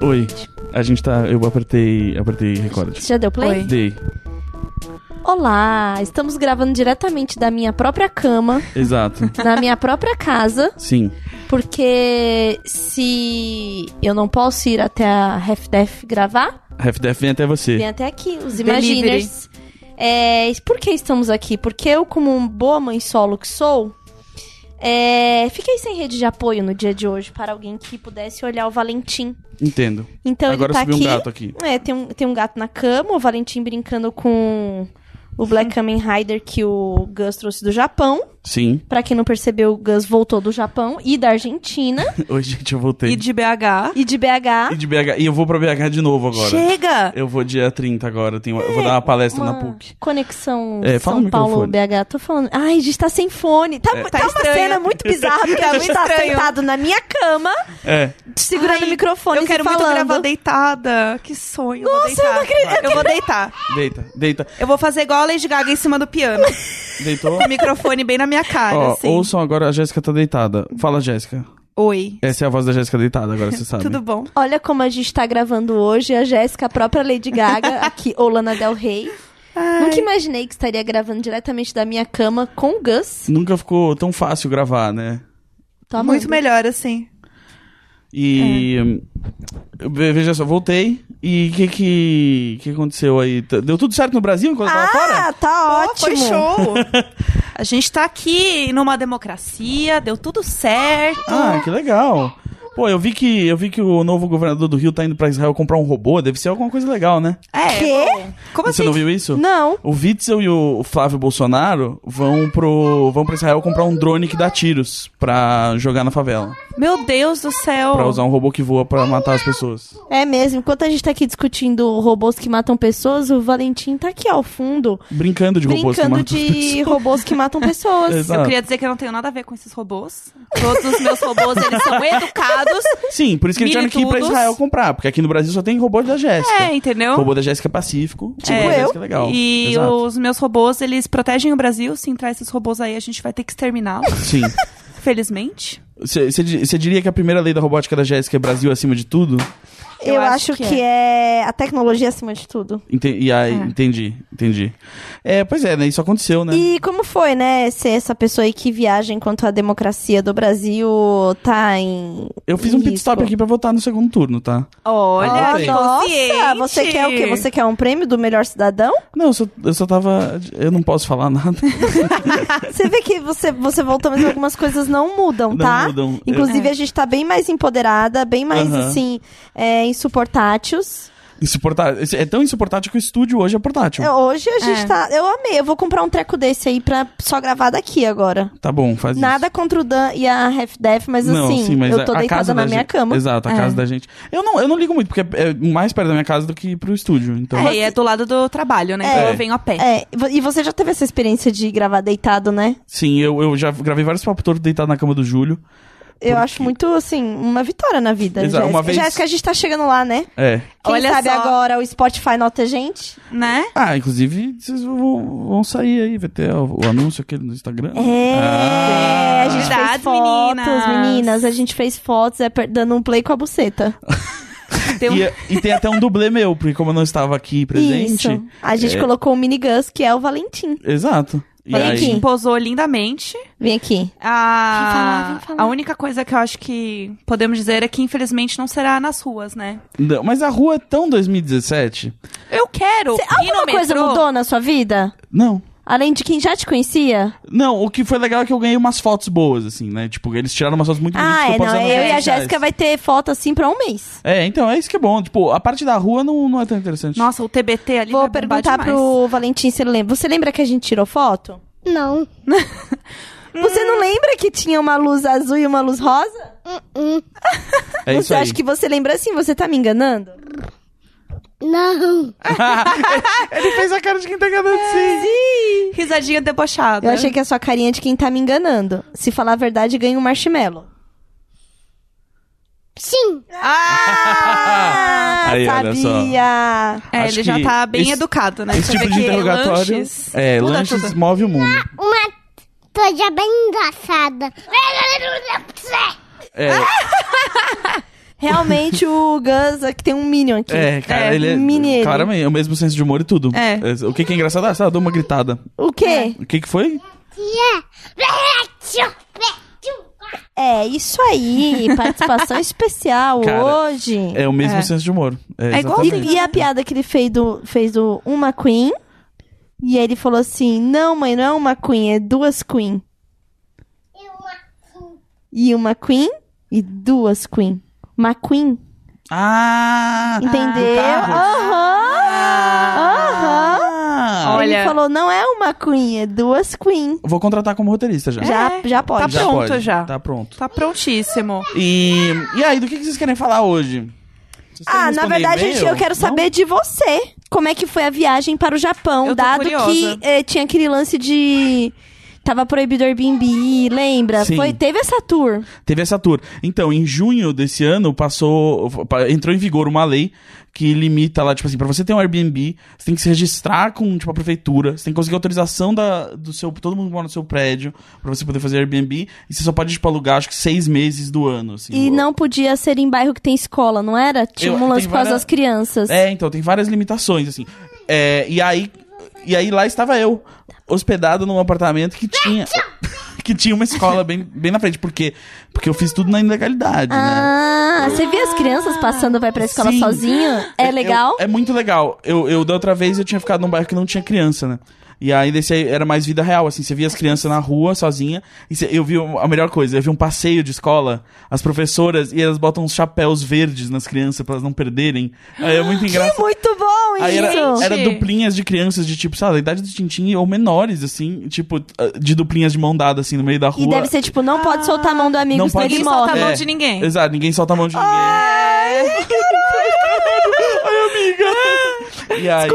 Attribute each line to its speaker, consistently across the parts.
Speaker 1: Oi, a gente tá. Eu apertei. Apertei record.
Speaker 2: Você já deu play?
Speaker 3: Oi.
Speaker 1: Dei.
Speaker 2: Olá, estamos gravando diretamente da minha própria cama,
Speaker 1: Exato.
Speaker 2: na minha própria casa,
Speaker 1: Sim.
Speaker 2: porque se eu não posso ir até a Half-Def gravar,
Speaker 1: Half-Def vem até você.
Speaker 2: vem até aqui, os
Speaker 3: Delivery.
Speaker 2: Imaginers. É, por que estamos aqui? Porque eu, como uma boa mãe solo que sou, é, fiquei sem rede de apoio no dia de hoje para alguém que pudesse olhar o Valentim.
Speaker 1: Entendo.
Speaker 2: Então ele
Speaker 1: Agora
Speaker 2: tá
Speaker 1: subiu
Speaker 2: aqui.
Speaker 1: um gato aqui.
Speaker 2: É, tem um, tem um gato na cama, o Valentim brincando com o Black Kamen Rider que o Gus trouxe do Japão.
Speaker 1: Sim.
Speaker 2: Pra quem não percebeu, o Gus voltou do Japão e da Argentina
Speaker 1: Oi, gente, eu voltei.
Speaker 3: E de BH.
Speaker 2: e de
Speaker 1: E
Speaker 2: BH.
Speaker 1: de BH. E eu vou pra BH de novo agora.
Speaker 3: Chega!
Speaker 1: Eu vou dia 30 agora. eu tenho- eu vou dar uma palestra na PUC.
Speaker 2: Conexão
Speaker 1: É, fala
Speaker 2: São
Speaker 1: no
Speaker 2: Paulo
Speaker 1: microfone.
Speaker 2: BH. Tô falando. Ai, a gente tá sem fone. Tá, tá
Speaker 3: Tá
Speaker 2: uma
Speaker 3: estranho.
Speaker 2: cena muito bizarra, porque a
Speaker 3: Tá
Speaker 2: gente tá
Speaker 3: estranho.
Speaker 2: sentado na minha cama,
Speaker 1: É.
Speaker 2: segurando
Speaker 3: Ai,
Speaker 2: o microfone
Speaker 3: Eu quero
Speaker 2: e falando.
Speaker 3: muito gravar deitada. Que sonho. eu vou
Speaker 2: Nossa, eu
Speaker 3: deitar.
Speaker 2: não acredito, eu
Speaker 3: Eu vou deitar.
Speaker 1: Deita, deita.
Speaker 3: Eu vou fazer igual a Lady Gaga em cima do piano.
Speaker 1: Deitou?
Speaker 3: Com o microfone bem na minha cara,
Speaker 1: Ó,
Speaker 3: assim.
Speaker 1: ouçam agora, a Jéssica tá deitada. Fala, Jéssica.
Speaker 3: Oi.
Speaker 1: Essa é a voz da Jéssica deitada, agora você sabe.
Speaker 3: Tudo bom?
Speaker 2: Olha como a gente tá gravando hoje, a Jéssica, a própria Lady Gaga, aqui, ou Lana Del Rey. Nunca imaginei que estaria gravando diretamente da minha cama com o Gus.
Speaker 1: Nunca ficou tão fácil gravar, né?
Speaker 2: Tô amando.
Speaker 3: Muito melhor, assim.
Speaker 1: E
Speaker 3: É.
Speaker 1: eu- ve- veja só, voltei. E o que, que que aconteceu aí? T- Deu tudo certo no Brasil enquanto eu tava fora?
Speaker 2: Ah, tá
Speaker 3: Ó, Foi
Speaker 2: ótimo.
Speaker 3: show! A gente tá aqui numa democracia, deu tudo certo.
Speaker 1: Ah, que legal. Pô, eu vi que eu vi que o novo governador do Rio tá indo pra Israel comprar um robô, deve ser alguma coisa legal, né?
Speaker 3: É.
Speaker 2: Quê?
Speaker 3: Como
Speaker 1: Você
Speaker 3: assim?
Speaker 1: não viu isso?
Speaker 2: Não.
Speaker 1: O Witzel e o Flávio Bolsonaro vão pro vão para Israel comprar um drone que dá tiros pra jogar na favela,
Speaker 3: Meu Deus do céu.
Speaker 1: Pra usar um robô que voa pra matar as pessoas.
Speaker 2: É mesmo. Enquanto a gente tá aqui discutindo robôs que matam pessoas, o Valentim tá aqui ao fundo,
Speaker 1: Brincando de robôs que
Speaker 2: brincando
Speaker 1: matam
Speaker 2: de robôs que matam pessoas.
Speaker 1: Exato.
Speaker 3: Eu queria dizer que eu não tenho nada a ver com esses robôs. Todos os meus robôs, eles são educados.
Speaker 1: Sim, por isso que eles tiveram que ir pra
Speaker 3: Militudos.
Speaker 1: Israel comprar, porque aqui no Brasil só tem robô da Jéssica.
Speaker 3: É, entendeu?
Speaker 1: Robô da Jéssica Pacífico.
Speaker 2: Tipo
Speaker 1: Robô da
Speaker 2: eu.
Speaker 1: Jéssica é legal.
Speaker 3: E
Speaker 1: Exato.
Speaker 3: os meus robôs, eles protegem o Brasil. Se entrar esses robôs aí, a gente vai ter que exterminá-los,
Speaker 1: Sim.
Speaker 3: felizmente.
Speaker 1: Você diria que a primeira lei da robótica da Jéssica é Brasil acima de tudo?
Speaker 2: Eu, acho, que, é. a tecnologia acima de tudo.
Speaker 1: Ente- e aí,
Speaker 2: É.
Speaker 1: Entendi, entendi. É, pois é, né? Isso aconteceu, né?
Speaker 2: E como foi, né, ser essa pessoa aí que viaja enquanto a democracia do Brasil tá em.
Speaker 1: Eu fiz
Speaker 2: em
Speaker 1: um pit
Speaker 2: risco?
Speaker 1: stop aqui pra votar no segundo turno, tá?
Speaker 3: Olha,
Speaker 1: Olha,
Speaker 3: que
Speaker 2: Ah, Nossa,
Speaker 3: consciente.
Speaker 2: você quer o quê? Você quer um prêmio do melhor cidadão?
Speaker 1: Não, eu só, eu só tava. Eu não posso falar nada.
Speaker 2: Você vê que você, você voltou, mas algumas coisas não mudam,
Speaker 1: Não
Speaker 2: tá?
Speaker 1: mudam. É.
Speaker 2: Inclusive, a gente tá bem mais empoderada, bem mais,
Speaker 1: Aham.
Speaker 2: assim, é, insuportátios.
Speaker 1: Insuportável. É tão insuportável que o estúdio hoje é portátil.
Speaker 2: É, Hoje a gente
Speaker 3: É.
Speaker 2: tá... Eu amei, eu vou comprar um treco desse aí pra só gravar daqui agora.
Speaker 1: Tá bom, faz isso.
Speaker 2: Nada contra o Dan e a Half Def, mas
Speaker 1: Não,
Speaker 2: assim,
Speaker 1: sim, mas
Speaker 2: eu tô
Speaker 1: a- a
Speaker 2: deitada
Speaker 1: casa
Speaker 2: na
Speaker 1: da
Speaker 2: minha
Speaker 1: gente-
Speaker 2: cama.
Speaker 1: Exato, a
Speaker 3: É.
Speaker 1: casa da gente. Eu não, eu não ligo muito, porque é é mais perto da minha casa do que pro estúdio. Então.
Speaker 3: É, e é do lado do trabalho, né? Então
Speaker 1: É.
Speaker 3: eu venho a pé.
Speaker 2: É, e vo- e você já teve essa experiência de gravar deitado, né?
Speaker 1: Sim, eu, eu já gravei vários papo todo deitado na cama do Júlio.
Speaker 2: Eu acho muito, assim, uma vitória na vida,
Speaker 1: Exato, uma
Speaker 2: Jéssica.
Speaker 1: vez-
Speaker 2: Jéssica, a gente tá chegando lá, né?
Speaker 1: É.
Speaker 2: Quem
Speaker 3: Olha
Speaker 2: sabe
Speaker 3: só.
Speaker 2: agora o Spotify nota a gente?
Speaker 3: Né?
Speaker 1: Ah, inclusive, vocês vão, vão sair aí, vai ter o, o anúncio aqui no Instagram.
Speaker 2: É,
Speaker 1: Ah.
Speaker 2: a gente fez
Speaker 3: Cuidado,
Speaker 2: fotos, meninas.
Speaker 3: meninas.
Speaker 2: A gente fez fotos é, per- dando um play com a buceta.
Speaker 3: Tem um-
Speaker 1: E, e tem até um dublê meu, porque como eu não estava aqui presente.
Speaker 2: Isso. A gente
Speaker 1: É.
Speaker 2: colocou o minigus, que é o Valentim.
Speaker 1: Exato. E
Speaker 2: Olha
Speaker 1: aí,
Speaker 2: aqui.
Speaker 3: Valentim posou lindamente.
Speaker 2: Vem aqui.
Speaker 3: A...
Speaker 2: Vem falar, vem falar.
Speaker 3: a única coisa que eu acho que podemos dizer é que, infelizmente, não será nas ruas, né?
Speaker 1: não, mas a rua é tão 2017?
Speaker 3: Eu quero
Speaker 2: Cê-
Speaker 3: ir
Speaker 2: alguma
Speaker 3: no
Speaker 2: coisa
Speaker 3: metrô.
Speaker 2: mudou na sua vida?
Speaker 1: Não.
Speaker 2: Além de quem já te conhecia?
Speaker 1: Não, o que foi legal é que eu ganhei umas fotos boas, assim, né? Tipo, eles tiraram umas fotos muito bonitas
Speaker 2: ah,
Speaker 1: que
Speaker 2: é,
Speaker 1: eu posso
Speaker 2: não.
Speaker 1: usar nas
Speaker 2: Eu
Speaker 1: redes
Speaker 2: e a
Speaker 1: sociais.
Speaker 2: Jéssica vai ter foto assim pra um mês.
Speaker 1: É, então, é isso que é bom. Tipo, a parte da rua não, não é tão interessante.
Speaker 3: Nossa, o TBT ali
Speaker 2: Vou
Speaker 3: vai bombar
Speaker 2: perguntar
Speaker 3: demais.
Speaker 2: pro Valentim se ele lembra. Você lembra que a gente tirou foto? Hum.
Speaker 4: Não.
Speaker 2: Você não lembra que tinha uma luz azul e uma luz rosa?
Speaker 1: é isso
Speaker 2: você
Speaker 1: aí.
Speaker 2: acha que você lembra assim? Você tá me enganando?
Speaker 4: Não.
Speaker 1: Ele fez a cara de quem tá enganando, sim.
Speaker 3: Risadinha debochada.
Speaker 2: Eu achei que é a sua carinha de quem tá me enganando. Se falar a verdade, ganha um marshmallow.
Speaker 4: Sim.
Speaker 2: Ah,
Speaker 1: Aí, olha só.
Speaker 2: sabia!
Speaker 3: É,
Speaker 1: Acho
Speaker 3: ele já
Speaker 1: que
Speaker 3: tá bem
Speaker 1: esse-
Speaker 3: educado, né?
Speaker 1: Esse
Speaker 3: Você
Speaker 1: tipo
Speaker 3: vê
Speaker 1: de
Speaker 3: que
Speaker 1: interrogatório.
Speaker 3: lanches-
Speaker 1: é,
Speaker 3: Muda
Speaker 1: lanches
Speaker 3: tudo.
Speaker 1: move o mundo.
Speaker 4: Uma história bem engraçada.
Speaker 1: É,
Speaker 3: Ah!
Speaker 2: Realmente o Gus aqui tem um Minion aqui.
Speaker 1: é, cara,
Speaker 3: É,
Speaker 1: ele é.
Speaker 2: mini ele.
Speaker 1: Claramente, é o mesmo senso de humor e tudo.
Speaker 3: É.
Speaker 1: O que, que é engraçado? Ah, sei lá, eu dou uma gritada.
Speaker 2: O quê?
Speaker 1: O que, que foi?
Speaker 2: É, isso aí. Participação especial
Speaker 1: Cara,
Speaker 2: hoje.
Speaker 1: É o mesmo
Speaker 3: É.
Speaker 1: senso de humor.
Speaker 3: É igualzinho.
Speaker 1: exatamente.
Speaker 2: E, e a piada que ele fez do, fez do uma queen. E ele falou assim: Não, mãe, não é uma queen, é duas queen. E uma queen e duas queen. Uma queen.
Speaker 1: Ah! tá,
Speaker 2: Entendeu?
Speaker 1: carro.
Speaker 3: Ah!
Speaker 2: Aham! Aham!
Speaker 1: Ah.
Speaker 3: Olha.
Speaker 2: Ele falou: Não é uma queen, é duas queen.
Speaker 1: Vou contratar como roteirista já.
Speaker 2: Já, já pode.
Speaker 1: já
Speaker 3: pronto
Speaker 1: pode.
Speaker 3: já.
Speaker 1: É, Tá pronto.
Speaker 3: Tá prontíssimo.
Speaker 1: E, e aí, do que, que vocês querem falar hoje? Vocês querem
Speaker 2: Ah, na
Speaker 1: responder
Speaker 2: verdade,
Speaker 1: e-mail?
Speaker 2: gente, eu quero
Speaker 1: Não?
Speaker 2: saber de você. Como é que foi a viagem para o Japão,
Speaker 3: Eu tô
Speaker 2: dado
Speaker 3: curiosa.
Speaker 2: que eh, tinha aquele lance de. Tava proibido o Airbnb, lembra?
Speaker 1: Sim.
Speaker 2: Foi, teve essa tour.
Speaker 1: Teve essa tour. Então, em junho desse ano, passou. pa- Entrou em vigor uma lei que limita lá, tipo assim, pra você ter um Airbnb, você tem que se registrar com, tipo, a prefeitura, você tem que conseguir autorização da, do seu. Todo mundo que mora no seu prédio pra você poder fazer Airbnb. E você só pode, tipo, alugar, acho que seis meses do ano, assim.
Speaker 2: E
Speaker 1: o-
Speaker 2: não podia ser em bairro que tem escola, não era? Tinha
Speaker 1: Eu-
Speaker 2: um lance
Speaker 1: tem
Speaker 2: por causa
Speaker 1: várias-
Speaker 2: das crianças.
Speaker 1: É, então, tem várias limitações, assim. É, e aí. E aí lá estava eu, hospedado num apartamento que tinha. que tinha uma escola bem, bem na frente. Por quê? Porque eu fiz tudo na ilegalidade, né?
Speaker 2: Ah, você vê as crianças passando, vai pra escola
Speaker 1: Sim.
Speaker 2: sozinha? É
Speaker 1: Eu-
Speaker 2: legal?
Speaker 1: é muito legal. Eu, eu da outra vez eu tinha ficado num bairro que não tinha criança, né? E aí desse aí era mais vida real, assim, você via as crianças na rua sozinha, e você- eu vi um- a melhor coisa, eu vi um passeio de escola, as professoras, e elas botam uns chapéus verdes nas crianças pra elas não perderem. Aí é muito engraçado.
Speaker 2: Muito bom
Speaker 1: Aí era,
Speaker 2: isso!
Speaker 1: era duplinhas de crianças de tipo, sabe, da idade do Tintim ou menores, assim, tipo, de duplinhas de mão dada, assim, no meio da rua.
Speaker 2: E deve ser tipo, não pode soltar a mão do amigo,
Speaker 1: não
Speaker 2: senão
Speaker 1: pode
Speaker 2: ele
Speaker 1: soltar
Speaker 2: morre.
Speaker 3: a mão de ninguém.
Speaker 1: É. Exato, ninguém solta a mão de ninguém. É. Ai, amiga! E aí,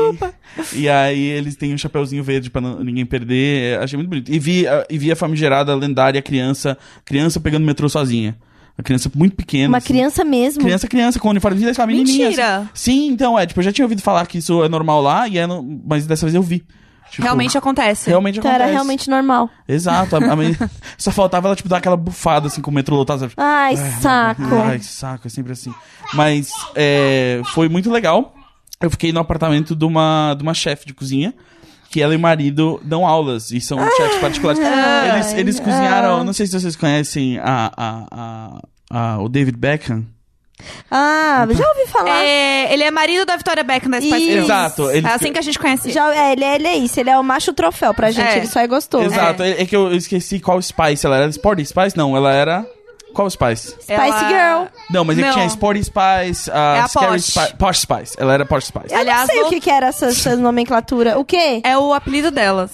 Speaker 1: E aí eles têm um chapeuzinho verde pra não- ninguém perder. É, achei muito bonito. E vi, a- e vi a famigerada lendária criança, criança pegando metrô sozinha. Uma criança muito pequena.
Speaker 2: Uma
Speaker 1: assim.
Speaker 2: criança mesmo.
Speaker 1: Criança, criança, com uniforme de escola, menininha.
Speaker 3: Mentira!
Speaker 1: assim. Sim, então, é, tipo, eu já tinha ouvido falar que isso é normal lá, e é no- mas dessa vez eu vi. Tipo,
Speaker 3: Realmente acontece.
Speaker 1: realmente
Speaker 2: Então
Speaker 1: acontece.
Speaker 2: era realmente normal.
Speaker 1: Exato. A, a men- Só faltava ela, tipo, dar aquela bufada, assim, com o metrô lotado, sabe?
Speaker 2: Ai, saco.
Speaker 1: Ai, que saco, é sempre assim. Mas é, foi muito legal. Eu fiquei no apartamento de uma, de uma chefe de cozinha. Que ela e o marido dão aulas e são chefes particulares.
Speaker 3: Ah.
Speaker 1: Eles, eles cozinharam. Não sei se vocês conhecem a, a, a- a- o David Beckham.
Speaker 2: Ah, já ouvi falar.
Speaker 3: É, ele é marido da Vitória Beck da Spice
Speaker 2: Isso.
Speaker 3: Girls.
Speaker 1: Exato, ele-
Speaker 3: É assim que a gente conhece.
Speaker 2: Já, é, ele, é- ele é isso, ele é o macho troféu pra gente,
Speaker 3: É.
Speaker 2: ele só é gostoso.
Speaker 1: Exato. É, é que eu eu esqueci qual Spice ela era. Sporty Spice? Não, ela era. Qual Spice?
Speaker 2: É. Spice Girl.
Speaker 1: Não, mas é que
Speaker 3: Não.
Speaker 1: tinha Sporty Spice, a,
Speaker 3: É a É
Speaker 1: Scary
Speaker 3: Posh.
Speaker 1: Spice. Posh Spice. Ela era Posh Spice.
Speaker 2: Eu
Speaker 3: Aliás,
Speaker 2: não sei
Speaker 3: vou-
Speaker 2: o que, que era essa, essa nomenclatura. O quê?
Speaker 3: É o apelido delas.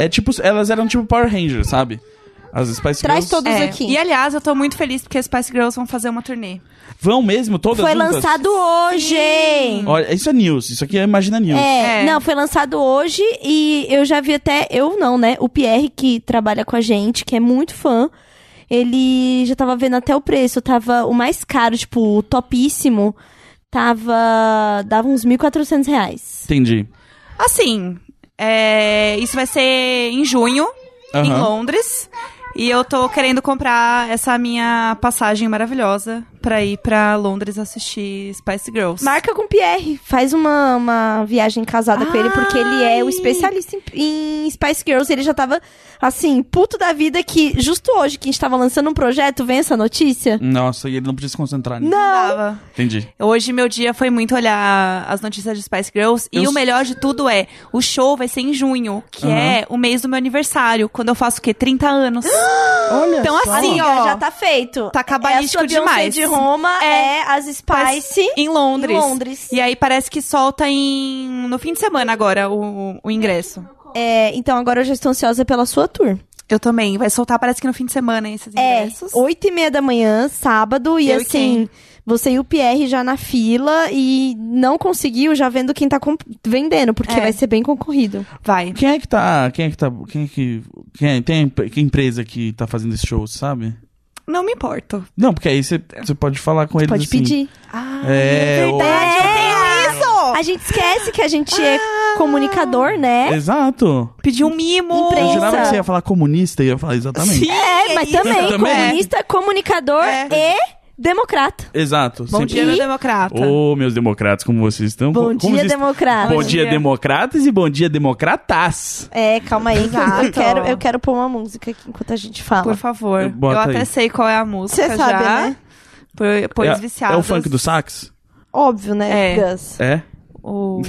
Speaker 1: É tipo. Elas eram tipo Power Rangers, sabe? As Spice
Speaker 2: Traz
Speaker 1: Girls.
Speaker 2: todos
Speaker 3: É.
Speaker 2: aqui.
Speaker 3: E aliás, eu tô muito feliz porque as Spice Girls vão fazer uma turnê.
Speaker 1: Vão mesmo, todas
Speaker 2: Foi
Speaker 1: juntas?
Speaker 2: lançado hoje!
Speaker 1: Olha, isso é news. Isso aqui é Imagina News.
Speaker 2: É,
Speaker 3: É.
Speaker 2: não, foi lançado hoje e eu já vi até, eu não, né? O Pierre, que trabalha com a gente, que é muito fã, ele já tava vendo até o preço, tava o mais caro, tipo, o topíssimo, tava. dava uns 1.400 reais.
Speaker 1: Entendi.
Speaker 3: Assim, é, isso vai ser em junho, em
Speaker 1: Aham.
Speaker 3: Londres. E eu tô querendo comprar essa minha passagem maravilhosa pra ir pra Londres assistir Spice Girls.
Speaker 2: Marca com o Pierre, faz uma, uma viagem casada com ele, porque ele é o
Speaker 3: Ai.
Speaker 2: especialista em, em Spice Girls. Ele já tava, assim, puto da vida que, justo hoje que a gente tava lançando um projeto, vem essa notícia.
Speaker 1: Nossa, e ele não podia se concentrar nisso.
Speaker 3: não dava.
Speaker 1: Entendi.
Speaker 3: Hoje meu dia foi muito olhar as notícias de Spice Girls. E
Speaker 1: Eu
Speaker 3: o
Speaker 1: s-
Speaker 3: melhor de tudo é, o show vai ser em junho, que
Speaker 1: Aham.
Speaker 3: é o mês do meu aniversário, quando eu faço o quê? 30 anos.
Speaker 1: Olha
Speaker 3: então assim,
Speaker 2: Amiga,
Speaker 3: ó,
Speaker 2: já tá feito.
Speaker 3: Tá cabalístico
Speaker 2: é a sua Beyoncé
Speaker 3: demais.
Speaker 2: de Roma é,
Speaker 3: É.
Speaker 2: as Spice.
Speaker 3: em Londres.
Speaker 2: Em Londres.
Speaker 3: E é aí parece que solta em no fim de semana agora o, o ingresso.
Speaker 2: É, então agora eu já estou ansiosa pela sua tour.
Speaker 3: Eu também. Vai soltar parece que no fim de semana esses
Speaker 2: É,
Speaker 3: ingressos.
Speaker 2: oito e meia da manhã, sábado, e
Speaker 3: Eu e
Speaker 2: assim, você e o Pierre já na fila e não conseguiu, já vendo quem tá comp- vendendo, porque
Speaker 3: É.
Speaker 2: vai ser bem concorrido.
Speaker 3: Vai.
Speaker 1: Quem é que tá. Quem é que tá. Quem é que. Quem é- tem empre- que empresa que tá fazendo esse show, sabe?
Speaker 3: Não me importo.
Speaker 1: Não, porque aí você você pode falar com eles.
Speaker 2: Pode
Speaker 1: assim.
Speaker 2: pedir.
Speaker 3: Ah,
Speaker 1: É,
Speaker 3: verdade.
Speaker 1: ou-
Speaker 3: Tem isso.
Speaker 2: A gente esquece que a gente é
Speaker 3: Ah.
Speaker 2: comunicador, né?
Speaker 1: Exato.
Speaker 3: Pediu um mimo.
Speaker 1: Eu
Speaker 2: Imprensa.
Speaker 1: jurava que você ia falar comunista e ia falar exatamente.
Speaker 3: Sim,
Speaker 2: É, mas
Speaker 3: isso.
Speaker 2: também,
Speaker 1: Também. né?
Speaker 2: comunista, comunicador
Speaker 3: É.
Speaker 2: e democrata.
Speaker 1: Exato.
Speaker 3: Bom
Speaker 1: sempre-
Speaker 3: dia, meu democrata.
Speaker 1: Ô, meus democratas, como vocês estão?
Speaker 2: Bom
Speaker 1: Como
Speaker 2: dia,
Speaker 1: vocês-
Speaker 2: democrata.
Speaker 1: Bom
Speaker 3: Bom
Speaker 1: dia,
Speaker 3: dia.
Speaker 1: democratas e bom dia, democratas.
Speaker 2: É, calma aí, que eu
Speaker 3: Exato.
Speaker 2: quero, eu quero pôr uma música aqui enquanto a gente
Speaker 3: Por
Speaker 2: fala.
Speaker 3: favor.
Speaker 1: Eu- bota
Speaker 3: Eu até
Speaker 1: aí.
Speaker 3: sei qual é a música
Speaker 2: Você sabe,
Speaker 3: já.
Speaker 2: né?
Speaker 3: Por- Pois
Speaker 1: é,
Speaker 3: viciados.
Speaker 1: é o funk do sax?
Speaker 2: Óbvio, né,
Speaker 3: É.
Speaker 2: Gus?
Speaker 1: É.
Speaker 3: o-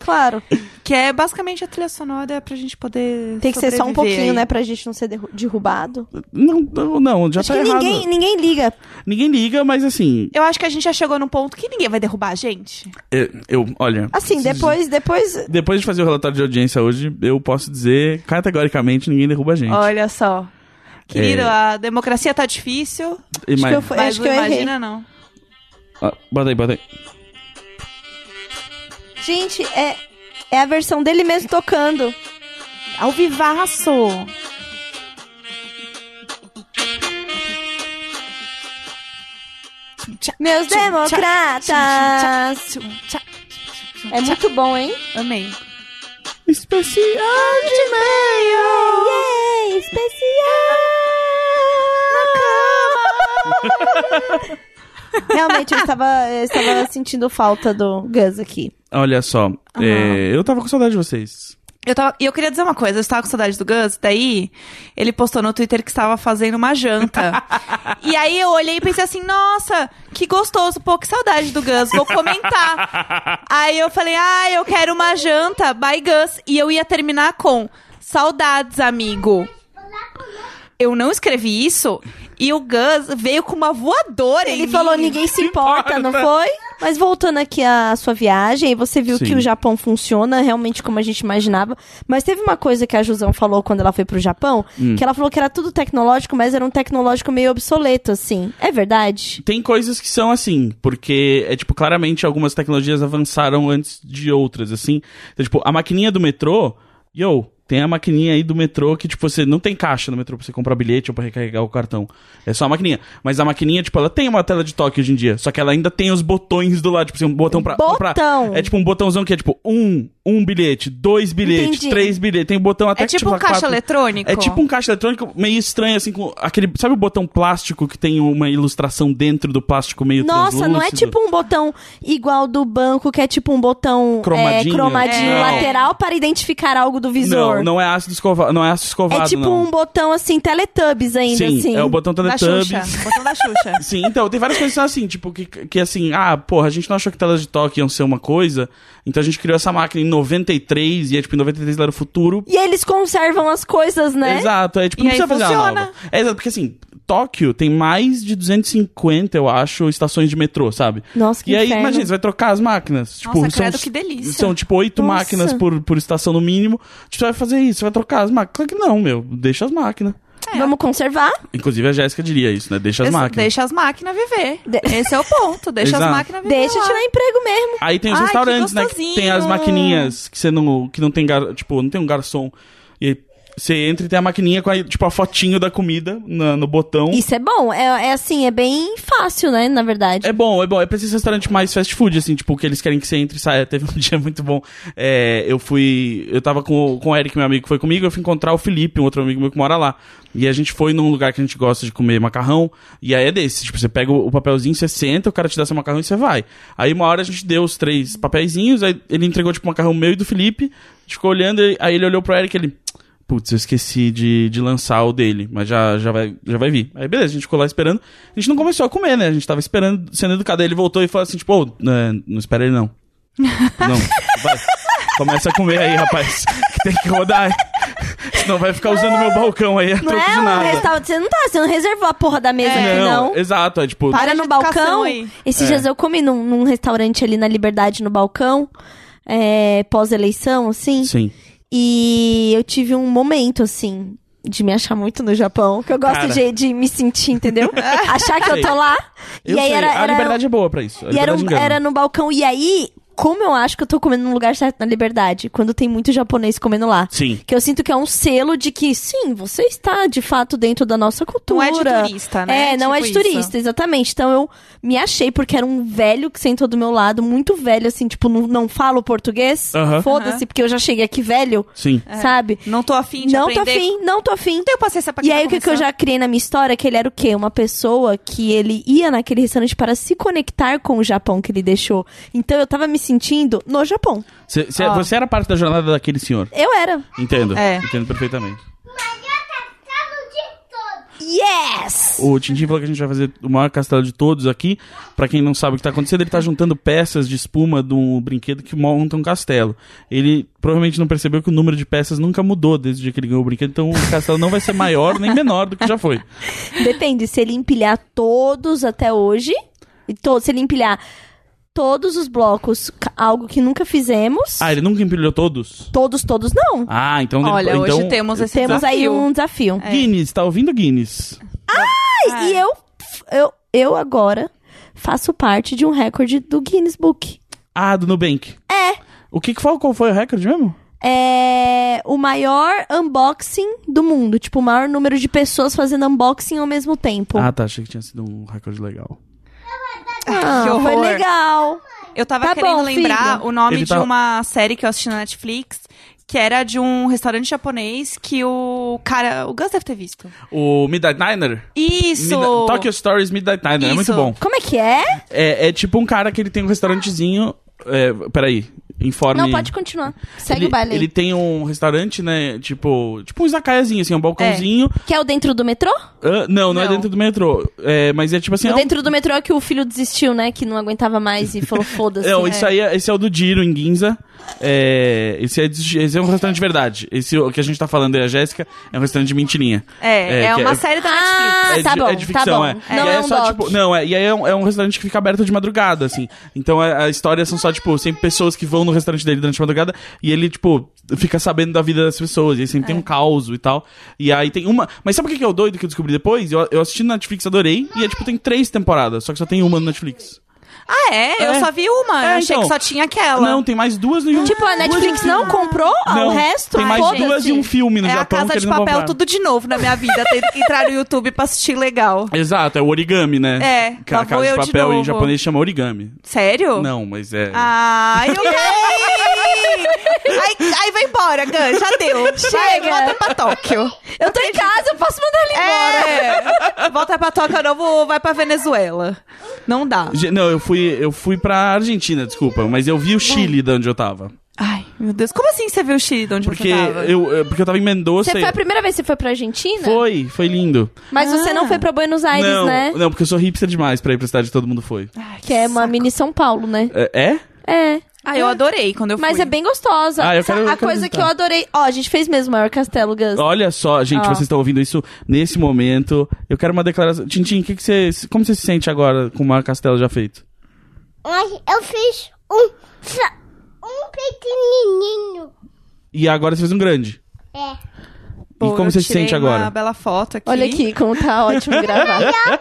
Speaker 2: Claro.
Speaker 3: Que é basicamente a trilha sonora pra gente poder
Speaker 2: Tem que ser só um
Speaker 3: sobreviver
Speaker 2: pouquinho,
Speaker 3: aí.
Speaker 2: né, pra gente não ser derru- derrubado.
Speaker 1: Não, não, não, já
Speaker 2: Acho
Speaker 1: tá
Speaker 2: que
Speaker 1: errado.
Speaker 2: ninguém, ninguém liga.
Speaker 1: Ninguém liga, mas assim,
Speaker 3: Eu acho que a gente já chegou num ponto que ninguém vai derrubar a gente.
Speaker 1: eu, eu- olha.
Speaker 2: Assim, depois, depois...
Speaker 1: Depois de fazer o relatório de audiência hoje, eu posso dizer categoricamente ninguém derruba a gente.
Speaker 3: Olha só. Querido,
Speaker 1: É.
Speaker 3: a democracia tá difícil,
Speaker 1: E
Speaker 2: Acho
Speaker 1: mais-
Speaker 2: que eu, fui-
Speaker 3: mas
Speaker 2: acho
Speaker 3: não
Speaker 2: que eu errei.
Speaker 3: imagina não.
Speaker 1: Ah, bota aí, bota aí.
Speaker 2: Gente, é, é a versão dele mesmo tocando.
Speaker 3: Ao vivaço!
Speaker 2: Meus democratas! É muito bom, hein?
Speaker 3: Amei.
Speaker 1: Especial de
Speaker 2: Yeah, especial! Realmente, eu estava, eu estava sentindo falta do Gus aqui.
Speaker 1: Olha só, é, eu tava com saudade de vocês.
Speaker 3: Eu tava, e eu queria dizer uma coisa, eu estava com saudade do Gus, daí ele postou no Twitter que estava fazendo uma janta. e aí eu olhei e pensei assim, nossa, que gostoso, pô, que saudade do Gus, vou comentar. aí eu falei, ah, eu quero uma janta, bye Gus. E eu ia terminar com, saudades, amigo. Eu não escrevi isso e o Gus veio com uma voadora em
Speaker 2: Ele
Speaker 3: mim.
Speaker 2: falou, ninguém se importa,
Speaker 1: né?
Speaker 2: não foi? Mas voltando aqui à sua viagem, você viu
Speaker 1: Sim.
Speaker 2: que o Japão funciona realmente como a gente imaginava. Mas teve uma coisa que a Jusão falou quando ela foi pro Japão,
Speaker 1: Hum.
Speaker 2: que ela falou que era tudo tecnológico, mas era um tecnológico meio obsoleto, assim. É verdade?
Speaker 1: Tem coisas que são assim, porque é tipo, claramente algumas tecnologias avançaram antes de outras, assim. Então, tipo, a maquininha do metrô, yo, tem a maquininha aí do metrô que, tipo, você não tem caixa no metrô pra você comprar bilhete ou pra recarregar o cartão. É só a maquininha. Mas a maquininha, tipo, ela tem uma tela de toque hoje em dia, só que ela ainda tem os botões do lado, tipo, assim, um botão pra comprar.
Speaker 2: Botão.
Speaker 1: É tipo um botãozão que é tipo um, um bilhete, dois bilhetes,
Speaker 2: Entendi.
Speaker 1: três bilhetes. Tem um botão até
Speaker 3: É
Speaker 1: que,
Speaker 3: tipo um
Speaker 1: a
Speaker 3: caixa
Speaker 1: quatro-
Speaker 3: eletrônico?
Speaker 1: é tipo um caixa eletrônico meio estranho, assim, com aquele. Sabe o botão plástico que tem uma ilustração dentro do plástico meio
Speaker 2: Nossa,
Speaker 1: translúcido?
Speaker 2: não é tipo um botão igual do banco, que é tipo um botão é,
Speaker 1: Cromadinho?
Speaker 2: cromadinho
Speaker 1: É.
Speaker 2: lateral para identificar algo do um visor.
Speaker 1: Não, não é ácido escovado, não é ácido escovado,
Speaker 2: é tipo
Speaker 1: não.
Speaker 2: um botão assim, Teletubbies ainda,
Speaker 1: Sim,
Speaker 2: assim.
Speaker 1: é o botão
Speaker 3: Da Xuxa.
Speaker 1: Teletubbies.
Speaker 3: Botão da Xuxa.
Speaker 1: Sim, então, tem várias coisas que são assim, tipo, que, que assim, ah, porra, a gente não achou que telas de toque iam ser uma coisa, então a gente criou essa máquina em 93, e é tipo, em 93 ela era o futuro,
Speaker 2: E eles conservam as coisas, né?
Speaker 1: Exato, é tipo,
Speaker 3: E
Speaker 1: não
Speaker 3: aí
Speaker 1: precisa fazer uma
Speaker 3: funciona.
Speaker 1: nova. É, exato, porque assim, Tóquio tem mais de 250, eu acho, estações de metrô, sabe?
Speaker 2: Nossa, que
Speaker 1: E aí,
Speaker 2: inferno.
Speaker 1: imagina, você vai trocar as máquinas. Tipo,
Speaker 3: Nossa,
Speaker 1: são,
Speaker 3: credo, que delícia.
Speaker 1: São tipo oito
Speaker 2: Nossa.
Speaker 1: máquinas por, por estação no mínimo. Tipo, você vai fazer isso, você vai trocar as máquinas. Claro que não, meu, deixa as máquinas.
Speaker 3: É.
Speaker 2: Vamos conservar?
Speaker 1: Inclusive a Jéssica diria isso, né? Deixa as
Speaker 3: Ex-
Speaker 1: máquinas.
Speaker 3: Deixa as máquinas viver.
Speaker 2: De-
Speaker 3: Esse é o ponto. Deixa
Speaker 1: Exato.
Speaker 3: as máquinas viver.
Speaker 2: Deixa
Speaker 3: lá.
Speaker 2: tirar emprego mesmo.
Speaker 1: Aí tem os
Speaker 3: Ai, que
Speaker 1: restaurantes, né? Que tem as
Speaker 3: gostosinho.
Speaker 1: maquininhas que você não. que não tem gar- tipo, não tem um garçom. E aí você entra e tem a maquininha com a, tipo, a fotinho da comida na- no botão.
Speaker 2: Isso é bom. É, é assim, é bem fácil, né? Na verdade.
Speaker 1: É bom, é bom. É pra esses restaurantes mais fast food, assim, tipo, que eles querem que você entre e saia. Teve um dia muito bom. É, eu fui. Eu tava com, o- com o Eric, meu amigo, que foi comigo. Eu fui encontrar o Felipe, um outro amigo meu que mora lá. E a gente foi num lugar que a gente gosta de comer macarrão. E aí é desse. Tipo, você pega o, o papelzinho, você senta, o cara te dá seu macarrão e você vai. Aí uma hora a gente deu os três papeizinhos. Aí ele entregou, tipo, o macarrão meu e do Felipe. A gente ficou olhando. e- Aí ele olhou pro Eric e ele. Putz, eu esqueci de, de lançar o dele, mas já, já, vai, já vai vir. Aí beleza, a gente ficou lá esperando. A gente não começou a comer, né? A gente tava esperando, sendo educado. Aí ele voltou e falou assim, tipo, "Ô, né, não espera ele não. Não, vai. Começa a comer aí, rapaz. Que tem que rodar. Senão vai ficar usando meu balcão aí a
Speaker 2: Não
Speaker 1: troco de
Speaker 2: é um
Speaker 1: nada.
Speaker 2: restaurante. Você não tá, você não reservou a porra da mesa aqui, não.
Speaker 1: Exato, é tipo,
Speaker 2: Para
Speaker 3: Para
Speaker 2: no
Speaker 3: de educação
Speaker 2: balcão.
Speaker 3: aí.
Speaker 2: Esses dias eu comi num, num restaurante ali na Liberdade, no balcão. é, pós-eleição, assim.
Speaker 1: sim.
Speaker 2: E eu tive um momento, assim, de me achar muito no Japão. Que eu gosto
Speaker 1: Cara.
Speaker 2: de, de me sentir, entendeu? achar que eu tô lá.
Speaker 1: Eu
Speaker 2: e aí
Speaker 1: sei,
Speaker 2: era,
Speaker 1: a
Speaker 2: era- um-
Speaker 1: liberdade é boa pra isso. A
Speaker 2: E era,
Speaker 1: liberdade
Speaker 2: um-
Speaker 1: engana.
Speaker 2: era no balcão. E aí, como eu acho que eu tô comendo no lugar certo na liberdade, quando tem muito japonês comendo lá.
Speaker 1: Sim.
Speaker 2: Que eu sinto que é um selo de que, sim, você está de fato dentro da nossa
Speaker 3: Não
Speaker 2: cultura.
Speaker 3: é de turista, né?
Speaker 2: É, não é de
Speaker 3: Tipo isso.
Speaker 2: turista, exatamente. Então eu me achei, porque era um velho que sentou do meu lado, muito velho, assim, tipo, não, não falo português.
Speaker 1: Aham.
Speaker 2: Foda-se, porque eu já cheguei aqui velho,
Speaker 1: Sim.
Speaker 2: sabe?
Speaker 3: Não tô afim É. de
Speaker 2: Não tô
Speaker 3: aprender.
Speaker 2: afim, não tô afim.
Speaker 3: Não tenho paciência pra quem
Speaker 2: E
Speaker 3: tá
Speaker 2: aí, o que, que eu
Speaker 3: começando.
Speaker 2: já criei na minha história? é Que ele era o quê? Uma pessoa que ele ia naquele restaurante para se conectar com o Japão que ele deixou. Então, eu tava me sentindo no Japão.
Speaker 1: Cê- cê-
Speaker 3: Ó.
Speaker 1: Você era parte da jornada daquele senhor.
Speaker 2: Eu era.
Speaker 1: Entendo.
Speaker 3: É.
Speaker 1: Entendo perfeitamente.
Speaker 4: Mas eu tava o dia todo.
Speaker 2: Yes!
Speaker 1: O Tintin falou que a gente vai fazer o maior castelo de todos aqui. Pra quem não sabe o que tá acontecendo, ele tá juntando peças de espuma de um brinquedo que monta um castelo. Ele provavelmente não percebeu que o número de peças nunca mudou desde o dia que ele ganhou o brinquedo, então o castelo não vai ser maior nem menor do que já foi.
Speaker 2: Depende, se ele empilhar todos até hoje, e to- se ele empilhar todos os blocos, ca- algo que nunca fizemos,
Speaker 1: Ah, ele nunca empilhou todos?
Speaker 2: todos, todos não.
Speaker 1: Ah, então... ele-
Speaker 3: Olla,
Speaker 1: então...
Speaker 3: hoje temos é. esse
Speaker 2: Temos aí
Speaker 3: desafio.
Speaker 2: um desafio.
Speaker 1: Guinness, tá ouvindo Guinness?
Speaker 3: É.
Speaker 2: Ah, E eu, eu, eu agora faço parte de um recorde do Guinness Book.
Speaker 1: Ah, do Nubank. É. O que que foi? Qual foi o recorde mesmo?
Speaker 2: é o maior unboxing do mundo. Tipo, o maior número de pessoas fazendo unboxing ao mesmo tempo.
Speaker 1: Ah, tá. Achei que tinha sido um recorde legal.
Speaker 2: Ah,
Speaker 3: que horror.
Speaker 2: foi legal.
Speaker 3: Eu tava
Speaker 2: Tá
Speaker 3: querendo
Speaker 2: bom,
Speaker 3: lembrar
Speaker 2: filho.
Speaker 3: o nome
Speaker 1: Ele
Speaker 3: de
Speaker 1: tá-
Speaker 3: uma série que eu assisti na Netflix, que era de um restaurante japonês que o cara. O Gus deve ter visto.
Speaker 1: O Midnight Niner?
Speaker 3: Isso!
Speaker 1: Midnight- Tokyo Stories Midnight Niner. É muito
Speaker 3: Isso.
Speaker 1: bom.
Speaker 2: Como é que é?
Speaker 1: É, é tipo um cara que ele tem um restaurantezinho. É, peraí, informe.
Speaker 2: Não, pode continuar. Segue
Speaker 1: ele,
Speaker 2: o baile. aí.
Speaker 1: ele tem um restaurante, né? Tipo, tipo um izakaiazinho, assim, um balcãozinho.
Speaker 2: Que é o dentro do metrô?
Speaker 1: Ah, não, não, é
Speaker 3: Não.
Speaker 1: dentro do metrô. É, mas é tipo assim.
Speaker 2: O
Speaker 1: é um-
Speaker 2: dentro do metrô é que o filho desistiu, né? Que não aguentava mais e falou, foda-se.
Speaker 1: Não, isso aí é, esse é o do Diro em Ginza. É, esse, é, de- esse é um restaurante de verdade. Esse o que a gente tá falando aí, a Jéssica, é um restaurante de mentirinha.
Speaker 3: É, é,
Speaker 1: que
Speaker 3: uma série da Netflix.
Speaker 2: Ah,
Speaker 1: é
Speaker 2: tá
Speaker 1: de,
Speaker 2: bom,
Speaker 1: é de
Speaker 2: tá
Speaker 1: ficção,
Speaker 2: bom.
Speaker 1: é.
Speaker 2: Não
Speaker 1: e aí
Speaker 2: é,
Speaker 1: é
Speaker 2: um
Speaker 1: só,
Speaker 2: doc.
Speaker 1: tipo, não, é, e aí é um, é um restaurante que fica aberto de madrugada, assim. Então a, a história são só, tipo, sempre pessoas que vão no restaurante dele durante a madrugada e ele, tipo, fica sabendo da vida das pessoas. E aí sempre tem um caos e tal. E aí tem uma. Mas sabe o que que é o doido que eu descobri depois? Eu, eu assisti na Netflix, adorei. E é tipo, tem três temporadas, só que só tem uma no Netflix.
Speaker 3: Ah, é? Eu
Speaker 1: É.
Speaker 3: só vi uma.
Speaker 1: É,
Speaker 3: eu achei
Speaker 1: então.
Speaker 3: que só tinha aquela.
Speaker 1: Não, tem mais duas no
Speaker 2: Tipo, a Netflix não comprou o
Speaker 1: Não,
Speaker 2: resto?
Speaker 1: Tem mais
Speaker 2: Ai,
Speaker 1: duas
Speaker 2: gente.
Speaker 1: e um filme no
Speaker 3: é a
Speaker 1: Japão
Speaker 3: Casa
Speaker 1: que
Speaker 3: de
Speaker 1: eles não
Speaker 3: Papel
Speaker 1: compraram.
Speaker 3: tudo de novo na minha vida. Tendo que entrar no YouTube pra assistir legal.
Speaker 1: Exato, é o origami, né?
Speaker 3: É,
Speaker 1: Que a
Speaker 3: lá vou
Speaker 1: casa de
Speaker 3: eu de
Speaker 1: papel em
Speaker 3: novo.
Speaker 1: japonês chama origami.
Speaker 3: Sério?
Speaker 1: Não, mas é.
Speaker 3: Ah, eu ganhei! aí, aí vai embora, Gun, já deu.
Speaker 2: Chega.
Speaker 3: Vai, volta pra Tóquio.
Speaker 2: Eu tô em casa, eu posso mandar ele embora.
Speaker 3: É. Volta pra Tóquio novo, vai pra Venezuela. Não dá.
Speaker 1: Ge- Não, eu fui, eu fui pra Argentina, desculpa, mas eu vi o Chile de onde eu tava.
Speaker 3: Ai, meu Deus. Como assim você viu o Chile de onde
Speaker 1: Porque
Speaker 3: você tava?
Speaker 1: eu, eu- porque eu tava em Mendoza.
Speaker 2: Você
Speaker 1: e-
Speaker 2: foi a primeira vez que você foi pra Argentina?
Speaker 1: foi, foi lindo.
Speaker 2: Mas você não foi pra Buenos Aires,
Speaker 1: não,
Speaker 2: né?
Speaker 1: não, porque eu sou hipster demais pra ir pra cidade que todo mundo foi.
Speaker 3: Ai,
Speaker 2: Que é uma
Speaker 3: saco.
Speaker 2: mini São Paulo, né?
Speaker 1: É? é?
Speaker 2: É.
Speaker 3: Ah, eu adorei quando eu
Speaker 2: Mas
Speaker 3: fui.
Speaker 2: é bem gostosa.
Speaker 1: Ah, eu
Speaker 2: Sa-
Speaker 1: quero- eu
Speaker 2: a
Speaker 1: quero
Speaker 2: coisa
Speaker 1: visitar.
Speaker 2: que eu adorei. Ó, a gente fez mesmo o maior castelo, Gus.
Speaker 1: Olha só, gente,
Speaker 2: Ó.
Speaker 1: vocês estão ouvindo isso nesse momento. Eu quero uma declaração. Tintin, que que você, como você se sente agora com o maior castelo já feito?
Speaker 4: Mas eu fiz um. só- Um pequenininho.
Speaker 1: E agora você fez um grande.
Speaker 4: É.
Speaker 1: e como
Speaker 3: eu
Speaker 1: você se
Speaker 3: tirei
Speaker 1: sente
Speaker 3: Uma
Speaker 1: agora?
Speaker 3: bela foto aqui.
Speaker 2: Olha aqui como tá ótimo gravar.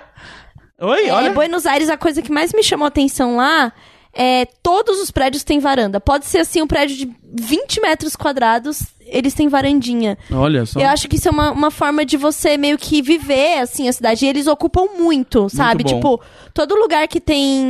Speaker 1: Oi,
Speaker 2: É,
Speaker 1: olha.
Speaker 2: Buenos Aires, a coisa que mais me chamou a atenção lá é todos os prédios têm varanda. Pode ser assim um prédio de 20 metros quadrados, eles têm varandinha.
Speaker 1: Olha só.
Speaker 2: Eu acho que isso é uma, uma forma de você meio que viver, assim, a cidade. E eles ocupam muito, sabe?
Speaker 1: bom.
Speaker 2: tipo, todo lugar que tem,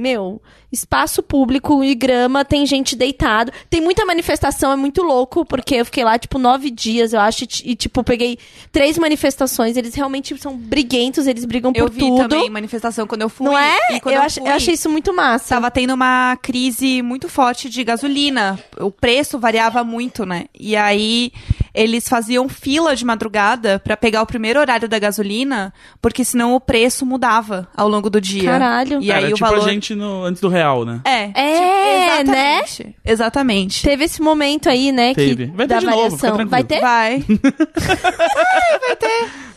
Speaker 2: meu, espaço público e grama, tem gente deitado. Tem muita manifestação, é muito louco, porque eu fiquei lá, tipo, nove dias, eu acho. E, ti- e, tipo, peguei três manifestações. Eles realmente são briguentos, eles brigam
Speaker 3: Eu
Speaker 2: por
Speaker 3: vi
Speaker 2: tudo.
Speaker 3: também manifestação quando eu fui.
Speaker 2: Não é?
Speaker 3: E
Speaker 2: Eu,
Speaker 3: quando eu,
Speaker 2: ach- eu
Speaker 3: fui,
Speaker 2: achei isso muito massa.
Speaker 3: Tava tendo uma crise muito forte de gasolina. O preço variava muito, né? E aí eles faziam fila de madrugada pra pegar o primeiro horário da gasolina, porque senão o preço mudava ao longo do dia.
Speaker 2: Caralho.
Speaker 3: E
Speaker 1: Cara,
Speaker 3: aí
Speaker 1: é
Speaker 3: o
Speaker 1: tipo
Speaker 3: valor
Speaker 1: a gente no- antes do real, né?
Speaker 3: É.
Speaker 2: É,
Speaker 3: tipo,
Speaker 2: né?
Speaker 3: exatamente. Exatamente.
Speaker 2: Teve esse momento aí, né?
Speaker 1: Teve.
Speaker 2: Que,
Speaker 1: Vai ter
Speaker 2: da
Speaker 1: de novo,
Speaker 2: variação.
Speaker 1: fica tranquilo.
Speaker 2: Vai ter?
Speaker 3: Vai.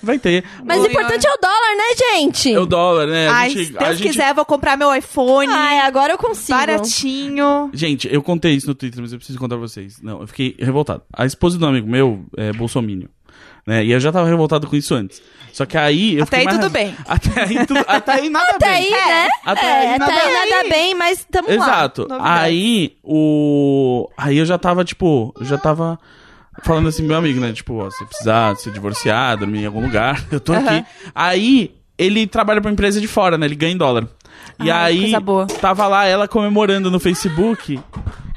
Speaker 1: Vai ter.
Speaker 2: Mas Ah, o
Speaker 3: Oi,
Speaker 2: importante é o dólar, né, gente?
Speaker 1: É o dólar, né? A
Speaker 3: Ai,
Speaker 1: gente-
Speaker 3: se
Speaker 1: a
Speaker 3: Deus
Speaker 1: gente-
Speaker 3: quiser, vou comprar meu iPhone
Speaker 2: Ai, agora eu consigo.
Speaker 3: baratinho.
Speaker 1: Gente, eu contei isso no Twitter, mas eu preciso contar pra vocês. Não, eu fiquei revoltado. A esposa do amigo meu é bolsominion. né? E eu já tava revoltado com isso antes. Só que aí eu
Speaker 3: Até
Speaker 1: fiquei
Speaker 3: aí
Speaker 1: mais
Speaker 3: tudo bem.
Speaker 1: Até aí tudo, até aí nada
Speaker 2: Até
Speaker 1: bem.
Speaker 2: aí, né?
Speaker 1: Até
Speaker 2: É,
Speaker 1: aí nada
Speaker 2: até aí
Speaker 1: bem.
Speaker 2: nada bem, mas tamo lá.
Speaker 1: Exato.
Speaker 3: novidades.
Speaker 1: Aí o aí eu já tava tipo, eu já tava falando assim pro meu amigo, né, tipo, ó, se precisar se divorciar, dormir em algum lugar, eu tô
Speaker 3: Aham.
Speaker 1: aqui. Aí ele trabalha pra uma empresa de fora, né? Ele ganha em dólar. E
Speaker 3: Ah,
Speaker 1: aí
Speaker 3: coisa boa.
Speaker 1: tava lá ela comemorando no Facebook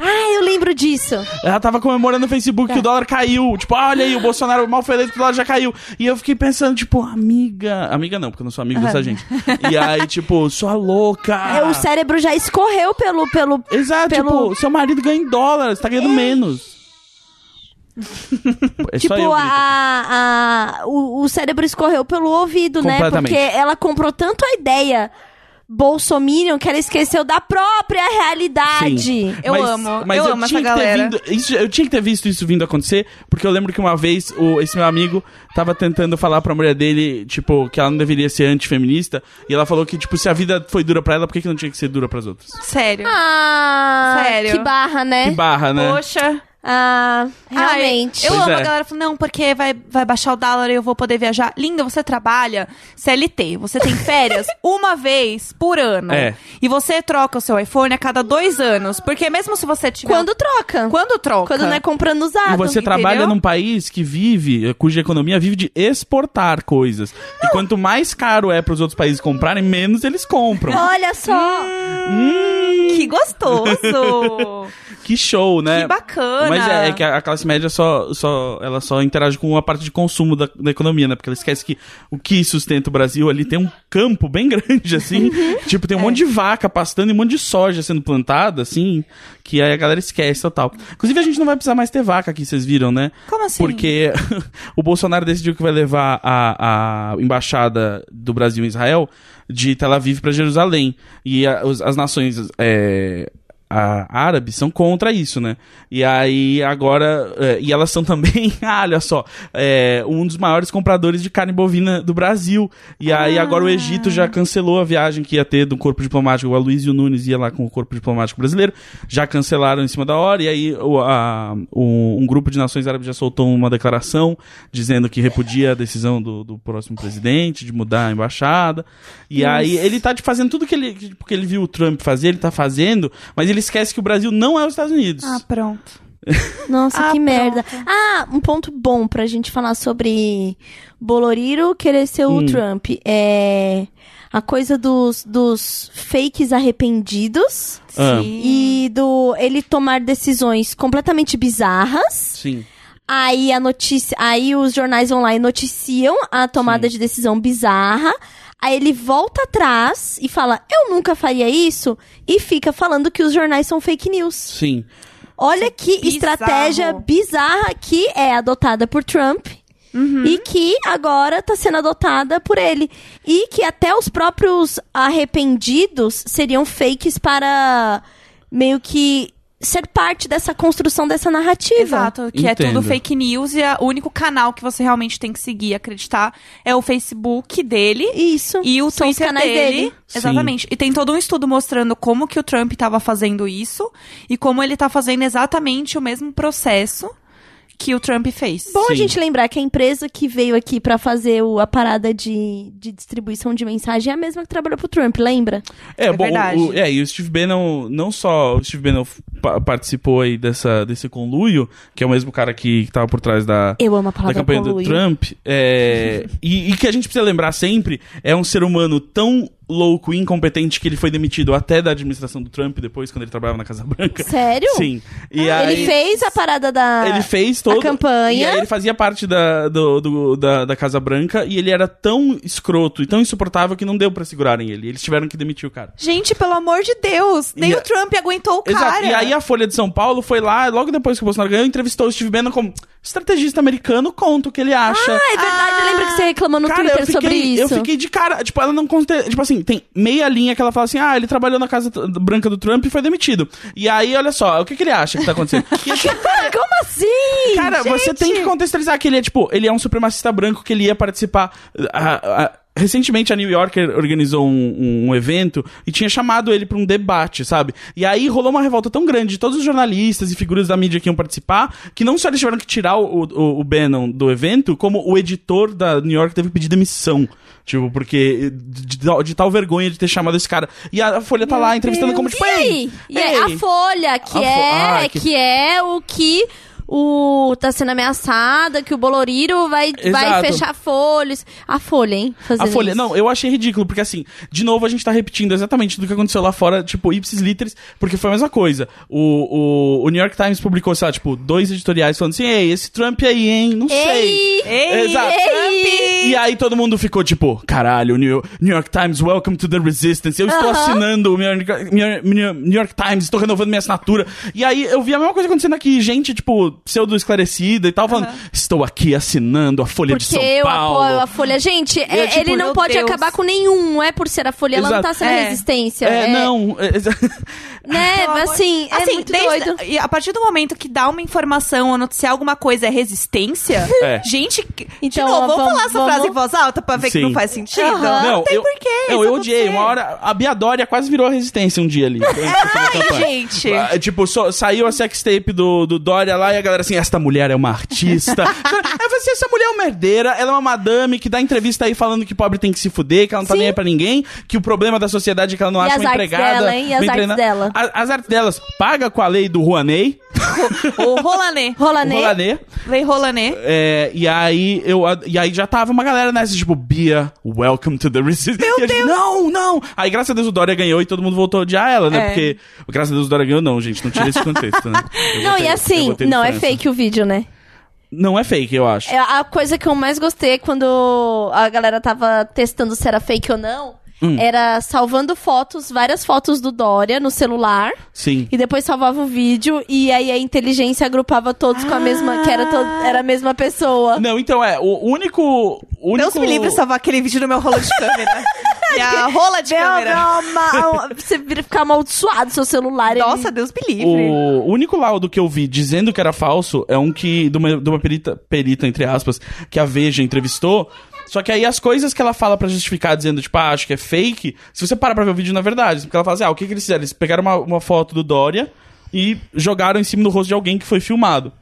Speaker 2: Ah, eu lembro disso.
Speaker 1: ela tava comemorando no Facebook
Speaker 2: Tá.
Speaker 1: que o dólar caiu. Tipo, ah, olha aí, o Bolsonaro mal foi eleito, o dólar já caiu. E eu fiquei pensando, tipo, amiga. Amiga não, porque eu não sou amigo dessa gente. E aí, tipo, sua louca.
Speaker 2: É, o cérebro já escorreu pelo, pelo...
Speaker 1: Exato,
Speaker 2: pelo-
Speaker 1: tipo, seu marido ganha em dólar, você tá ganhando menos. é
Speaker 2: tipo,
Speaker 1: só eu. Grito.
Speaker 2: a, a, o, o cérebro escorreu pelo ouvido, né?
Speaker 1: Completamente.
Speaker 2: Porque ela comprou tanto a ideia bolsominion que ela esqueceu da própria realidade.
Speaker 1: Sim.
Speaker 3: Eu amo, eu amo
Speaker 1: tinha que
Speaker 3: essa
Speaker 1: ter
Speaker 3: galera.
Speaker 1: vindo- isso- eu tinha que ter visto isso vindo acontecer, porque eu lembro que uma vez o- esse meu amigo tava tentando falar pra mulher dele, tipo, que ela não deveria ser antifeminista, e ela falou que, tipo, se a vida foi dura pra ela, por que, que não tinha que ser dura pras outras?
Speaker 3: Sério.
Speaker 2: Ah,
Speaker 3: Sério.
Speaker 2: que barra, né?
Speaker 1: Que barra, né?
Speaker 3: É? Poxa.
Speaker 2: Ah,
Speaker 3: Ai,
Speaker 2: realmente.
Speaker 3: eu
Speaker 1: Pois
Speaker 3: amo
Speaker 1: é.
Speaker 3: a galera falando, não, porque vai, vai baixar o dólar e eu vou poder viajar. Linda, você trabalha CLT, você tem férias uma vez por ano.
Speaker 1: É.
Speaker 3: E você troca o seu iPhone a cada dois anos. Porque mesmo se você tiver.
Speaker 2: Quando troca.
Speaker 3: Quando troca?
Speaker 2: Quando não é comprando usado.
Speaker 1: E você trabalha num país que vive, cuja economia vive de exportar coisas. E quanto mais caro é pros outros países comprarem, menos eles compram.
Speaker 2: Olha só.
Speaker 3: Que gostoso!
Speaker 1: Que show, né?
Speaker 3: Hum. Que bacana!
Speaker 1: Mas é, é que a a classe média só, só, ela só interage com a parte de consumo da, da economia, né? Porque ela esquece que o que sustenta o Brasil ali tem um campo bem grande, assim. tipo, tem um monte de vaca pastando e um monte de soja sendo plantada, assim, que aí a galera esquece total. Inclusive, a gente não vai precisar mais ter vaca aqui, vocês viram, né?
Speaker 3: Como assim?
Speaker 1: Porque o Bolsonaro decidiu que vai levar a, a embaixada do Brasil em Israel de Tel Aviv para Jerusalém. E a- os- as nações é, a- árabes são contra isso, né? E aí agora. é, e elas são também, ah, olha só, é, um dos maiores compradores de carne bovina do Brasil. E aí agora o Egito já cancelou a viagem que ia ter do corpo diplomático. O Aloysio Nunes ia lá com o corpo diplomático brasileiro. Já cancelaram em cima da hora. E aí o- a- o- um grupo de nações árabes já soltou uma declaração dizendo que repudia a decisão do, do próximo presidente de mudar a embaixada. E aí ele tá de- fazendo tudo que ele, que- que ele viu o Trump fazer, ele tá fazendo, mas ele esquece que o Brasil não é os Estados Unidos.
Speaker 3: Ah, pronto.
Speaker 2: Nossa,
Speaker 3: Ah,
Speaker 2: que
Speaker 3: pronto.
Speaker 2: merda. Ah, um ponto bom pra gente falar sobre Boloriro querer ser o Trump. É a coisa dos, dos fakes arrependidos
Speaker 1: Ah.
Speaker 2: e do ele tomar decisões completamente bizarras.
Speaker 1: Sim.
Speaker 2: Aí a notícia, aí os jornais online noticiam a tomada de decisão bizarra. Aí ele volta atrás e fala: "Eu nunca faria isso" e fica falando que os jornais são fake news.
Speaker 1: Sim.
Speaker 2: Olha que
Speaker 3: Bizarro.
Speaker 2: estratégia bizarra que é adotada por Trump.
Speaker 3: Uhum.
Speaker 2: E que agora tá sendo adotada por ele. E que até os próprios arrependidos seriam fakes para meio que ser parte dessa construção dessa narrativa.
Speaker 3: Exato, que é
Speaker 1: Entendo.
Speaker 3: tudo fake news e a- o único canal que você realmente tem que seguir e acreditar é o Facebook dele
Speaker 2: Isso.
Speaker 3: E o
Speaker 2: São os
Speaker 3: Twitter
Speaker 2: canais
Speaker 3: dele.
Speaker 2: dele.
Speaker 3: Exatamente. E tem todo um estudo mostrando como que o Trump estava fazendo isso e como ele tá fazendo exatamente o mesmo processo que o Trump fez.
Speaker 2: É Bom
Speaker 1: Sim.
Speaker 2: a gente lembrar que a empresa que veio aqui pra fazer o- a parada de, de distribuição de mensagem é a mesma que trabalhou pro Trump, lembra?
Speaker 1: É,
Speaker 3: É
Speaker 1: bom,
Speaker 3: verdade.
Speaker 1: o, é, e o Steve Bannon, não só o Steve Bannon pa- participou aí dessa, desse conluio, que é o mesmo cara que, que tava por trás da,
Speaker 2: Eu amo a
Speaker 1: da
Speaker 2: palavra
Speaker 1: campanha
Speaker 2: poluir.
Speaker 1: do Trump, é, e, e que a gente precisa lembrar sempre, é um ser humano tão louco e incompetente que ele foi demitido até da administração do Trump depois, quando ele trabalhava na Casa Branca.
Speaker 2: Sério? Ah,
Speaker 1: Sim. E aí,
Speaker 2: Ele fez a parada da.
Speaker 1: ele fez todo
Speaker 2: a campanha.
Speaker 1: E aí ele fazia parte da, do- do- da, da Casa Branca e ele era tão escroto e tão insuportável que não deu pra segurarem ele. Eles tiveram que demitir o cara.
Speaker 3: Gente, pelo amor de Deus, nem
Speaker 1: E a-
Speaker 3: o Trump aguentou o
Speaker 1: Exato.
Speaker 3: cara.
Speaker 1: E aí a Folha de São Paulo foi lá, logo depois que o Bolsonaro ganhou, entrevistou o Steve Bannon como estrategista americano, conta o que ele acha.
Speaker 2: Ah, é verdade, eu lembro que você reclamou no Twitter
Speaker 1: Ah, eu fiquei,
Speaker 2: sobre isso.
Speaker 1: eu fiquei de cara. Tipo, ela não conte... Tipo assim, tem meia linha que ela fala assim: ah, ele trabalhou na Casa t- Branca do Trump e foi demitido. E aí, olha só, o que, que ele acha que tá acontecendo? E assim,
Speaker 2: Como assim?
Speaker 1: Cara, você tem que contextualizar que ele é, tipo, ele é um supremacista branco que ele ia participar. ah, ah, Recentemente a New Yorker organizou um, um evento e tinha chamado ele pra um debate, sabe? E aí rolou uma revolta tão grande de todos os jornalistas e figuras da mídia que iam participar, que não só eles tiveram que tirar o, o, o Bannon do evento, como o editor da New York teve que pedir demissão. Tipo, porque de, de- de tal vergonha de ter chamado esse cara. E a Folha tá lá entrevistando como tipo,
Speaker 2: E
Speaker 1: ei,
Speaker 2: aí? E aí,
Speaker 1: ei."
Speaker 2: a Folha, que
Speaker 1: A Fo-
Speaker 2: é
Speaker 1: Ah, que-
Speaker 2: que... é o que o tá sendo ameaçada, que o Boloriro vai, vai
Speaker 1: Exato.
Speaker 2: fechar folhas. A Folha, hein?
Speaker 1: A
Speaker 2: Fazendo
Speaker 1: Folha.
Speaker 2: isso.
Speaker 1: Não, eu achei ridículo, porque assim, de novo a gente tá repetindo exatamente do que aconteceu lá fora, tipo, ipsis literis, porque foi a mesma coisa. O, o, o New York Times publicou, sei lá, tipo, dois editoriais falando assim, ei, esse Trump aí, hein? Não sei.
Speaker 2: Ei!
Speaker 3: Ei,
Speaker 1: Exato.
Speaker 3: Trump!
Speaker 1: E aí todo mundo ficou tipo, caralho, New, New York Times, welcome to the resistance. Eu estou
Speaker 2: Aham.
Speaker 1: assinando o New York, New- New- New York Times, estou renovando minha assinatura. E aí eu vi a mesma coisa acontecendo aqui, gente, tipo, pseudo esclarecida e tal, falando, estou aqui assinando a Folha de
Speaker 2: Porque
Speaker 1: São
Speaker 2: eu
Speaker 1: Paulo.
Speaker 2: apoio a Folha. Gente, é-
Speaker 1: tipo,
Speaker 2: ele não
Speaker 3: meu
Speaker 2: pode
Speaker 3: Deus.
Speaker 2: acabar com nenhum. Não é por ser a Folha, ela não
Speaker 1: Exato.
Speaker 2: tá sendo
Speaker 3: É.
Speaker 2: resistência.
Speaker 1: É, não. é, exa-
Speaker 2: Né?
Speaker 3: Pelo amor-
Speaker 2: Assim, é muito
Speaker 3: desde-
Speaker 2: doido.
Speaker 3: e A partir do momento que dá uma informação ou noticiar alguma coisa é resistência,
Speaker 1: É.
Speaker 3: gente, que-
Speaker 2: Então,
Speaker 3: de novo, vamos,
Speaker 2: vamos-
Speaker 3: falar essa
Speaker 2: vamos-
Speaker 3: frase em voz alta pra ver que
Speaker 1: Sim.
Speaker 3: não faz sentido?
Speaker 2: Aham.
Speaker 3: Não, tem
Speaker 1: eu,
Speaker 3: porquê.
Speaker 1: Não,
Speaker 3: isso
Speaker 1: eu odiei.
Speaker 3: acontecer.
Speaker 1: Uma hora, a Bia Dória quase virou a resistência um dia ali.
Speaker 3: Ai, gente.
Speaker 1: Ah, Tipo, só- saiu a sextape do, do Dória lá e a galera assim, esta mulher é uma artista. eu falei assim, essa mulher é uma merdeira, ela é uma madame que dá entrevista aí falando que pobre tem que se fuder, que ela não tá
Speaker 2: Sim.
Speaker 1: nem aí pra ninguém, que o problema da sociedade é que ela não
Speaker 2: E
Speaker 1: acha
Speaker 2: as
Speaker 1: uma
Speaker 2: artes
Speaker 1: empregada.
Speaker 2: dela, hein? E
Speaker 1: uma
Speaker 2: as artes
Speaker 1: entrena-
Speaker 2: dela?
Speaker 1: A- as artes delas, paga com a lei do Rouanet,
Speaker 3: O Rolanê.
Speaker 1: o
Speaker 2: Rolanê.
Speaker 1: Rouanet,
Speaker 3: Lei Rolanê.
Speaker 1: É, e aí eu e aí já tava uma galera nessa, tipo, Bia, welcome to the resistance. Meu Deus! não, não! Aí graças a Deus o Dória ganhou e todo mundo voltou a odiar ela, né?
Speaker 3: É.
Speaker 1: Porque graças a Deus o Dória ganhou, não, gente, não tira esse contexto, né? Eu
Speaker 2: Não,
Speaker 1: votei-
Speaker 2: e
Speaker 1: eu
Speaker 2: assim,
Speaker 1: votei no
Speaker 2: não, é
Speaker 1: França.
Speaker 2: fake o vídeo, né?
Speaker 1: Não é fake, eu acho.
Speaker 2: É a coisa que eu mais gostei é quando a galera tava testando se era fake ou não.
Speaker 1: Hum.
Speaker 2: Era salvando fotos, várias fotos do Dória no celular.
Speaker 1: Sim.
Speaker 2: E depois salvava o vídeo. E aí a inteligência agrupava todos com a mesma. Que era, to- era a mesma pessoa.
Speaker 1: Não, então é, o único. o único...
Speaker 3: Deus me livre de salvar aquele vídeo no meu rolo de câmera. e a rola de
Speaker 2: Meu,
Speaker 3: câmera.
Speaker 2: meu, ma- você vira ficar amaldiçoado seu celular. ele-
Speaker 3: Nossa, Deus me livre.
Speaker 1: O único laudo que eu vi dizendo que era falso é um que. de uma, de uma perita, perita, entre aspas, que a Veja entrevistou. Só que aí as coisas que ela fala pra justificar, dizendo, tipo, ah, acho que é fake, se você parar pra ver o vídeo, na verdade. Porque ela fala assim, ah, o que, que eles fizeram? Eles pegaram uma, uma foto do Dória e jogaram em cima do rosto de alguém que foi filmado.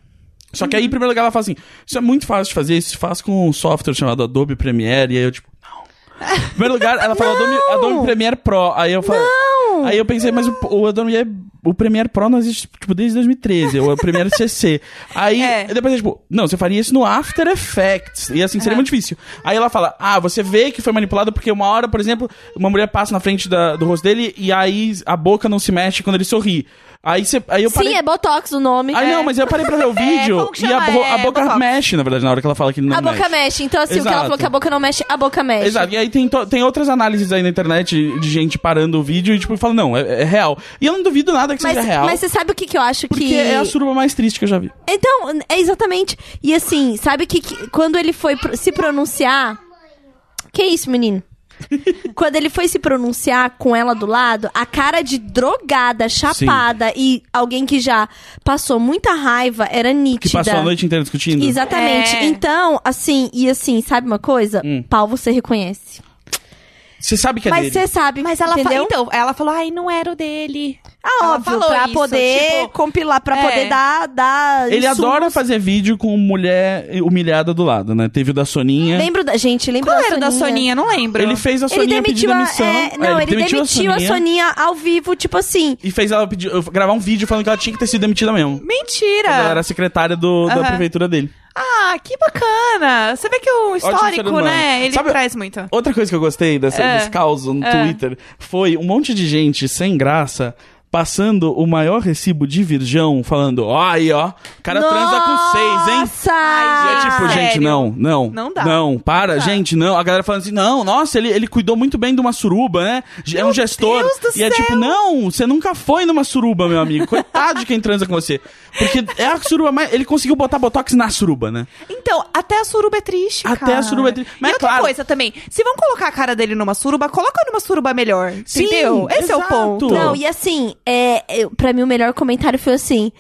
Speaker 1: Só que aí, em primeiro lugar, ela fala assim, isso é muito fácil de fazer, isso se faz com um software chamado Adobe Premiere. E aí eu, tipo, não. Em primeiro lugar, ela falou Adobe, Adobe Premiere Pro. Aí eu falei. Aí eu pensei, mas o, o Adobe. é, O Premiere Pro não existe, tipo, desde 2013, ou o Premiere CC. Aí,
Speaker 3: É.
Speaker 1: depois eu, tipo, não, você faria isso no After Effects. E assim, seria muito difícil. Aí ela fala, ah, você vê que foi manipulado porque uma hora, por exemplo, uma mulher passa na frente da- do rosto dele e aí a boca não se mexe quando ele sorri. Aí, você, aí eu parei...
Speaker 2: Sim, é Botox o nome.
Speaker 1: Aí Ah, não, mas eu parei pra ver o vídeo
Speaker 3: é. como que
Speaker 1: e a,
Speaker 3: chama?
Speaker 1: bo- a
Speaker 3: É,
Speaker 1: boca
Speaker 3: Botox.
Speaker 1: mexe, na verdade, na hora que ela fala que não
Speaker 2: a boca mexe. Então, assim, o que ela
Speaker 1: Exato.
Speaker 2: falou que a boca não mexe, a boca mexe.
Speaker 1: Exato, e aí tem, to- tem outras análises aí na internet de gente parando o vídeo e tipo, falando, não, é, é real. E eu não duvido nada que
Speaker 2: Mas,
Speaker 1: seja é real.
Speaker 2: mas você sabe o que, que eu acho
Speaker 1: porque
Speaker 2: que.
Speaker 1: é a suruba mais triste que eu já vi.
Speaker 2: Então, é exatamente. E assim, sabe que, que- quando ele foi pro- se pronunciar. Que é isso, menino? quando ele foi se pronunciar com ela do lado, a cara de drogada, chapada e alguém que já passou muita raiva era
Speaker 1: Que
Speaker 2: nítida.
Speaker 1: passou a noite inteira discutindo.
Speaker 2: Exatamente.
Speaker 3: É.
Speaker 2: Então, assim, e assim, sabe uma coisa?
Speaker 1: Hum.
Speaker 2: Pau você reconhece.
Speaker 1: Você sabe que é
Speaker 2: Mas
Speaker 1: dele.
Speaker 2: você sabe,
Speaker 3: Mas ela
Speaker 2: entendeu?
Speaker 3: falou. Então, ela falou, ai, não era o dele.
Speaker 2: Ah,
Speaker 3: Ela
Speaker 2: óbvio,
Speaker 3: falou
Speaker 2: pra
Speaker 3: isso,
Speaker 2: poder
Speaker 3: tipo,
Speaker 2: compilar, pra
Speaker 3: é.
Speaker 2: poder dar, dar
Speaker 1: Ele
Speaker 2: insumos.
Speaker 1: adora fazer vídeo com mulher humilhada do lado, né? Teve o da Soninha.
Speaker 2: Lembro da... Gente, lembro
Speaker 3: Qual
Speaker 2: da
Speaker 3: era o da Soninha? Não lembro.
Speaker 1: Ele fez a
Speaker 2: Ele
Speaker 1: Soninha pedir
Speaker 2: demitiu a...
Speaker 1: demissão.
Speaker 2: é, não,
Speaker 1: É,
Speaker 2: ele, demitiu, a, Soninha. ao vivo, tipo assim...
Speaker 1: E fez ela pedir, gravar um vídeo falando que ela tinha que ter sido demitida mesmo.
Speaker 2: Ah.
Speaker 1: Ela era
Speaker 3: Mentira!
Speaker 1: a secretária do- da
Speaker 3: Aham.
Speaker 1: prefeitura dele.
Speaker 3: Ah, que bacana! Você vê que o
Speaker 1: ser
Speaker 3: histórico,
Speaker 1: humano.
Speaker 3: né? Ele
Speaker 1: Sabe-
Speaker 3: traz muito.
Speaker 1: Outra coisa que eu gostei dessa,
Speaker 3: É.
Speaker 1: desse caos no
Speaker 3: É.
Speaker 1: Twitter foi um monte de gente sem graça passando o maior recibo de virgão, falando, ó, aí, ó, o cara transa com seis, hein?
Speaker 2: Nossa!
Speaker 1: E é tipo,
Speaker 3: Ah,
Speaker 1: gente,
Speaker 3: sério?
Speaker 1: não, não.
Speaker 3: Não dá.
Speaker 1: Não, para, gente, não. A galera falando assim, não, nossa, ele, ele cuidou muito bem de uma suruba, né? é um gestor.
Speaker 3: Deus do
Speaker 1: e é
Speaker 3: céu!
Speaker 1: tipo, não, você nunca foi numa suruba, meu amigo. Coitado de quem transa com você. Porque é a suruba mais. Ele conseguiu botar botox na suruba, né?
Speaker 3: Então, até a suruba é triste,
Speaker 1: Até
Speaker 3: cara.
Speaker 1: a suruba é triste. Mas
Speaker 3: e
Speaker 1: é
Speaker 3: outra
Speaker 1: claro.
Speaker 3: coisa também, se vão colocar a cara dele numa suruba, coloca numa suruba melhor,
Speaker 1: Sim,
Speaker 3: entendeu? Esse é o
Speaker 1: exato.
Speaker 3: ponto.
Speaker 2: Não, e assim, é, eu- pra mim o melhor comentário foi assim...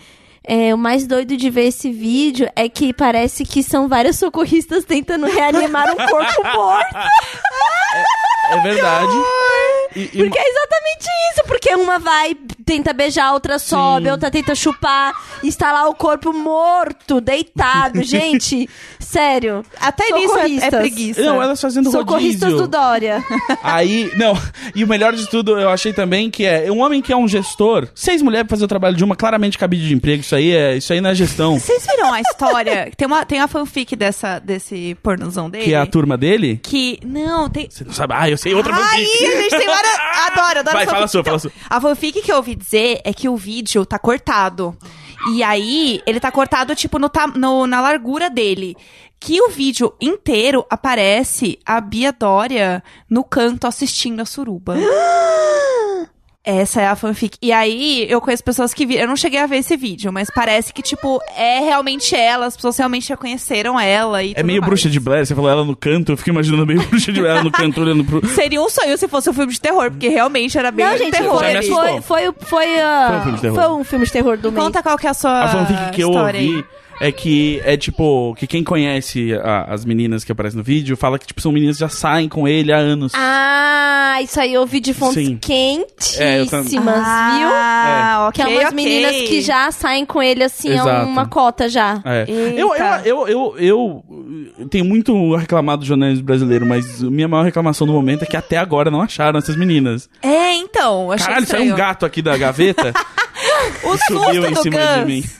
Speaker 2: é, o mais doido de ver esse vídeo é que parece que são vários socorristas tentando reanimar um corpo morto.
Speaker 1: É verdade. E- e-
Speaker 2: Porque é exatamente isso. Porque uma vai, tenta beijar, a outra sobe, a outra tenta chupar, está lá o corpo morto, deitado. Gente, sério.
Speaker 3: Até nisso é, é
Speaker 2: Socorristas.
Speaker 3: preguiça.
Speaker 1: Não, elas fazendo
Speaker 2: Socorristas
Speaker 1: rodízio.
Speaker 2: do Dória.
Speaker 1: Aí, não, e o melhor de tudo eu achei também que é um homem que é um gestor, seis mulheres pra fazer o trabalho de uma, claramente cabide de emprego, isso aí é, isso aí não é gestão.
Speaker 3: Vocês viram a história? tem, uma, tem uma fanfic dessa, desse pornozão dele.
Speaker 1: Que é a turma dele?
Speaker 3: Que- não, tem.
Speaker 1: Você não sabe? Ah, eu sei outra
Speaker 3: Aí,
Speaker 1: fanfic. Ah!
Speaker 3: a gente tem várias. Adoro, adoro
Speaker 1: Vai,
Speaker 3: fanfic. Então,
Speaker 1: fala a sua, fala a sua.
Speaker 3: A fanfic que eu ouvi dizer é que o vídeo tá cortado. E aí, ele tá cortado, tipo, no, ta- no- na largura dele. Que o vídeo inteiro aparece a Bia Dória no canto assistindo a suruba. Essa é a fanfic. E aí, eu conheço pessoas que viram. Eu não cheguei a ver esse vídeo, mas parece que, tipo, é realmente ela. As pessoas realmente reconheceram ela. E
Speaker 1: É meio bruxa de Blair, você falou ela no canto, eu fico imaginando meio bruxa de Blair no canto olhando pro.
Speaker 3: Seria um sonho se fosse um filme de terror, porque realmente era bem
Speaker 2: Não, gente,
Speaker 3: terror.
Speaker 1: Já me
Speaker 2: foi, foi,
Speaker 1: assustou.
Speaker 2: foi, o- foi, ah,
Speaker 1: Foi um filme de terror.
Speaker 2: foi um filme de terror do meio.
Speaker 3: Conta qual que é a sua
Speaker 1: A fanfic que eu
Speaker 3: história aí.
Speaker 1: ouvi é que é tipo, que quem conhece a- as meninas que aparecem no vídeo fala que tipo são meninas que já saem com ele há anos.
Speaker 2: Ah, isso aí eu ouvi de fontes
Speaker 1: Sim. É, eu também.
Speaker 2: quentíssimas, viu?
Speaker 3: Ah,
Speaker 2: Que
Speaker 3: ok,
Speaker 2: é umas
Speaker 3: ok.
Speaker 2: meninas que já saem com ele assim, é
Speaker 1: Exato.
Speaker 2: uma cota já.
Speaker 1: É.
Speaker 3: Eita.
Speaker 1: Eu, eu, eu, eu, eu tenho muito reclamado do jornalismo brasileiro, mas minha maior reclamação no momento é que até agora não acharam essas meninas.
Speaker 3: É, então, achei
Speaker 1: Caralho, saiu
Speaker 3: estranho.
Speaker 1: um gato aqui da gaveta
Speaker 3: O
Speaker 1: e subiu
Speaker 3: susto
Speaker 1: em
Speaker 3: do
Speaker 1: cima de mim.
Speaker 3: Gus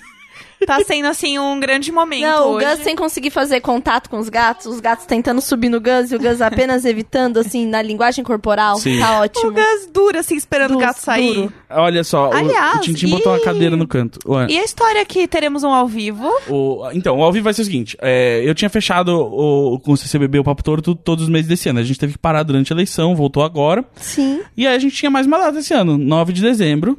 Speaker 3: tá sendo, assim, um grande momento
Speaker 2: Não,
Speaker 3: hoje.
Speaker 2: o Gus sem conseguir fazer contato com os gatos, os gatos tentando subir no Gus e o Gus apenas evitando, assim, na linguagem corporal.
Speaker 1: Sim.
Speaker 2: Tá ótimo.
Speaker 3: O Gus dura, assim, esperando
Speaker 2: Duro,
Speaker 3: o gato sair.
Speaker 2: duro.
Speaker 1: Olha só, o-
Speaker 3: Aliás,
Speaker 1: o Tintin botou uma
Speaker 3: e-
Speaker 1: cadeira no canto. Ué.
Speaker 3: E a história que teremos um ao vivo?
Speaker 1: O- então, o ao vivo vai ser o seguinte: é, eu tinha fechado o, com o CCBB o Papo Toro tu- todos os meses desse ano. A gente teve que parar durante a eleição, voltou agora.
Speaker 2: Sim.
Speaker 1: E aí a gente tinha mais uma data esse ano, 9 de dezembro.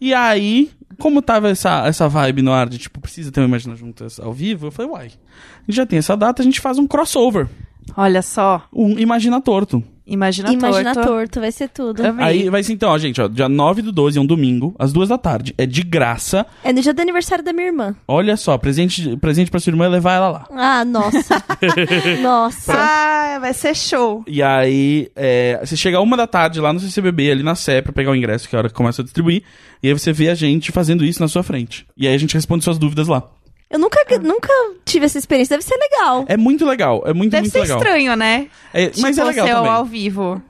Speaker 1: E aí, como tava essa, essa vibe no ar de tipo, precisa ter uma Imagina Juntas ao vivo, eu falei, uai, a gente já tem essa data, a gente faz um crossover.
Speaker 3: Olha só,
Speaker 1: Um Imagina Torto.
Speaker 3: imagina,
Speaker 2: Imagina torto.
Speaker 3: torto.
Speaker 2: vai ser tudo.
Speaker 3: Amei.
Speaker 1: Aí vai ser então, ó, gente, ó, dia 9 do 12, é um domingo, às duas da tarde. É de graça.
Speaker 2: É no dia do aniversário da minha irmã.
Speaker 1: Olha só, presente, presente pra sua irmã é levar ela lá.
Speaker 2: Ah, nossa. nossa.
Speaker 3: Ah, vai ser show.
Speaker 1: E aí, é, você chega uma da tarde lá no CCBB, ali na Sé, pra pegar o ingresso, que é a hora que começa a distribuir. E aí você vê a gente fazendo isso na sua frente. E aí a gente responde suas dúvidas lá.
Speaker 2: Eu nunca,
Speaker 1: Ah.
Speaker 2: nunca tive essa experiência. Deve ser legal.
Speaker 1: É muito legal, é muito,
Speaker 3: Deve
Speaker 1: muito
Speaker 3: ser
Speaker 1: legal.
Speaker 3: estranho, né?
Speaker 1: É, mas é
Speaker 3: Tipo,
Speaker 1: legal
Speaker 3: ser
Speaker 1: também.
Speaker 3: ao vivo.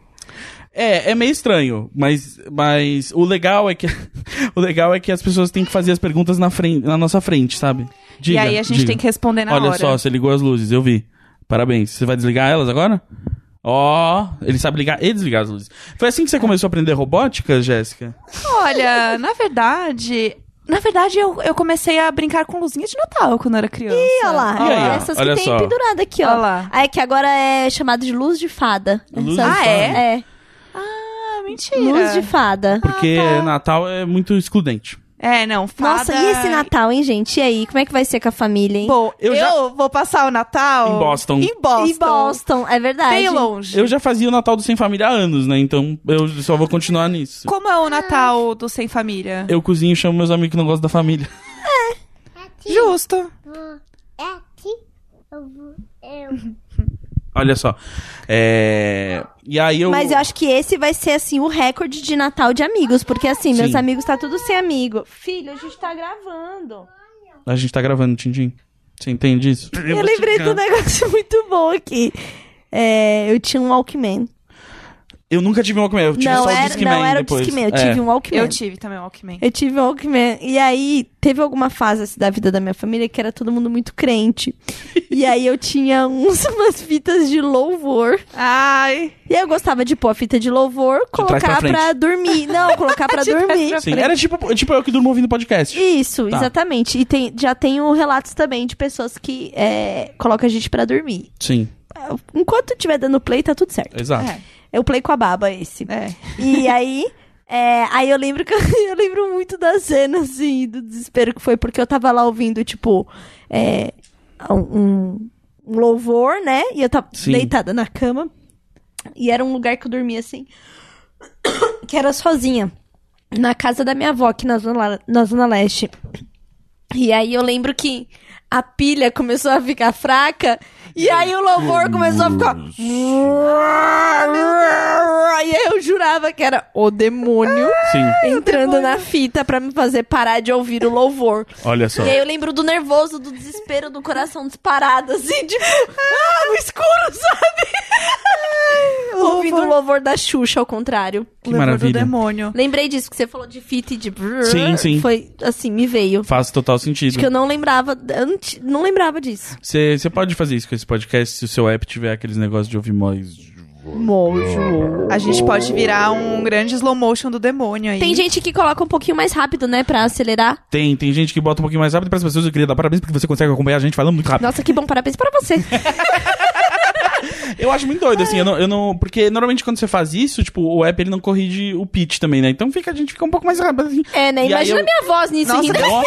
Speaker 1: É, é meio estranho, mas, mas o legal é que o legal é que as pessoas têm que fazer as perguntas na frente, na nossa frente, sabe?
Speaker 3: e aí a gente tem que responder na
Speaker 1: Olha
Speaker 3: hora.
Speaker 1: só, você ligou as luzes, eu vi. Parabéns. Você vai desligar elas agora? Ó, ele sabe ligar e desligar as luzes. Foi assim que você começou a aprender robótica, Jéssica?
Speaker 3: Ah, Olha, na verdade. Na verdade, eu, eu comecei a brincar com luzinha de Natal quando eu era criança.
Speaker 2: Ih, olha lá.
Speaker 1: E aí,
Speaker 2: é
Speaker 1: ó,
Speaker 2: essas
Speaker 1: olha
Speaker 2: que tem
Speaker 1: só.
Speaker 2: pendurada aqui, ó.
Speaker 3: Olha lá.
Speaker 2: Ah, É que agora é chamado de luz de fada.
Speaker 1: Luz
Speaker 2: Essas-
Speaker 1: de
Speaker 3: Ah, fada.
Speaker 2: É.
Speaker 3: Ah, mentira.
Speaker 2: Luz de fada.
Speaker 1: Porque
Speaker 3: tá.
Speaker 1: Natal é muito excludente.
Speaker 3: É, não, fada...
Speaker 2: Nossa, e esse Natal, hein, gente? E aí, como é que vai ser com a família, hein?
Speaker 3: Bom,
Speaker 1: Eu
Speaker 3: eu,
Speaker 1: já-
Speaker 3: vou passar o Natal...
Speaker 1: Em Boston.
Speaker 3: Em Boston.
Speaker 2: E Boston, é verdade.
Speaker 3: Bem longe.
Speaker 1: Eu já fazia o Natal do Sem Família há anos, né? Então eu só vou continuar nisso.
Speaker 3: Como é o Natal do Sem Família?
Speaker 1: Eu cozinho e chamo meus amigos que não gostam da família.
Speaker 3: Justo.
Speaker 4: É aqui. Eu vou. Eu.
Speaker 1: Olha só. É... E aí eu.
Speaker 2: Mas eu acho que esse vai ser, assim, o recorde de Natal de amigos. Porque, assim, meus
Speaker 1: Sim.
Speaker 2: amigos tá tudo sem amigo. Filho, a gente tá gravando.
Speaker 1: A gente tá gravando, Tindim. Você entende isso?
Speaker 2: Eu, lembrei de um negócio muito bom aqui. É, eu tinha um Walkman.
Speaker 1: Eu nunca tive um Walkman, eu tive
Speaker 2: não
Speaker 1: só o
Speaker 2: era,
Speaker 1: Discman
Speaker 2: não era
Speaker 1: depois.
Speaker 2: o Discman, eu
Speaker 1: É.
Speaker 2: tive um Walkman.
Speaker 3: Eu tive também o Walkman.
Speaker 2: Eu tive um Walkman. E aí, teve alguma fase assim, da vida da minha família que era todo mundo muito crente. e aí, eu tinha uns, umas fitas de louvor.
Speaker 3: Ai,
Speaker 2: E aí, eu gostava de pôr a fita de louvor,
Speaker 1: trás pra
Speaker 2: colocar pra,
Speaker 1: frente.
Speaker 2: dormir. Não, colocar pra dormir.
Speaker 1: Sim, era tipo, tipo eu que durmo ouvindo podcast.
Speaker 2: Isso,
Speaker 1: Tá.
Speaker 2: exatamente. E tem, já tenho relatos também de pessoas que é, colocam a gente pra dormir.
Speaker 1: Sim,
Speaker 2: Enquanto tiver dando play, tá tudo certo.
Speaker 1: exato.
Speaker 3: É.
Speaker 2: Eu play com a baba esse.
Speaker 3: é.
Speaker 2: E aí, é, aí eu lembro que eu lembro muito da cena, assim, do desespero que foi, porque eu tava lá ouvindo, tipo, é, um, um louvor, né? E eu tava
Speaker 1: Sim.
Speaker 2: deitada na cama. E era um lugar que eu dormia assim, que era sozinha. Na casa da minha avó, aqui na Zona, La- na zona Leste. E aí eu lembro que a pilha começou a ficar fraca e aí o louvor começou a ficar. E aí eu jurava que era o demônio
Speaker 1: Sim,
Speaker 2: entrando na fita pra me fazer parar de ouvir o louvor.
Speaker 1: olha só.
Speaker 2: E aí eu lembro do nervoso, do desespero, do coração disparado, assim, tipo, ah, no escuro, sabe? Ouvindo o louvor da Xuxa, ao contrário.
Speaker 1: Que
Speaker 3: Lembro do
Speaker 1: maravilha.
Speaker 3: demônio.
Speaker 2: Lembrei disso que você falou de fita e de...
Speaker 1: Sim, sim.
Speaker 2: Foi assim, me veio.
Speaker 1: Faz total sentido.
Speaker 2: Acho que eu não lembrava, antes, não lembrava disso.
Speaker 1: Você você pode fazer isso com esse podcast se o seu app tiver aqueles negócios de ouvir mais.
Speaker 2: Mojo.
Speaker 3: A gente pode virar um grande slow motion do demônio aí.
Speaker 2: Tem gente que coloca um pouquinho mais rápido, né, pra acelerar.
Speaker 1: Tem, tem gente que bota um pouquinho mais rápido para as pessoas. Eu queria dar parabéns porque você consegue acompanhar a gente falando muito rápido.
Speaker 2: Nossa, que bom, parabéns pra você.
Speaker 1: Eu acho muito doido, assim,
Speaker 2: É.
Speaker 1: eu não, eu não- Porque normalmente quando você faz isso, tipo, o app ele não corrige o pitch também, né? Então fica, a gente fica um pouco mais rápido, assim.
Speaker 2: É, né,
Speaker 1: E aí
Speaker 2: imagina
Speaker 1: eu-
Speaker 2: a minha voz nisso
Speaker 3: Nossa,
Speaker 2: rindo.
Speaker 1: Ó,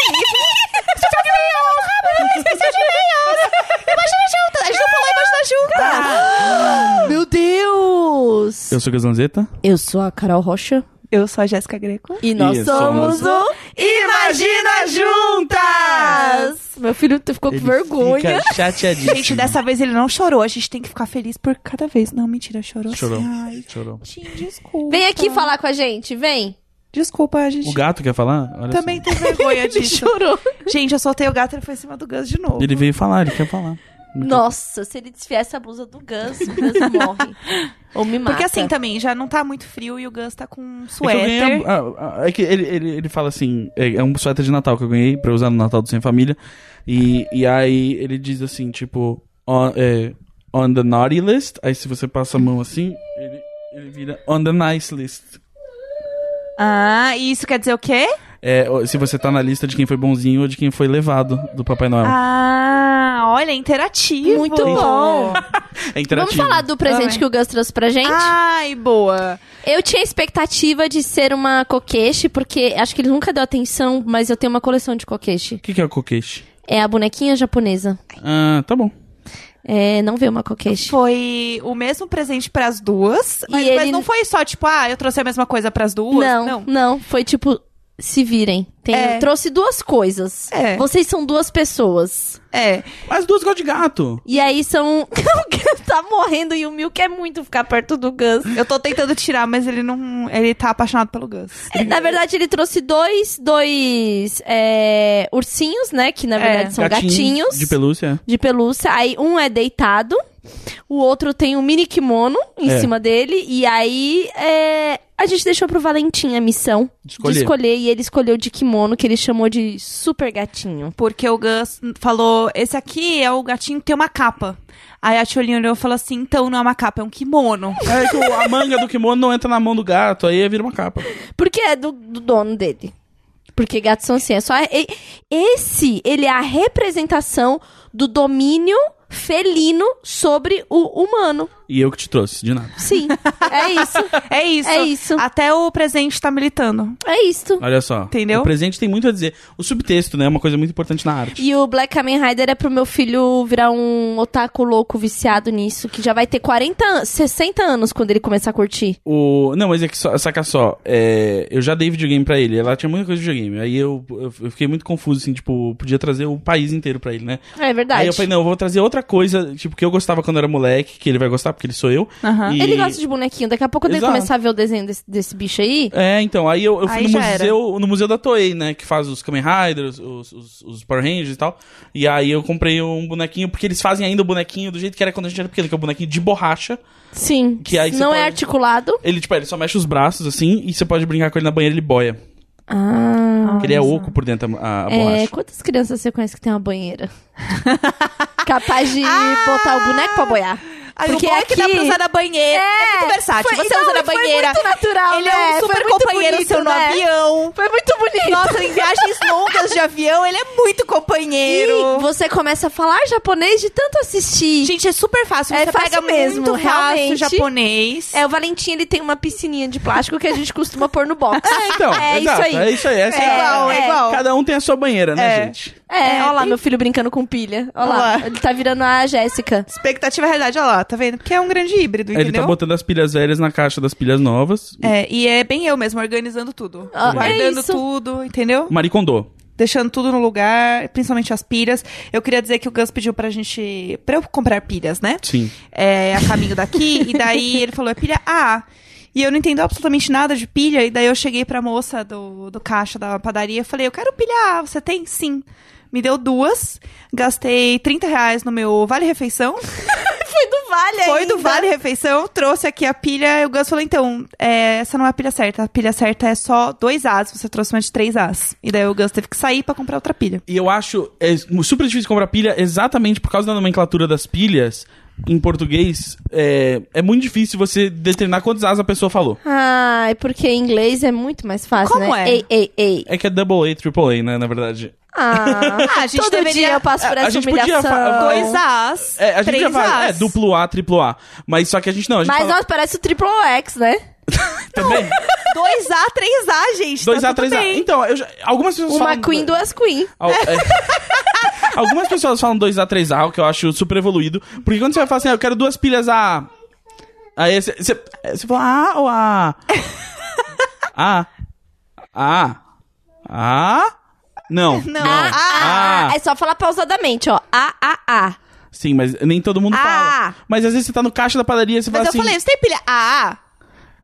Speaker 3: A
Speaker 2: é
Speaker 3: gente não falou embaixo da junta.
Speaker 2: Meu Deus!
Speaker 1: Eu sou Gazanzeta.
Speaker 2: Eu sou a Carol Rocha.
Speaker 3: Eu sou a Jéssica Greco.
Speaker 2: E nós
Speaker 1: E
Speaker 2: somos,
Speaker 1: somos
Speaker 2: o
Speaker 3: Imagina juntas!
Speaker 2: As. Meu filho t- ficou com vergonha.
Speaker 1: Fica chateadíssimo.
Speaker 3: Gente, dessa vez ele não chorou. A gente tem que ficar feliz por cada vez. Não, mentira, chorou.
Speaker 1: Chorou.
Speaker 3: sim. Ai,
Speaker 1: Chorou.
Speaker 3: Tim, desculpa.
Speaker 2: Vem aqui
Speaker 1: Então-
Speaker 2: falar com a gente, vem.
Speaker 3: Desculpa, a gente
Speaker 1: O gato assim. quer falar? Olha
Speaker 3: também tem vergonha disso.
Speaker 2: Chorou.
Speaker 3: Gente, eu soltei o gato e ele foi em cima do Gus de
Speaker 1: só.
Speaker 3: novo.
Speaker 1: Ele veio falar, ele quer falar.
Speaker 2: Nossa, se ele desfiar essa blusa do Gus, o Gus morre. Ou me mata.
Speaker 3: Porque assim também, já não tá muito frio e o Gus tá com um
Speaker 1: É que, eu ganhei
Speaker 3: suéter.
Speaker 1: a- a- a- é que ele, ele, ele fala assim: é, é um suéter de Natal que eu ganhei pra usar no Natal do Sem Família. E, e aí ele diz assim: tipo, on, é, on the naughty list. Aí se você passa a mão assim, ele, ele vira on the nice list.
Speaker 3: Ah, e isso quer dizer o quê?
Speaker 1: É, ó, se você tá na lista de quem foi bonzinho ou de quem foi levado do Papai Noel.
Speaker 3: Ah, olha, interativo.
Speaker 2: Muito bom.
Speaker 1: é
Speaker 2: Vamos
Speaker 1: interativo.
Speaker 2: falar do presente
Speaker 3: Vai.
Speaker 2: que o Gus trouxe pra gente?
Speaker 3: Ai, boa.
Speaker 2: Eu tinha expectativa de ser uma coqueche, porque acho que ele nunca deu atenção, mas eu tenho uma coleção de coqueche.
Speaker 1: O que, que é o coquete?
Speaker 2: É a bonequinha japonesa.
Speaker 1: Ah, tá bom.
Speaker 2: É, não vê uma coqueche.
Speaker 3: Foi o mesmo presente pras duas. Mas,
Speaker 2: E
Speaker 3: mas
Speaker 2: ele-
Speaker 3: não foi só, tipo, ah, eu trouxe a mesma coisa pras duas.
Speaker 2: Não, não, foi tipo, se virem. Tem-
Speaker 3: É.
Speaker 2: Trouxe duas coisas.
Speaker 3: É.
Speaker 2: Vocês são duas pessoas.
Speaker 3: É.
Speaker 1: As duas gostam de gato.
Speaker 2: E aí são. o Gus tá morrendo e o Mil quer muito ficar perto do Gus.
Speaker 3: Eu tô tentando tirar, mas ele não. Ele tá apaixonado pelo Gus.
Speaker 2: Na verdade, ele trouxe dois, dois é, ursinhos, né?
Speaker 3: É.
Speaker 2: Que na verdade são gatinhos.
Speaker 1: De pelúcia.
Speaker 2: de pelúcia. Aí um é deitado, o outro tem um mini kimono em
Speaker 1: É.
Speaker 2: cima dele. E aí é, a gente deixou pro Valentim a missão
Speaker 1: De escolher.
Speaker 2: de escolher. E ele escolheu de kimono, que ele chamou de super gatinho.
Speaker 3: Porque o Gus falou: esse aqui é o gatinho que tem uma capa. Aí a Tcholinha olhou e falou assim: então não é uma capa, é um kimono.
Speaker 1: É que o- a manga do kimono não entra na mão do gato, aí vira uma capa.
Speaker 2: Porque é do, do dono dele. Porque gatos são assim, é só... e- Esse, ele é a representação do domínio felino sobre o humano.
Speaker 1: E eu que te trouxe, de nada.
Speaker 2: Sim, é isso.
Speaker 3: É isso.
Speaker 2: É isso.
Speaker 3: Até o presente tá militando.
Speaker 2: É isso.
Speaker 1: Olha só.
Speaker 3: Entendeu?
Speaker 1: O presente tem muito a dizer. O subtexto, né? É uma coisa muito importante na arte.
Speaker 2: E o Black Kamen Rider é pro meu filho virar um otaku louco viciado nisso, que já vai ter 40 anos, 60 anos quando ele começar a curtir.
Speaker 1: O... Não, mas é que só, saca só. é, Eu já dei videogame pra ele. Ela tinha muita coisa de videogame. Aí eu, eu eu fiquei muito confuso, assim, tipo, podia trazer o país inteiro pra ele, né?
Speaker 2: É verdade.
Speaker 1: Aí eu falei, não, eu vou trazer outra coisa, tipo, que eu gostava quando era moleque, que ele vai gostar, porque ele sou eu.
Speaker 3: Aham.
Speaker 1: E-
Speaker 2: Ele gosta de bonequinho, daqui a pouco quando ele
Speaker 1: Exato.
Speaker 2: começar a ver o desenho desse, desse bicho aí.
Speaker 1: É, então, aí eu, eu fui
Speaker 3: Aí
Speaker 1: no,
Speaker 3: já era.
Speaker 1: museu, no museu da Toei, né? Que faz os Kamen Riders, os, os, os Power Rangers e tal. E aí eu comprei um bonequinho, porque eles fazem ainda o bonequinho do jeito que era quando a gente era pequeno, que é um bonequinho de borracha.
Speaker 2: Sim.
Speaker 1: Que aí você
Speaker 2: não é
Speaker 1: pode-
Speaker 2: articulado.
Speaker 1: Ele, tipo, ele só mexe os braços assim e você pode brincar com ele na banheira, ele boia.
Speaker 2: Ah.
Speaker 1: Porque ele é oco por dentro a, a
Speaker 2: É,
Speaker 1: borracha.
Speaker 2: quantas crianças você conhece que tem uma banheira? Capaz de botar o boneco pra boiar.
Speaker 3: Aí
Speaker 2: Porque
Speaker 3: Ah! o bom é que dá
Speaker 2: aqui-
Speaker 3: pra usar na banheira. É, muito versátil.
Speaker 2: foi-
Speaker 3: Você
Speaker 2: não,
Speaker 3: usa na
Speaker 2: foi
Speaker 3: banheira.
Speaker 2: muito natural,
Speaker 3: ele
Speaker 2: né?
Speaker 3: é um
Speaker 2: Foi
Speaker 3: super
Speaker 2: muito
Speaker 3: companheiro
Speaker 2: bonito,
Speaker 3: seu no
Speaker 2: né?
Speaker 3: avião.
Speaker 2: Foi muito bonito.
Speaker 3: Nossa, em viagens longas de avião, ele é muito
Speaker 2: E
Speaker 3: companheiro.
Speaker 2: você começa a falar japonês de tanto assistir.
Speaker 3: Gente, é super fácil.
Speaker 2: É
Speaker 3: Você
Speaker 2: fácil
Speaker 3: pega
Speaker 2: mesmo,
Speaker 3: muito
Speaker 2: realmente.
Speaker 3: fácil japonês.
Speaker 2: É, o Valentim, ele tem uma piscininha de plástico que a gente costuma pôr no box.
Speaker 1: É, então,
Speaker 2: é isso
Speaker 1: exato,
Speaker 2: aí.
Speaker 1: é isso aí. Essa
Speaker 3: É
Speaker 1: a-
Speaker 3: igual, é igual.
Speaker 1: Cada um tem a sua banheira, né,
Speaker 3: É.
Speaker 1: gente?
Speaker 2: É, olha lá, meu filho brincando com pilha. Olha lá,
Speaker 3: Ó lá.
Speaker 2: ele tá virando a Jéssica.
Speaker 3: Expectativa e realidade, olha lá, tá vendo? Porque é um grande híbrido,
Speaker 1: Ele tá
Speaker 3: entendeu?
Speaker 1: botando as pilhas velhas na caixa das pilhas novas.
Speaker 3: É, e é bem eu mesmo, organizando tudo.
Speaker 2: Ah, é
Speaker 3: guardando
Speaker 2: isso.
Speaker 3: tudo, entendeu?
Speaker 1: Maricondô.
Speaker 3: deixando tudo no lugar, principalmente as pilhas. Eu queria dizer que o Gus pediu pra gente. pra eu comprar pilhas, né?
Speaker 1: Sim.
Speaker 3: é, a caminho daqui, e daí ele falou, é pilha A. E eu não entendo absolutamente nada de pilha, e daí eu cheguei pra moça do, do caixa da padaria e falei, eu quero pilha A, você tem? Sim. Me deu duas, gastei 30 reais no meu vale-refeição,
Speaker 2: Foi do Vale
Speaker 3: foi do
Speaker 2: ainda.
Speaker 3: vale-refeição, trouxe aqui a pilha, e o Gus falou, então, é, essa não é a pilha certa, a pilha certa é só dois As, você trouxe uma de três As. E daí o Gus teve que sair pra comprar outra pilha.
Speaker 1: E eu acho é, super difícil comprar pilha exatamente por causa da nomenclatura das pilhas em português. É, é muito difícil você determinar quantas asas a pessoa falou.
Speaker 2: Ai, porque em inglês é muito mais fácil,
Speaker 3: Como
Speaker 2: né?
Speaker 3: é?
Speaker 2: Ei, ei, ei.
Speaker 1: É que é double A, triple A, né, na verdade.
Speaker 2: Ah,
Speaker 3: Ah, a gente
Speaker 2: todo
Speaker 3: deveria-
Speaker 2: dia eu passo por
Speaker 1: a- a
Speaker 2: essa
Speaker 1: gente podia
Speaker 2: humilhação.
Speaker 1: fa-
Speaker 3: Dois As,
Speaker 1: É, a gente
Speaker 3: três
Speaker 1: já fala, é,
Speaker 3: As.
Speaker 1: duplo A, triplo A. Mas só que a gente não, a gente
Speaker 2: Mas
Speaker 1: fala tá
Speaker 2: nós parece o Triple X, né?
Speaker 1: também.
Speaker 3: 2A, 3A, gente.
Speaker 1: 2A,
Speaker 3: tá tudo
Speaker 1: 3A.
Speaker 3: bem.
Speaker 1: Então, eu já- algumas pessoas
Speaker 2: Uma
Speaker 1: falam...
Speaker 2: Queen, duas Queen.
Speaker 1: Al- é. Algumas pessoas falam 2A, 3A, o que eu acho super evoluído. Porque quando você vai falar assim, ah, eu quero duas pilhas A. Aí você, você, é, você fala A ou A? A. A. A. Não.
Speaker 3: Não.
Speaker 1: não.
Speaker 2: Ah,
Speaker 1: Ah.
Speaker 2: É só falar pausadamente, ó. A, A, A.
Speaker 1: Sim, mas nem todo mundo
Speaker 2: Ah.
Speaker 1: fala. Mas às vezes você tá no caixa da padaria e você
Speaker 3: Mas
Speaker 1: fala
Speaker 3: eu
Speaker 1: assim.
Speaker 3: falei, você tem pilha AA?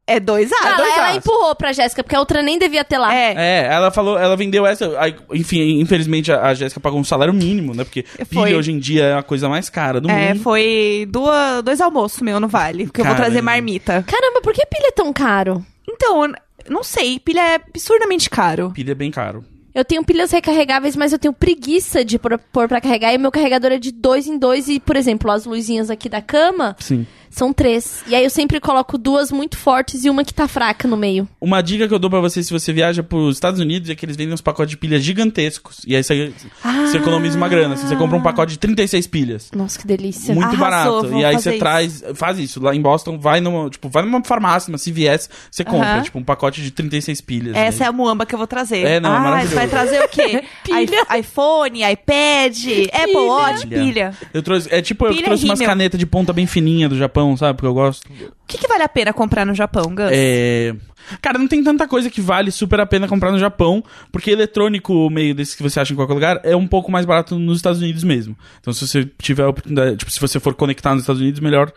Speaker 3: É 2A?
Speaker 2: Não, ela,
Speaker 1: dois
Speaker 2: ela
Speaker 1: As.
Speaker 2: empurrou pra Jéssica, porque a outra nem devia ter lá.
Speaker 3: É.
Speaker 1: É, ela falou, ela vendeu essa. aí, enfim, infelizmente a, a Jéssica pagou um salário mínimo, né? Porque
Speaker 3: Foi.
Speaker 1: pilha hoje em dia é a coisa mais cara do
Speaker 3: É,
Speaker 1: mundo.
Speaker 3: foi duas, dois almoços meu no Vale, porque eu vou
Speaker 1: Caramba.
Speaker 3: trazer marmita.
Speaker 2: Caramba, por que pilha é tão caro?
Speaker 3: Então, eu n- não sei, pilha é absurdamente caro.
Speaker 1: Pilha é bem caro.
Speaker 2: Eu tenho pilhas recarregáveis, mas eu tenho preguiça de pôr pôr pra carregar. E o meu carregador é de dois em dois. E, por exemplo, as luzinhas aqui da cama
Speaker 1: Sim.
Speaker 2: são três. E aí eu sempre coloco duas muito fortes e uma que tá fraca no meio.
Speaker 1: Uma dica que eu dou pra você se você viaja pros Estados Unidos é que eles vendem uns pacotes de pilhas gigantescos. E aí você,
Speaker 3: Ah!
Speaker 1: você economiza uma grana. assim, você compra um pacote de 36 pilhas.
Speaker 2: Nossa, que delícia.
Speaker 1: Muito
Speaker 3: Arrasou,
Speaker 1: barato.
Speaker 3: vou
Speaker 1: E aí
Speaker 3: fazer
Speaker 1: você
Speaker 3: isso.
Speaker 1: traz. Faz isso. Lá em Boston, vai numa, tipo, vai numa farmácia, uma CVS, você compra,
Speaker 3: Aham.
Speaker 1: tipo, um pacote de 36 pilhas.
Speaker 3: Essa
Speaker 1: né?
Speaker 3: é a muamba que eu vou trazer.
Speaker 1: É, não, é
Speaker 3: ah,
Speaker 1: maravilhoso.
Speaker 3: você vai trazer o quê?
Speaker 2: Pilha.
Speaker 3: I- iPhone, iPad, Apple Watch, pilha.
Speaker 1: Eu trouxe, é tipo, eu
Speaker 3: Pilha e
Speaker 1: trouxe umas
Speaker 3: rímel.
Speaker 1: canetas de ponta bem fininha do Japão, sabe? Porque eu gosto.
Speaker 3: O que, que vale a pena comprar no Japão, Gus?
Speaker 1: É. Cara, não tem tanta coisa que vale super a pena comprar no Japão, porque eletrônico, meio desse que você acha em qualquer lugar, é um pouco mais barato nos Estados Unidos mesmo. Então, se você tiver a oportunidade, tipo, se você for conectar nos Estados Unidos, melhor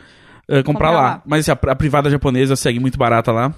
Speaker 1: eh, comprar,
Speaker 3: Comprar
Speaker 1: lá.
Speaker 3: lá.
Speaker 1: Mas assim, a, a privada japonesa segue muito barata lá.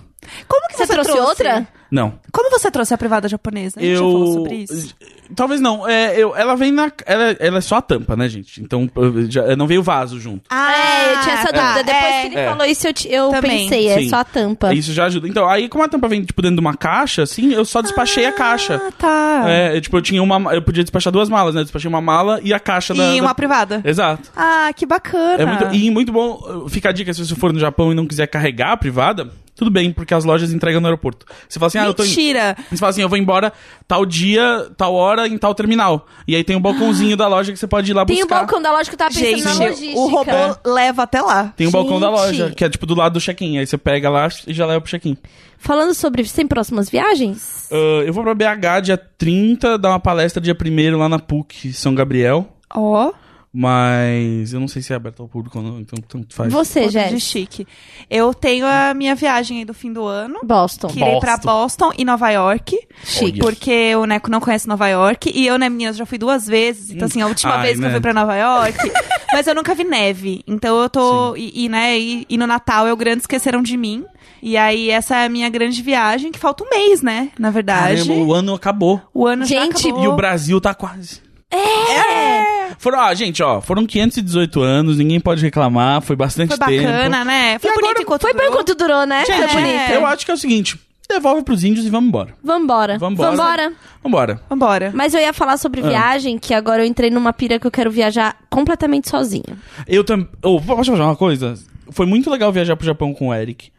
Speaker 3: Como que
Speaker 2: Você
Speaker 3: você,
Speaker 2: trouxe outra?
Speaker 1: Não.
Speaker 3: Como você trouxe a privada japonesa? A gente já falou
Speaker 1: eu.
Speaker 3: sobre isso.
Speaker 1: Talvez não. É, eu, ela vem na. Ela, ela é só a tampa, né, gente? Então, eu já- não veio o vaso junto.
Speaker 3: Ah,
Speaker 2: é, eu tinha essa
Speaker 3: tá.
Speaker 2: dúvida. Depois
Speaker 3: É.
Speaker 2: que ele
Speaker 1: É.
Speaker 2: falou isso, eu, te- eu
Speaker 3: Também.
Speaker 2: pensei, é
Speaker 1: Sim.
Speaker 2: só a tampa.
Speaker 1: Isso já ajuda. Então, aí como a tampa vem, tipo, dentro de uma caixa, assim, eu só despachei a caixa.
Speaker 3: Ah, tá.
Speaker 1: É, eu, tipo, eu tinha uma. Eu podia despachar duas malas, né? Eu despachei uma mala e a caixa da.
Speaker 3: E
Speaker 1: da-
Speaker 3: uma Ah. privada.
Speaker 1: Exato.
Speaker 3: Ah, que bacana.
Speaker 1: É muito, e muito bom. uh, Fica a dica, se você for no Japão e não quiser carregar a privada, tudo bem, porque as lojas entregam no aeroporto. Você fala assim, ah, eu tô. Em...
Speaker 3: Mentira.
Speaker 2: Tá
Speaker 1: Você fala assim, eu vou embora tal dia, tal hora, em tal terminal. E aí tem um
Speaker 3: Ah.
Speaker 1: balcãozinho da loja que você pode ir
Speaker 3: um
Speaker 1: lá
Speaker 2: Tem o
Speaker 1: buscar.
Speaker 2: balcão da loja que eu tava pensando
Speaker 3: Gente,
Speaker 2: na logística.
Speaker 3: o robô leva até lá.
Speaker 1: Tem um balcão da
Speaker 2: Gente.
Speaker 1: loja, que é tipo do lado do check-in. Aí você pega lá e já leva pro check-in.
Speaker 2: Falando sobre sem próximas viagens?
Speaker 1: Uh, eu vou pra BH dia 30, dar uma palestra dia 1 lá na PUC, São Gabriel.
Speaker 3: Ó,
Speaker 1: Mas eu não sei se é aberto ao público ou não, então tanto faz.
Speaker 2: Você,
Speaker 3: coisa de
Speaker 2: Jéssica.
Speaker 3: chique. Eu tenho a minha viagem aí do fim do ano.
Speaker 2: Boston.
Speaker 3: Que irei pra Boston e Nova York.
Speaker 2: Chique.
Speaker 3: Porque o Neco não conhece Nova York. E eu, né, meninas, já fui duas vezes. Então, assim, a última
Speaker 1: Ai,
Speaker 3: vez que
Speaker 1: né.
Speaker 3: eu fui pra Nova York. mas eu nunca vi neve. Então eu tô. E, e, né, e, e no Natal eu grande esqueceram de mim. E aí, essa é a minha grande viagem, que falta um mês, né? Na verdade.
Speaker 1: Caramba, o ano acabou.
Speaker 3: O ano
Speaker 2: Gente,
Speaker 3: já acabou.
Speaker 1: E o Brasil tá quase. É! Foram, ó, gente, ó, foram 518 anos, ninguém pode reclamar, foi bastante
Speaker 3: Foi
Speaker 1: tempo.
Speaker 3: bacana, né? Foi
Speaker 1: E
Speaker 3: bonito
Speaker 1: agora-
Speaker 3: enquanto
Speaker 2: Foi pra
Speaker 3: durou.
Speaker 2: enquanto durou, né? Foi
Speaker 1: Gente,
Speaker 2: bonito.
Speaker 1: eu acho que é o seguinte, devolve pros índios e vamos embora.
Speaker 2: Vambora.
Speaker 1: Vambora. Ah.
Speaker 2: Vambora.
Speaker 1: Vambora.
Speaker 3: Vambora.
Speaker 2: Mas eu ia falar sobre viagem, que agora eu entrei numa pira que eu quero viajar completamente sozinha.
Speaker 1: Eu também... posso falar uma coisa? Foi muito legal viajar pro Japão com o Eric.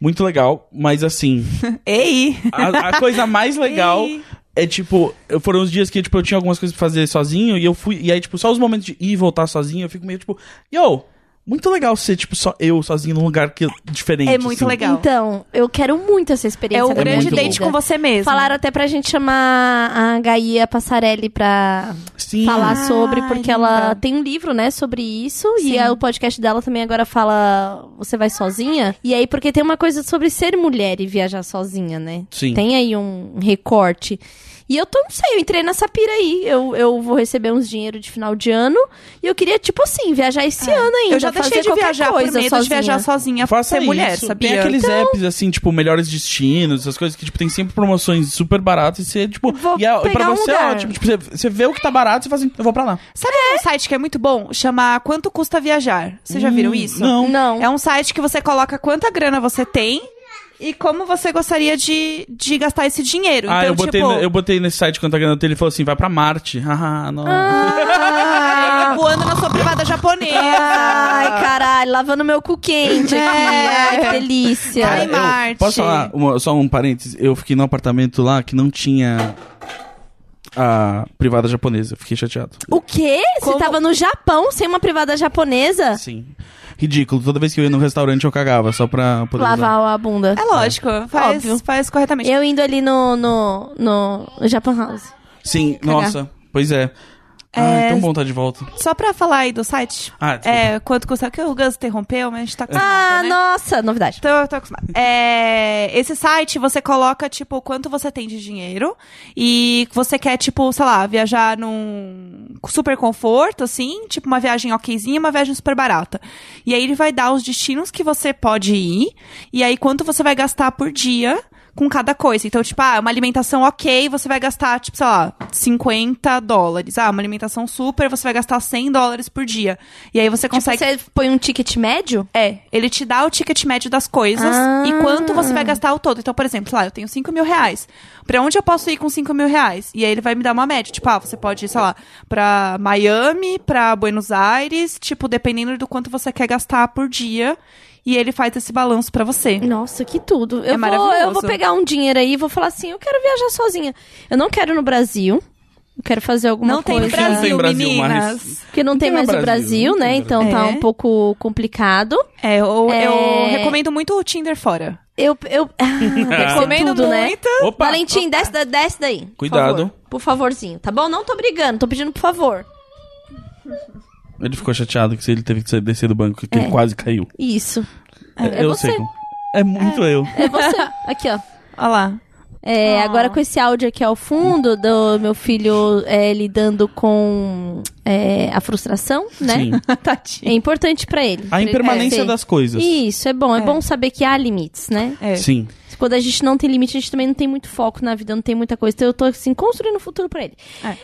Speaker 1: Muito legal, mas assim,
Speaker 3: Ei!
Speaker 1: a, a coisa mais legal...
Speaker 3: Ei.
Speaker 1: É tipo, eu- foram os dias que tipo, eu tinha algumas coisas pra fazer sozinho e eu fui. E aí, tipo, só os momentos de ir e voltar sozinho, eu fico meio tipo, yo, muito legal ser, tipo, só eu sozinho num lugar que, diferente.
Speaker 3: É muito
Speaker 1: assim.
Speaker 3: legal.
Speaker 2: Então, eu quero muito essa experiência.
Speaker 3: É o
Speaker 2: da minha
Speaker 3: grande
Speaker 1: muito
Speaker 3: date
Speaker 2: vida.
Speaker 3: com você mesmo.
Speaker 2: Falaram até pra gente chamar a Gaia Passarelli pra
Speaker 1: Sim.
Speaker 2: falar
Speaker 3: Ah,
Speaker 2: sobre, porque
Speaker 3: linda.
Speaker 2: ela tem um livro, né, sobre isso. E
Speaker 3: Sim.
Speaker 2: é, o podcast dela também agora fala Você Vai Sozinha. E aí, porque tem uma coisa sobre ser mulher e viajar sozinha, né?
Speaker 1: Sim.
Speaker 2: Tem aí um recorte. E eu tô, não sei, eu entrei nessa pira aí. Eu, eu vou receber uns dinheiro de final de ano. E eu queria, tipo assim, viajar esse ano ainda.
Speaker 3: É. Eu já
Speaker 2: fazer
Speaker 3: deixei de
Speaker 2: qualquer
Speaker 3: viajar por
Speaker 2: coisa
Speaker 3: medo de
Speaker 2: sozinha.
Speaker 3: viajar sozinha por
Speaker 1: Faça
Speaker 3: ser
Speaker 1: isso.
Speaker 3: mulher, sabia? Então
Speaker 1: Tem aqueles apps, assim, tipo, melhores destinos, essas coisas que, tipo, tem sempre promoções super baratas e você, tipo...
Speaker 2: Vou
Speaker 1: e, a, e pra
Speaker 2: pegar um
Speaker 1: você é
Speaker 2: lugar.
Speaker 1: ótimo. Tipo, você, você vê o que tá barato e você fala assim, eu vou pra lá.
Speaker 3: Sabe um site que é muito bom? Chama Quanto Custa Viajar. Vocês já viram
Speaker 1: Hum,
Speaker 3: isso?
Speaker 1: Não.
Speaker 2: Não.
Speaker 3: É um site que você coloca quanta grana você tem e como você gostaria de, de gastar esse dinheiro.
Speaker 1: Ah,
Speaker 3: então,
Speaker 1: eu, botei,
Speaker 3: tipo,
Speaker 1: eu botei nesse site quando a grana dele falou assim, vai pra Marte. Haha, não.
Speaker 3: ah, voando na sua privada japonesa.
Speaker 2: Ai, caralho, lavando meu cu quente aqui. Ai, que delícia.
Speaker 3: Ai,
Speaker 1: eu-
Speaker 3: Marte.
Speaker 1: posso falar uma- só um parênteses? Eu fiquei num apartamento lá que não tinha a privada japonesa. Fiquei chateado.
Speaker 2: o quê?
Speaker 3: Como-
Speaker 2: Você tava no Japão sem uma privada japonesa?
Speaker 1: Sim. Ridículo. Toda vez que eu ia num restaurante eu cagava, só pra poder... usar.
Speaker 2: Lavar a bunda.
Speaker 3: É lógico, faz,
Speaker 2: Óbvio.
Speaker 3: faz corretamente.
Speaker 2: Eu indo ali no, no, no Japan House.
Speaker 1: Sim,
Speaker 2: Cagar.
Speaker 1: nossa. Pois é. Ah, é tão bom estar de volta.
Speaker 3: Só pra falar aí do site,
Speaker 1: Ah, desculpa.
Speaker 3: é, quanto custa, que o Gus interrompeu, mas a gente tá acostumado,
Speaker 2: Ah,
Speaker 3: né?
Speaker 2: nossa, novidade.
Speaker 3: Então eu tô acostumada. É, esse site você coloca, tipo, quanto você tem de dinheiro e você quer, tipo, sei lá, viajar num super conforto, assim, tipo uma viagem okzinha, uma viagem super barata. E aí ele vai dar os destinos que você pode ir e aí quanto você vai gastar por dia com cada coisa. Então, tipo, ah, uma alimentação ok, você vai gastar, tipo, sei lá, 50 dólares. Ah, uma alimentação super, você vai gastar 100 dólares por dia. E aí você consegue...
Speaker 2: Tipo, você põe um ticket médio?
Speaker 3: É, ele te dá o ticket médio das coisas
Speaker 2: Ah.
Speaker 3: e quanto você vai gastar ao todo. Então, por exemplo, sei lá, eu tenho 5 mil reais. Pra onde eu posso ir com 5 mil reais? E aí ele vai me dar uma média. Tipo, ah, você pode ir, sei lá, pra Miami, pra Buenos Aires, tipo, dependendo do quanto você quer gastar por dia. E ele faz esse balanço pra você.
Speaker 2: Nossa, que tudo. Eu, vou,
Speaker 3: maravilhoso.
Speaker 2: eu vou pegar um dinheiro aí e vou falar assim: eu quero viajar sozinha. Eu não quero ir no Brasil. Eu quero fazer alguma
Speaker 3: Não tem
Speaker 2: coisa.
Speaker 3: no
Speaker 1: Não tem
Speaker 3: Brasil,
Speaker 1: Brasil
Speaker 3: meninas.
Speaker 2: Porque não, tem
Speaker 1: tem no
Speaker 2: mais o
Speaker 1: Brasil,
Speaker 2: Brasil,
Speaker 1: não
Speaker 2: né?
Speaker 1: tem no
Speaker 2: Então tá
Speaker 3: Brasil.
Speaker 2: um pouco complicado.
Speaker 3: É, eu,
Speaker 2: É.
Speaker 3: eu recomendo muito o Tinder fora.
Speaker 2: Eu. eu... Ah, deve ser
Speaker 3: Recomendo
Speaker 2: tudo,
Speaker 3: muito.
Speaker 2: né?
Speaker 1: Opa!
Speaker 2: Valentim, desce, da- desce daí. por
Speaker 1: Cuidado.
Speaker 2: favor. Por favorzinho, tá bom? Não tô brigando, tô pedindo por favor.
Speaker 1: Ele ficou chateado que ele teve que descer do banco, que
Speaker 2: É.
Speaker 1: ele quase caiu.
Speaker 2: Isso.
Speaker 1: É,
Speaker 2: é
Speaker 1: eu
Speaker 2: você.
Speaker 1: sei como. É muito eu.
Speaker 2: É você. Aqui, ó.
Speaker 3: Olha lá.
Speaker 2: É, Agora com esse áudio aqui ao fundo do meu filho é, lidando com é, a frustração, né?
Speaker 1: Sim.
Speaker 3: Tadinho.
Speaker 2: É importante pra ele.
Speaker 1: A impermanência
Speaker 2: Sim.
Speaker 1: das coisas.
Speaker 2: Isso, é bom. É,
Speaker 3: É.
Speaker 2: bom saber que há limites, né?
Speaker 3: É.
Speaker 1: Sim.
Speaker 2: Quando a gente não tem limite, a gente também não tem muito foco na vida, não tem muita coisa. Então eu tô, assim, construindo o futuro pra ele.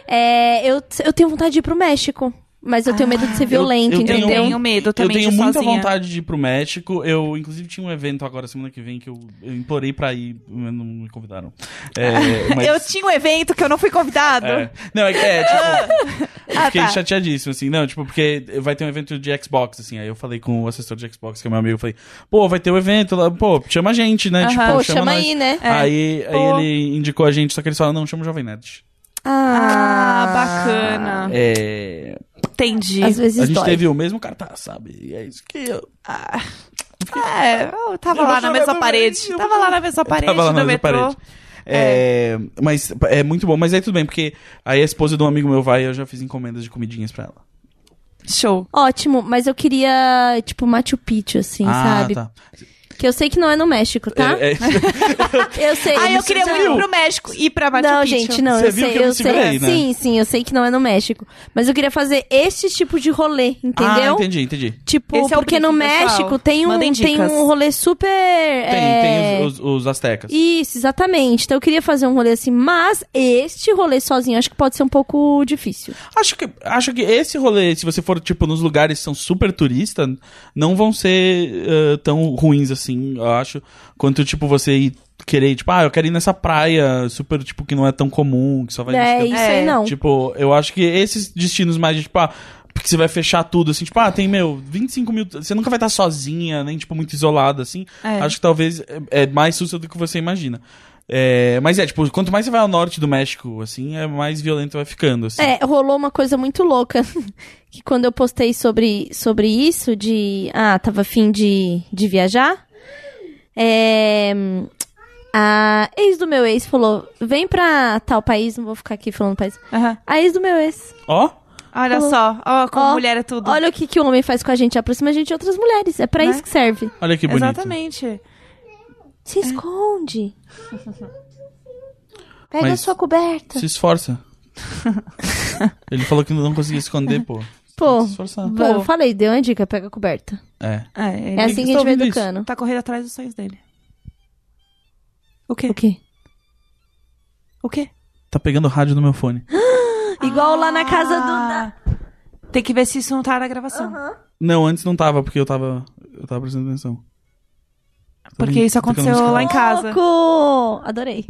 Speaker 2: É, eu, eu tenho vontade de ir pro México, mas eu tenho medo
Speaker 3: Ah.
Speaker 2: de ser É violento,
Speaker 1: eu um
Speaker 2: entendeu?
Speaker 3: Eu tenho medo também
Speaker 1: eu tenho
Speaker 3: de
Speaker 1: muita
Speaker 3: sozinha.
Speaker 1: vontade de ir pro México. Eu, inclusive, tinha um evento agora, semana que vem, que eu, eu implorei pra ir, mas não me convidaram. É, mas-
Speaker 3: Eu tinha um evento que eu não fui convidado.
Speaker 1: É. Não, é, é tipo. eu
Speaker 3: Ah,
Speaker 1: fiquei
Speaker 3: tá.
Speaker 1: chateadíssimo, assim. Não, tipo, porque vai ter um evento de Xbox, assim. Aí eu falei com o assessor de Xbox, que é meu amigo, eu falei, pô, vai ter o um evento lá, pô, chama a gente, né?
Speaker 3: Aham.
Speaker 1: Tipo,
Speaker 2: Pô,
Speaker 1: chama,
Speaker 2: chama
Speaker 1: nós.
Speaker 2: aí, né?
Speaker 1: Aí,
Speaker 3: Pô.
Speaker 1: aí ele indicou a gente, só que eles falaram, não, chama o Jovem Nerd.
Speaker 3: Ah, bacana.
Speaker 1: É,
Speaker 3: Entendi.
Speaker 2: Às vezes
Speaker 1: a gente
Speaker 2: dói.
Speaker 1: teve o mesmo cartaz, sabe? E é isso que eu.
Speaker 2: Ah,
Speaker 3: É, eu tava
Speaker 1: Eu
Speaker 3: lá
Speaker 1: vou
Speaker 3: na
Speaker 1: chorar
Speaker 3: mesma
Speaker 1: também,
Speaker 3: parede.
Speaker 1: eu
Speaker 3: Tava lá na mesma parede
Speaker 1: tava lá na
Speaker 3: do
Speaker 1: mesma
Speaker 3: metrô.
Speaker 1: parede. É, Mas é muito bom. Mas aí tudo bem, porque aí a esposa de um amigo meu vai e eu já fiz encomendas de comidinhas pra ela.
Speaker 3: Show.
Speaker 2: Ótimo, mas eu queria, tipo, Machu Picchu, assim, sabe?
Speaker 1: tá.
Speaker 2: Que eu sei que não é no México, tá?
Speaker 1: É, é,
Speaker 2: Eu sei.
Speaker 3: Ah, eu
Speaker 2: Não
Speaker 3: queria
Speaker 2: sei.
Speaker 3: muito ir pro México e pra Machu
Speaker 2: não,
Speaker 3: Picchu.
Speaker 2: gente, não,
Speaker 1: Você
Speaker 2: eu
Speaker 1: viu
Speaker 2: sei,
Speaker 1: que eu me
Speaker 2: eu sei.
Speaker 1: segurei, né?
Speaker 2: Sim, sim, eu sei que não é no México. Mas eu queria fazer este tipo de rolê,
Speaker 1: Ah,
Speaker 2: entendeu?
Speaker 1: entendi, entendi.
Speaker 2: tipo,
Speaker 3: Esse é o
Speaker 2: porque
Speaker 3: briefing,
Speaker 2: no
Speaker 3: pessoal.
Speaker 2: México tem
Speaker 3: Mandem
Speaker 2: um, tem
Speaker 3: dicas.
Speaker 2: um rolê super.
Speaker 1: Tem,
Speaker 2: é,
Speaker 1: tem os, os, os astecas.
Speaker 2: Isso, exatamente. Então eu queria fazer um rolê assim, mas este rolê sozinho acho que pode ser um pouco difícil.
Speaker 1: Acho que, acho que esse rolê, se você for, tipo, nos lugares que são super turista, não vão ser eh, tão ruins assim, eu acho, quanto, tipo, você ir querer, tipo, ah, eu quero ir nessa praia super, tipo, que não é tão comum, que só vai...
Speaker 2: é,
Speaker 1: gente que-
Speaker 2: isso aí
Speaker 3: É,
Speaker 2: não.
Speaker 1: Tipo, eu acho que esses destinos mais de, tipo, ah, porque você vai fechar tudo, assim, tipo, ah, tem, meu, 25 mil... Você nunca vai estar sozinha, nem, tipo, muito isolada, assim.
Speaker 3: É.
Speaker 1: Acho que talvez é, é mais susto do que você imagina. É, mas é, tipo, quanto mais você vai ao norte do México, assim, é mais violento vai ficando, assim.
Speaker 2: É, rolou uma coisa muito louca. Que quando eu postei sobre, sobre isso, de. Ah, tava afim de, de viajar. É, a ex do meu ex falou: vem pra tal país, não vou ficar aqui falando país.
Speaker 3: Aham.
Speaker 2: A ex do meu ex.
Speaker 1: Ó,
Speaker 3: Olha só, ó, como
Speaker 2: Ó,
Speaker 3: mulher é tudo.
Speaker 2: Olha o que, que o homem faz com a gente, aproxima a gente de outras mulheres. É pra
Speaker 3: Né?
Speaker 2: isso que serve.
Speaker 1: olha que bonito.
Speaker 3: Exatamente.
Speaker 2: Se esconde. Pega
Speaker 1: Mas-
Speaker 2: a sua coberta.
Speaker 1: Se esforça. Ele falou que não conseguia esconder, pô.
Speaker 2: Pô,
Speaker 1: Se esforçar.
Speaker 2: pô, eu falei, deu uma dica, pega a coberta.
Speaker 1: É.
Speaker 3: É, ele
Speaker 2: É assim que a
Speaker 1: estou
Speaker 2: gente vai
Speaker 1: ouvindo isso.
Speaker 2: educando.
Speaker 3: tá correndo atrás dos sonhos dele. O quê?
Speaker 2: O quê?
Speaker 3: O quê?
Speaker 1: Tá pegando o rádio no meu fone.
Speaker 2: Igual lá na casa do... da-
Speaker 3: do. Ah, Tem que ver se isso não tá na gravação.
Speaker 1: Não, antes não tava, porque eu tava. Eu tava prestando atenção.
Speaker 3: Porque isso
Speaker 1: Tá tocando
Speaker 3: aconteceu
Speaker 1: música
Speaker 3: lá em casa.
Speaker 2: Louco! Adorei.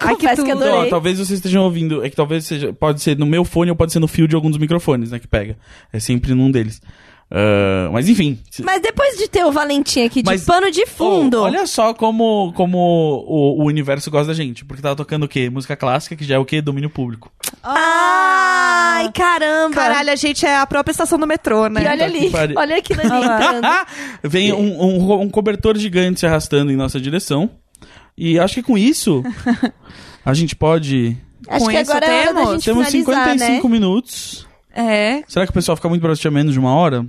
Speaker 3: Ai, que
Speaker 2: Confesso que
Speaker 3: tudo.
Speaker 1: Então, ó,
Speaker 2: adorei.
Speaker 1: talvez vocês estejam ouvindo. É que talvez seja. Pode ser no meu fone ou pode ser no fio de algum dos microfones, né? Que pega. É sempre num deles. Ah, mas enfim. se-
Speaker 2: Mas depois de ter o Valentim aqui de
Speaker 1: Mas-
Speaker 2: pano de fundo...
Speaker 1: Oh, olha só como, como o, o universo gosta da gente. Porque tava tocando o quê? Música clássica, que já é o quê? Domínio público.
Speaker 2: Ai, caramba!
Speaker 3: Caralho, a gente é a própria estação do metrô, né?
Speaker 2: E olha ali,
Speaker 1: que pariu.
Speaker 2: olha aquilo ali entrando.
Speaker 1: Vem um, um ro- um cobertor gigante se arrastando em nossa direção. E acho que com isso a gente pode.
Speaker 2: Acho
Speaker 3: Com
Speaker 2: que
Speaker 3: isso
Speaker 2: agora é hora da gente
Speaker 1: Temos
Speaker 2: finalizar,
Speaker 1: 55
Speaker 2: né?
Speaker 1: minutos.
Speaker 3: É,
Speaker 1: Será que o pessoal fica muito bravo se tiver menos de uma hora?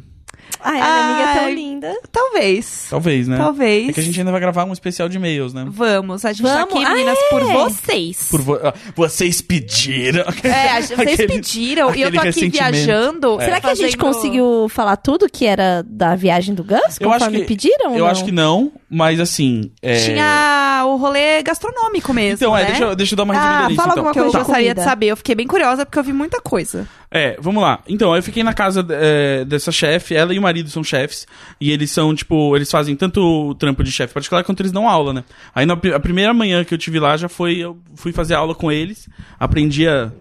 Speaker 2: Ai, a amiga é tão
Speaker 3: Ai.
Speaker 2: linda.
Speaker 3: talvez.
Speaker 1: Talvez, né?
Speaker 3: Talvez.
Speaker 1: É que a gente ainda vai gravar um especial de e-mails, né?
Speaker 3: Vamos, a gente tá
Speaker 2: Vamos.
Speaker 3: aqui,
Speaker 2: Ah,
Speaker 3: meninas,
Speaker 2: é?
Speaker 3: por vocês.
Speaker 1: Por vo- ah, Vocês pediram.
Speaker 3: É, a gente- vocês
Speaker 1: Aquele-
Speaker 3: pediram e eu
Speaker 1: aquele
Speaker 3: tô aqui
Speaker 1: ressentimento. É.
Speaker 3: viajando.
Speaker 2: Será que a gente
Speaker 3: fazendo-
Speaker 2: conseguiu falar tudo que era da viagem do Gus?
Speaker 1: Eu acho
Speaker 2: Conforme
Speaker 1: que-
Speaker 2: pediram?
Speaker 1: Eu acho que não, mas assim. é-
Speaker 3: Tinha o rolê gastronômico mesmo.
Speaker 1: Então, é,
Speaker 3: né?
Speaker 1: deixa, eu- deixa eu dar uma resumida
Speaker 3: Ah,
Speaker 1: nisso.
Speaker 3: fala
Speaker 1: então.
Speaker 3: alguma
Speaker 2: Que eu
Speaker 3: coisa que eu gostaria
Speaker 2: comida.
Speaker 3: de saber. Eu fiquei bem curiosa porque eu vi muita coisa.
Speaker 1: É, vamos lá. Então, eu fiquei na casa é, dessa chefe, ela e o marido são chefes, e eles são, tipo, eles fazem tanto o trampo de chefe particular quanto eles dão aula, né? Aí na pri- a primeira manhã que eu tive lá já foi, eu fui fazer aula com eles, aprendi a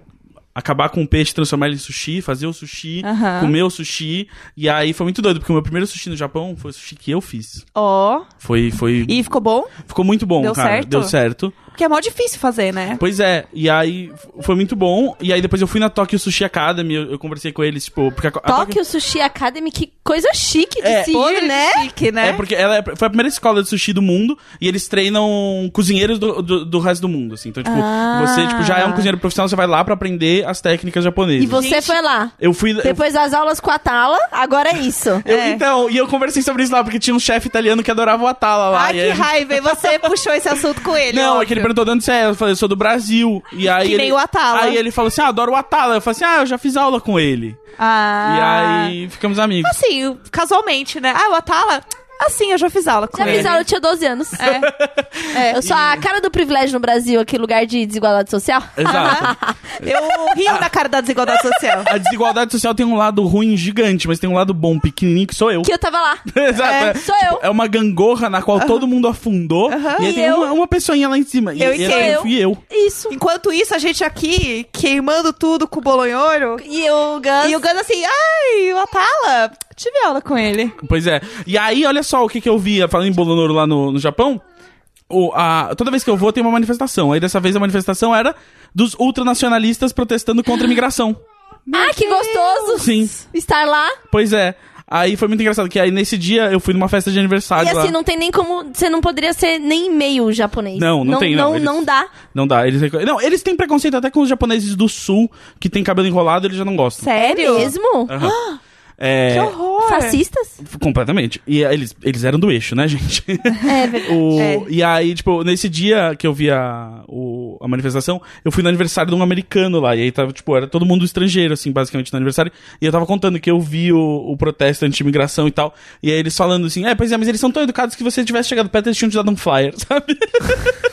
Speaker 1: acabar com o peixe, transformar ele em sushi, fazer o sushi,
Speaker 3: Aham.
Speaker 1: comer o sushi, e aí foi muito doido, porque o meu primeiro sushi no Japão foi o sushi que eu fiz.
Speaker 3: Ó.
Speaker 1: Foi, foi,
Speaker 3: E ficou bom?
Speaker 1: ficou muito bom,
Speaker 3: Deu
Speaker 1: cara.
Speaker 3: certo?
Speaker 1: Deu certo.
Speaker 3: Porque é mó difícil fazer, né?
Speaker 1: Pois é, e aí f- foi muito bom. E aí depois eu fui na Tokyo Sushi Academy, eu, eu conversei com eles, tipo, porque a, a
Speaker 2: Tóquio Sushi Academy, que coisa chique de
Speaker 1: É,
Speaker 2: se
Speaker 3: Podre
Speaker 2: ir,
Speaker 3: de
Speaker 2: né?
Speaker 3: Chique, né?
Speaker 1: É porque ela é- foi a primeira escola de sushi do mundo e eles treinam cozinheiros do, do, do resto do mundo, assim. Então, tipo,
Speaker 3: Ah.
Speaker 1: você tipo, já é um cozinheiro profissional, você vai lá pra aprender as técnicas japonesas.
Speaker 2: E você foi lá.
Speaker 1: Eu fui... eu-
Speaker 2: Depois das aulas com a Tala, agora é isso.
Speaker 1: eu-
Speaker 3: É.
Speaker 1: Então, e eu conversei sobre isso lá, porque tinha um chefe italiano que adorava o Atala lá.
Speaker 3: Ai,
Speaker 1: e
Speaker 3: que
Speaker 1: aí a gente-
Speaker 3: raiva. E você puxou esse assunto com ele.
Speaker 1: é. Não,
Speaker 3: óbvio.
Speaker 1: é que ele perguntou de onde você é. Eu falei, eu sou do Brasil. E aí
Speaker 3: Que
Speaker 1: ele,
Speaker 3: nem o Atala.
Speaker 1: Aí ele falou assim, ah, adoro o Atala. Eu falei assim, ah, eu já fiz aula com ele.
Speaker 3: Ah.
Speaker 1: E aí ficamos amigos.
Speaker 3: Assim, casualmente, né? Ah, o Atala? Assim, eu já fiz aula com
Speaker 2: Já
Speaker 3: ele.
Speaker 2: avisaram, eu tinha 12 anos. É. Eu sou a cara do privilégio no Brasil, aquele lugar de desigualdade social.
Speaker 1: Exato.
Speaker 3: Eu rio da cara da desigualdade social.
Speaker 1: A desigualdade social tem um lado ruim gigante, mas tem um lado bom pequenininho que sou eu.
Speaker 2: Que eu tava lá.
Speaker 1: Exato.
Speaker 2: É,
Speaker 1: é.
Speaker 2: sou eu.
Speaker 1: É uma gangorra na qual todo mundo afundou. E aí
Speaker 2: E
Speaker 1: tem
Speaker 2: eu?
Speaker 1: uma, uma pessoinha lá em cima.
Speaker 3: Eu
Speaker 1: e
Speaker 3: e
Speaker 1: e
Speaker 3: quem?
Speaker 1: eu fui eu.
Speaker 2: Isso.
Speaker 3: Enquanto isso, a gente aqui queimando tudo com o bolonhoro.
Speaker 2: E o Gus...
Speaker 3: E o Gus assim, ai, o Atala, tive aula com ele.
Speaker 1: Pois é. E aí, olha só o que, que eu via falando em Bolonoro lá no, no Japão. O, a, toda vez que eu vou, tem uma manifestação. Aí dessa vez a manifestação era dos ultranacionalistas protestando contra a imigração.
Speaker 2: Ah, que gostoso
Speaker 1: Sim.
Speaker 2: estar lá.
Speaker 1: Pois é. Aí foi muito engraçado, que aí nesse dia eu fui numa festa de aniversário
Speaker 2: E assim,
Speaker 1: lá.
Speaker 2: não tem nem como. Você não poderia ser nem meio japonês.
Speaker 1: Não, não tem, não.
Speaker 2: Não,
Speaker 1: Eles-
Speaker 2: não dá.
Speaker 1: Não dá. Eles, recon- não, eles têm preconceito até com os japoneses do sul, que tem cabelo enrolado, eles já não gostam.
Speaker 3: Sério?
Speaker 2: É mesmo?
Speaker 1: Aham. É,
Speaker 3: Que horror.
Speaker 2: Fascistas?
Speaker 1: Completamente. E aí eles, eles eram do eixo, né, gente?
Speaker 2: É verdade.
Speaker 1: O-
Speaker 3: É.
Speaker 1: E aí, tipo, nesse dia que eu vi a, o- a manifestação, eu fui no aniversário de um americano lá. E aí tava, tipo, era todo mundo estrangeiro, assim, basicamente, no aniversário. E eu tava contando que eu vi o, o protesto anti-imigração e tal. E aí eles falando assim, é, pois é, mas eles são tão educados que se você tivesse chegado perto, eles tinham te dado um flyer, sabe?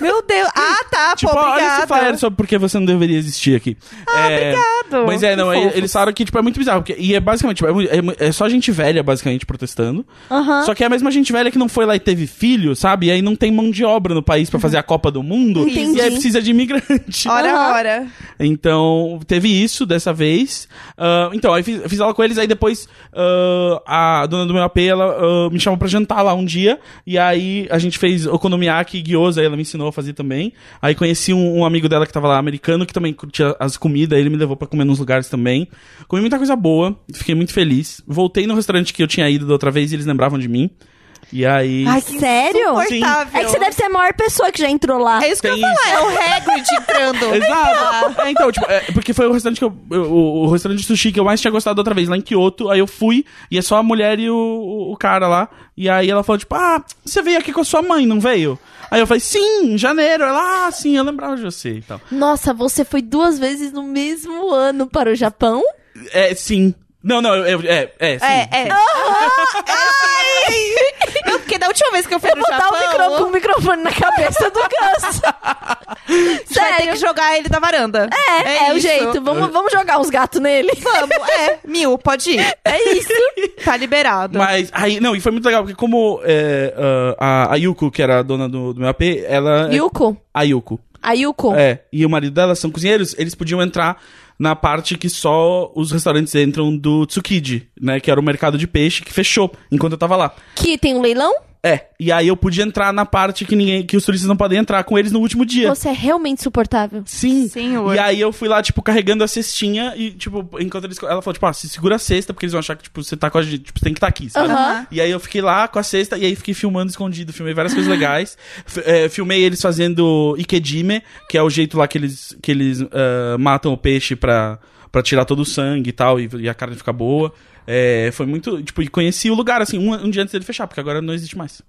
Speaker 3: Meu Deus. Ah, tá,
Speaker 1: tipo,
Speaker 3: pô,
Speaker 1: ó, olha esse
Speaker 3: obrigada.
Speaker 1: flyer sobre porque você não deveria existir aqui. Ah,
Speaker 3: obrigado.
Speaker 1: Mas é,
Speaker 3: Que
Speaker 1: não, aí
Speaker 3: fofos.
Speaker 1: eles falaram que, tipo, é muito bizarro. Porque, e é basicamente, tipo, é mu- é, mu- é só gente velha, basicamente, protestando.
Speaker 2: Aham.
Speaker 1: Só que é a mesma gente velha que não foi lá e teve filho, sabe? E aí não tem mão de obra no país pra fazer a Copa do Mundo.
Speaker 2: Entendi.
Speaker 1: E aí precisa de imigrante.
Speaker 3: Ora,
Speaker 2: Aham.
Speaker 3: ora.
Speaker 1: Então, teve isso dessa vez. Ah, então, aí fiz, fiz aula com eles, aí depois ah, a dona do meu AP, ela ah, me chamou pra jantar lá um dia. E aí a gente fez okonomiyaki e gyoza, aí ela me ensinou a fazer também. Aí conheci um, um amigo dela que tava lá, americano, que também curtia as comidas, aí ele me levou pra comer nos lugares também. Comi muita coisa boa, fiquei muito feliz. Voltei no restaurante que eu tinha ido da outra vez e eles lembravam de mim. E aí.
Speaker 3: Ai, que
Speaker 2: Sério?
Speaker 3: insuportável.
Speaker 2: É que você deve ser a maior pessoa que já entrou lá.
Speaker 3: É isso que eu
Speaker 1: Tem
Speaker 3: ia falar, é o Hagrid entrando.
Speaker 1: Exato. É, então, tipo, é, porque foi o restaurante que eu, eu- o, o restaurante de sushi que eu mais tinha gostado outra vez, lá em Kyoto. Aí eu fui, e é só a mulher e o, o- o cara lá. E aí ela falou, tipo, ah, você veio aqui com a sua mãe, não veio? Aí eu falei, sim, em janeiro. Ela, ah, sim, eu lembrava de você Então, e tal.
Speaker 2: Nossa, você foi duas vezes no mesmo ano para o Japão?
Speaker 1: É, sim. Não, não, eu, eu- é, é, sim.
Speaker 3: É, é. Eu, porque da última vez que eu fui
Speaker 2: Eu
Speaker 3: no
Speaker 2: vou dar
Speaker 3: Japão,
Speaker 2: o micro- com o microfone na cabeça do Gus.
Speaker 3: a gente vai ter que jogar ele da varanda.
Speaker 2: É, é, o
Speaker 3: isso.
Speaker 2: jeito. Vamos, vamos jogar os gatos nele.
Speaker 3: Vamos, é. Mil, pode ir.
Speaker 2: É isso.
Speaker 3: Tá liberado.
Speaker 1: Mas aí, não, e foi muito legal, porque como é, ah, a, a Yuko, que era a dona do, do meu AP, ela.
Speaker 2: Yuko.
Speaker 1: A Yuko.
Speaker 2: A Yuko.
Speaker 1: É, e o marido dela são cozinheiros, eles podiam entrar na parte que só os restaurantes entram do Tsukiji, né? Que era o mercado de peixe que fechou enquanto eu tava lá.
Speaker 2: Que tem um leilão?
Speaker 1: É, e aí eu podia entrar na parte que ninguém, que os turistas não podem entrar com eles no último dia.
Speaker 2: Você é realmente suportável.
Speaker 1: Sim.
Speaker 3: Senhor.
Speaker 1: E aí eu fui lá, tipo, carregando a cestinha e, tipo, enquanto eles. Ela falou, tipo, ah, se segura a cesta, porque eles vão achar que, tipo, você tá com a gente, tipo, você tem que estar aqui, sabe?
Speaker 2: Aham.
Speaker 1: E aí eu fiquei lá com a cesta e aí fiquei filmando escondido. Filmei várias coisas legais. F- eh, filmei eles fazendo Ikedime, que é o jeito lá que eles, que eles ah, matam o peixe pra, pra tirar todo o sangue e tal, e, e a carne ficar boa. Eh, foi muito. Tipo, e conheci o lugar, assim, um, um dia antes dele fechar, porque agora não existe mais.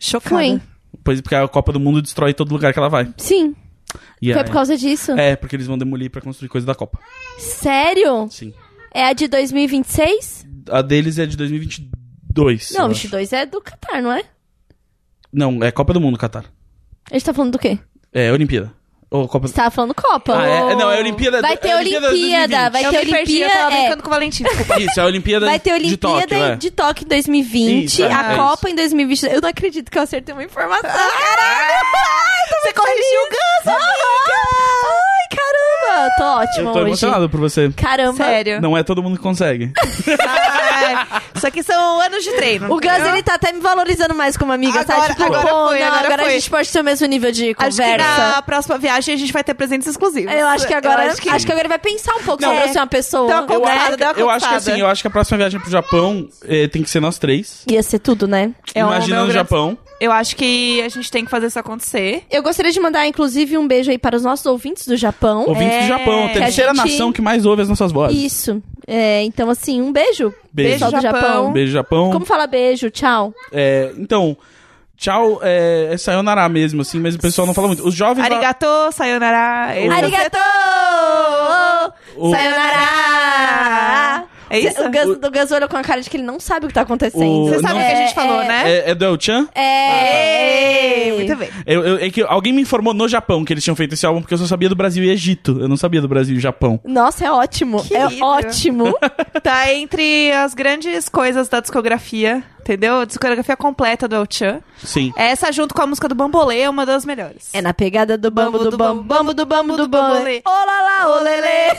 Speaker 3: Chocada.
Speaker 2: Foi.
Speaker 1: Pois porque a Copa do Mundo destrói todo lugar que ela vai.
Speaker 2: Sim.
Speaker 1: E
Speaker 2: Foi
Speaker 1: aí-
Speaker 2: por causa disso.
Speaker 1: É, porque eles vão demolir pra construir coisa da Copa.
Speaker 2: Sério?
Speaker 1: Sim.
Speaker 2: É a de 2026?
Speaker 1: A deles é de 2022.
Speaker 2: não,
Speaker 1: eu
Speaker 2: 22 é do Qatar, não é?
Speaker 1: acho. Não, é Copa do Mundo, Catar.
Speaker 2: A gente tá falando do quê?
Speaker 1: É, Olimpíada. Ou Copa
Speaker 2: Você tava falando Copa. Oh.
Speaker 1: Ah, é? Não, é Olimpíada-
Speaker 2: Vai ter
Speaker 1: é Olimpíada
Speaker 2: Olimpíada.
Speaker 1: 2020.
Speaker 2: Vai
Speaker 3: eu
Speaker 2: ter
Speaker 3: me perdi, eu tava
Speaker 2: Olimpíada. é.
Speaker 3: brincando com o Valentim. desculpa.
Speaker 1: Isso, é a Olimpíada
Speaker 2: Vai ter
Speaker 1: de
Speaker 2: Olimpíada
Speaker 1: Tóquio, é.
Speaker 2: de Tóquio em 2020,
Speaker 1: Isso, é,
Speaker 2: a
Speaker 1: é
Speaker 2: Copa em 2020. Eu não acredito que eu acertei uma informação.
Speaker 3: Ah, Você é corrigiu o Gus,
Speaker 2: Ai, caramba! Tô ótima
Speaker 1: Eu tô
Speaker 2: hoje.
Speaker 1: emocionado por você.
Speaker 2: Caramba.
Speaker 3: Sério.
Speaker 1: Não é todo mundo que consegue.
Speaker 3: Ah, é. Isso aqui são anos de treino.
Speaker 2: O Gus, ele tá até me valorizando mais como amiga, tá?
Speaker 3: Agora-
Speaker 2: Tipo,
Speaker 3: agora
Speaker 2: pô,
Speaker 3: foi,
Speaker 2: não,
Speaker 3: agora
Speaker 2: agora a
Speaker 3: foi.
Speaker 2: gente pode ter o mesmo nível de
Speaker 3: Acho que
Speaker 2: conversa.
Speaker 3: na próxima viagem a gente vai ter presentes exclusivos.
Speaker 2: Eu acho que agora, acho que...
Speaker 3: acho
Speaker 2: agora ele vai pensar um pouco
Speaker 3: Não,
Speaker 2: sobre
Speaker 3: é.
Speaker 2: eu ser uma pessoa. né?
Speaker 3: Deu uma
Speaker 1: Eu,
Speaker 3: Conquistada,
Speaker 1: acho,
Speaker 3: deu uma
Speaker 1: eu acho que
Speaker 3: conquistada.
Speaker 1: assim, eu acho que a próxima viagem pro Japão eh, tem que ser nós três.
Speaker 2: Ia ser tudo, né?
Speaker 3: É o
Speaker 1: Imagina
Speaker 3: meu
Speaker 1: no
Speaker 3: grande-
Speaker 1: Japão.
Speaker 3: Eu acho que a gente tem que fazer isso acontecer.
Speaker 2: Eu gostaria de mandar, inclusive, um beijo aí para os nossos ouvintes do Japão.
Speaker 1: Ouvintes
Speaker 3: É,
Speaker 1: do Japão.
Speaker 3: que
Speaker 1: A
Speaker 3: a
Speaker 1: terceira
Speaker 2: gente-
Speaker 1: nação que mais ouve as nossas vozes.
Speaker 2: Isso. É, então, assim, um beijo.
Speaker 1: Beijo.
Speaker 2: pessoal do
Speaker 3: Japão.
Speaker 2: Japão.
Speaker 1: Beijo, Japão.
Speaker 2: Como fala beijo? Tchau.
Speaker 1: É, então, tchau. É, é sayonara mesmo, assim, mas o pessoal não fala muito. Os jovens... lá-
Speaker 3: Arigato, sayonara. esse é o
Speaker 2: Arigato!
Speaker 1: O-
Speaker 2: Sayonara!
Speaker 3: É isso?
Speaker 2: O Gus, o Gus olhou com a cara de que ele não sabe o que tá acontecendo.
Speaker 1: O-
Speaker 3: Você sabe o
Speaker 1: Não.
Speaker 3: que a
Speaker 2: É,
Speaker 3: gente falou,
Speaker 2: é.
Speaker 3: né?
Speaker 1: É, é do El-chan?
Speaker 2: É!
Speaker 3: Ei, Muito bem.
Speaker 1: Eu- eu- é que alguém me informou no Japão que eles tinham feito esse álbum, porque eu só sabia do Brasil e Egito. Eu não sabia do Brasil e Japão.
Speaker 2: Nossa, é ótimo.
Speaker 3: Que
Speaker 2: é
Speaker 3: lindo.
Speaker 2: ótimo.
Speaker 3: Tá entre as grandes coisas da discografia, entendeu? A discografia completa do El-Chan.
Speaker 1: Sim.
Speaker 3: Essa, junto com a música do Bambolê, é uma das melhores.
Speaker 2: É na pegada do bambo, do bambo, bambo do bambo do bambo.
Speaker 3: bambolê.
Speaker 2: Olá lá, olelê.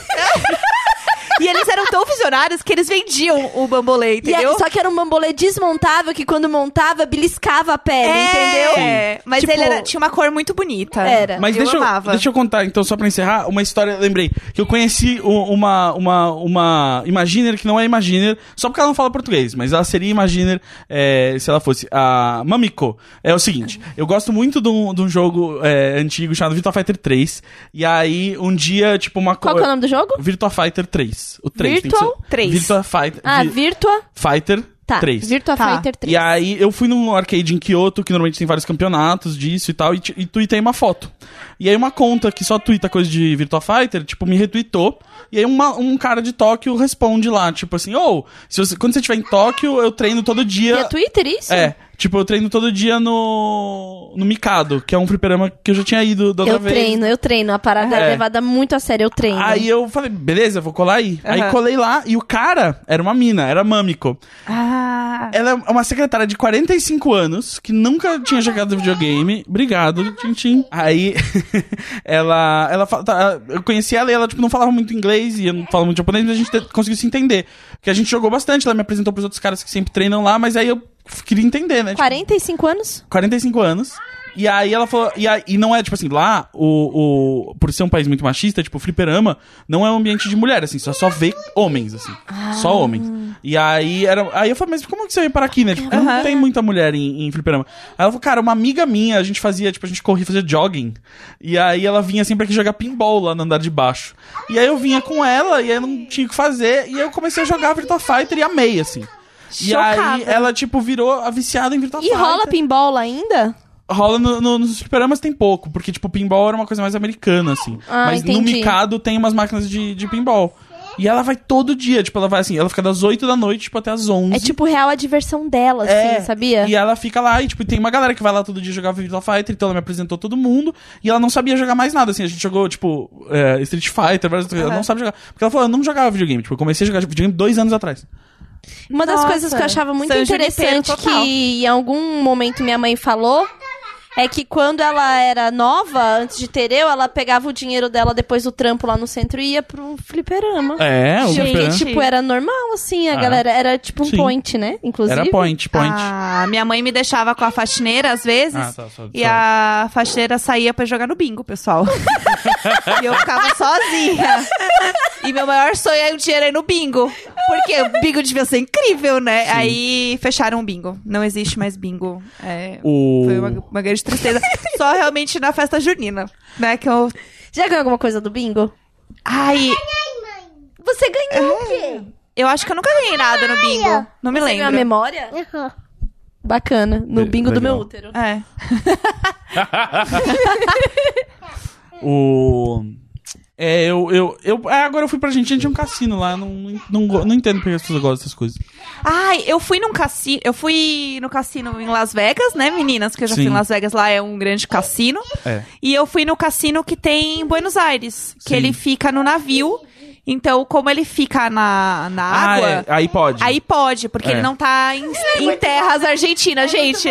Speaker 3: E eles eram tão visionários que eles vendiam o Bambolê,
Speaker 2: E é-
Speaker 3: entendeu?
Speaker 2: Só que era um bambolê desmontável que quando montava, beliscava a pele, entendeu?
Speaker 3: É, mas
Speaker 2: Tipo-
Speaker 3: ele era- tinha uma cor muito bonita.
Speaker 2: Era.
Speaker 1: Mas
Speaker 3: eu
Speaker 1: deixa,
Speaker 3: amava.
Speaker 1: Eu, deixa eu contar, então, só pra encerrar, uma história, lembrei, que eu conheci u- uma, uma, uma Imaginer que não é Imaginer, só porque ela não fala português, mas ela seria Imaginer é, se ela fosse. A Mamiko. É o seguinte, eu gosto muito de um, de um jogo é, antigo chamado Virtua Fighter 3, e aí um dia, tipo, uma
Speaker 2: Qual que é o nome do jogo?
Speaker 1: Virtua Fighter 3. O 3 tem
Speaker 2: Virtual
Speaker 1: que ser.
Speaker 3: 3.
Speaker 1: Virtua Fighter.
Speaker 2: Ah,
Speaker 1: Vi-
Speaker 2: Virtua.
Speaker 1: Fighter
Speaker 2: Tá.
Speaker 1: 3.
Speaker 2: Virtua
Speaker 3: Tá.
Speaker 2: Fighter 3.
Speaker 1: E aí eu fui num arcade em Kyoto, que normalmente tem vários campeonatos disso e tal, e, tu- e tuitei uma foto. E aí uma conta que só tuita coisa de Virtua Fighter, tipo, me retweetou. E aí uma- um cara de Tóquio responde lá, tipo assim, ô, se você- quando você estiver em Tóquio, eu treino todo dia.
Speaker 2: E é Twitter isso?
Speaker 1: É, tipo, eu treino todo dia no. no Mikado, que é um fliperama que eu já tinha ido da outra
Speaker 2: Eu
Speaker 1: vez.
Speaker 2: treino, eu treino. A parada é
Speaker 1: É.
Speaker 2: levada muito a sério, eu treino.
Speaker 1: Aí eu falei, beleza, vou colar aí. Aí
Speaker 3: Aham.
Speaker 1: colei lá e o cara era uma mina, era Mamico.
Speaker 3: Ah,
Speaker 1: Ela é uma secretária de 45 anos que nunca tinha jogado videogame. Obrigado, tchim, tchim. Aí, ela. ela fa- tá, eu conheci ela e ela tipo, não falava muito inglês e eu não falava muito japonês, mas a gente te- conseguiu se entender. Porque a gente jogou bastante, ela me apresentou pros outros caras que sempre treinam lá, mas aí eu f- queria entender, né? Tipo,
Speaker 2: 45 anos?
Speaker 1: 45 anos. E aí ela falou. E, aí- e não é, tipo assim, lá, o, o- Por ser um país muito machista, tipo, o fliperama não é um ambiente de mulher, assim, só, só vê homens, assim.
Speaker 2: Ah.
Speaker 1: Só homens. E aí era. Aí eu falei, mas como que você veio parar aqui, né? Tipo, não tem muita mulher em, em fliperama. Aí ela falou, cara, uma amiga minha, a gente fazia, tipo, a gente corria fazer jogging. E aí ela vinha sempre aqui jogar pinball lá no andar de baixo. E aí eu vinha com ela, e aí eu não tinha o que fazer. E aí eu comecei a jogar Virtua Fighter e amei, assim. E aí
Speaker 3: Chocada.
Speaker 1: ela, tipo, virou a viciada em Virtua
Speaker 2: E
Speaker 1: Fighter.
Speaker 2: rola pinball ainda?
Speaker 1: Rola no- no- nos fliperamas tem pouco, porque, tipo, pinball era uma coisa mais americana, assim.
Speaker 2: Ah,
Speaker 1: Mas no
Speaker 2: entendi.
Speaker 1: Mikado tem umas máquinas de, de pinball. E ela vai todo dia, tipo, ela vai assim, ela fica das 8 da noite, tipo, até as 11.
Speaker 2: É tipo real a diversão dela, assim,
Speaker 1: É,
Speaker 2: sabia?
Speaker 1: E ela fica lá, e tipo, tem uma galera que vai lá todo dia jogar Virtua Fighter, então ela me apresentou todo mundo, e ela não sabia jogar mais nada, assim, a gente jogou, tipo, é, Street Fighter, várias outras coisas, ela não sabe jogar. Porque ela falou, eu não jogava videogame, tipo, eu comecei a jogar videogame dois anos atrás.
Speaker 2: Uma das
Speaker 3: Nossa.
Speaker 2: coisas que eu achava muito
Speaker 3: São Junipero
Speaker 2: interessante que
Speaker 3: total.
Speaker 2: em algum momento minha mãe falou é que quando ela era nova, antes de ter eu, ela pegava o dinheiro dela depois do trampo lá no centro e ia pro fliperama.
Speaker 1: É, o
Speaker 2: Porque,
Speaker 1: fliperama.
Speaker 3: Gente, Fliperama.
Speaker 2: tipo, era normal, assim, a
Speaker 1: Ah.
Speaker 2: galera. Era tipo um
Speaker 1: Sim.
Speaker 2: point, né? Inclusive.
Speaker 1: Era point, point.
Speaker 3: Ah, minha mãe me deixava com a faxineira às vezes.
Speaker 1: Ah, tá, só-
Speaker 3: E
Speaker 1: só-
Speaker 3: a faxineira saía pra jogar no bingo, pessoal. e eu ficava sozinha. E meu maior sonho era o dinheiro aí no bingo. Porque o bingo devia ser incrível, né? Aí fecharam o bingo. Não existe mais bingo. É,
Speaker 1: O...
Speaker 3: Foi uma, uma grande tristeza. Só realmente na festa junina, né? Que eu.
Speaker 2: Já ganhou alguma coisa do bingo?
Speaker 3: Ai,
Speaker 2: Você ganhou o quê?
Speaker 3: eu acho que eu nunca ganhei nada no bingo. Não me
Speaker 2: Você ganhou a
Speaker 3: lembro.
Speaker 2: memória?
Speaker 4: Aham.
Speaker 2: Bacana. No
Speaker 1: Le-
Speaker 2: bingo do meu
Speaker 1: legal.
Speaker 2: útero.
Speaker 3: É.
Speaker 1: O. É, eu. eu, eu é, agora eu fui pra Argentina tinha um cassino lá. Não, não, go- não entendo porque as pessoas gostam dessas coisas.
Speaker 3: Ai, eu fui num cassino. Eu fui no cassino em Las Vegas, né, meninas? Que eu já
Speaker 1: Sim.
Speaker 3: fui em Las Vegas, lá é um grande cassino.
Speaker 1: É.
Speaker 3: E eu fui no cassino que tem em Buenos Aires, que
Speaker 1: Sim.
Speaker 3: ele fica no navio. Então, como ele fica na, na
Speaker 1: Ah,
Speaker 3: água.
Speaker 1: é, aí pode.
Speaker 3: Aí pode, porque
Speaker 1: É.
Speaker 3: ele não tá em, em terras argentinas,
Speaker 2: É
Speaker 3: gente.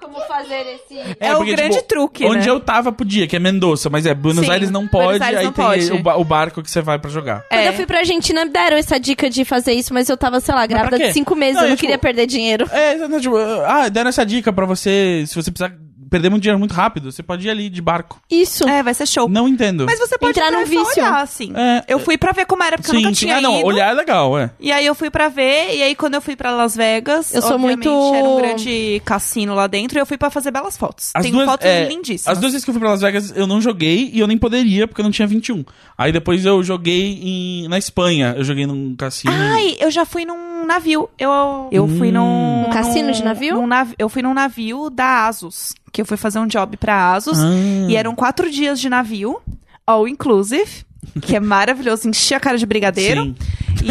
Speaker 2: como, fazer esse.
Speaker 3: é o grande truque,
Speaker 1: tipo, Onde
Speaker 3: né?
Speaker 1: eu tava podia, que é Mendoza, mas é Buenos
Speaker 3: Sim,
Speaker 1: Aires não
Speaker 3: Buenos
Speaker 1: pode,
Speaker 3: Aires
Speaker 1: aí
Speaker 3: não
Speaker 1: tem
Speaker 3: pode.
Speaker 1: O, ba- o barco que você vai pra jogar.
Speaker 2: Quando
Speaker 3: É.
Speaker 2: eu fui pra Argentina, me deram essa dica de fazer isso, mas eu tava, sei lá,
Speaker 1: pra
Speaker 2: grávida
Speaker 1: quê?
Speaker 2: de cinco meses,
Speaker 1: Não,
Speaker 2: eu não
Speaker 1: é, tipo-
Speaker 2: queria perder dinheiro.
Speaker 1: É, exatamente, tipo, ah, deram essa dica pra você. Se você precisar perder muito dinheiro muito rápido, você pode ir ali de barco.
Speaker 2: Isso.
Speaker 3: É, vai ser show.
Speaker 1: Não entendo.
Speaker 3: Mas você pode
Speaker 2: Entrar
Speaker 3: entrar
Speaker 2: num
Speaker 3: no
Speaker 2: vício.
Speaker 3: olhar, assim.
Speaker 1: É.
Speaker 3: Eu fui pra ver como era, porque eu nunca tinha
Speaker 1: Ah, não,
Speaker 3: ido.
Speaker 1: olhar é legal, é.
Speaker 3: E aí eu fui pra ver, e aí quando eu fui pra Las Vegas,
Speaker 2: Eu sou
Speaker 3: obviamente,
Speaker 2: muito-
Speaker 3: era um grande cassino lá dentro, e eu fui pra fazer belas fotos. Tem fotos
Speaker 1: é,
Speaker 3: lindíssimas.
Speaker 1: As duas vezes que eu fui pra Las Vegas, eu não joguei e eu nem poderia, porque eu não tinha 21. Aí depois eu joguei em- na Espanha. Eu joguei num cassino.
Speaker 3: Ai, eu já fui num navio. Eu, eu fui num.
Speaker 2: Um cassino
Speaker 3: num-
Speaker 2: de navio?
Speaker 3: num navi- eu fui num navio da Asus, que eu fui fazer um job pra Asus.
Speaker 1: Ah.
Speaker 3: E eram quatro dias de navio, all inclusive, que é maravilhoso. Enchi a cara de brigadeiro.
Speaker 1: Sim.
Speaker 3: é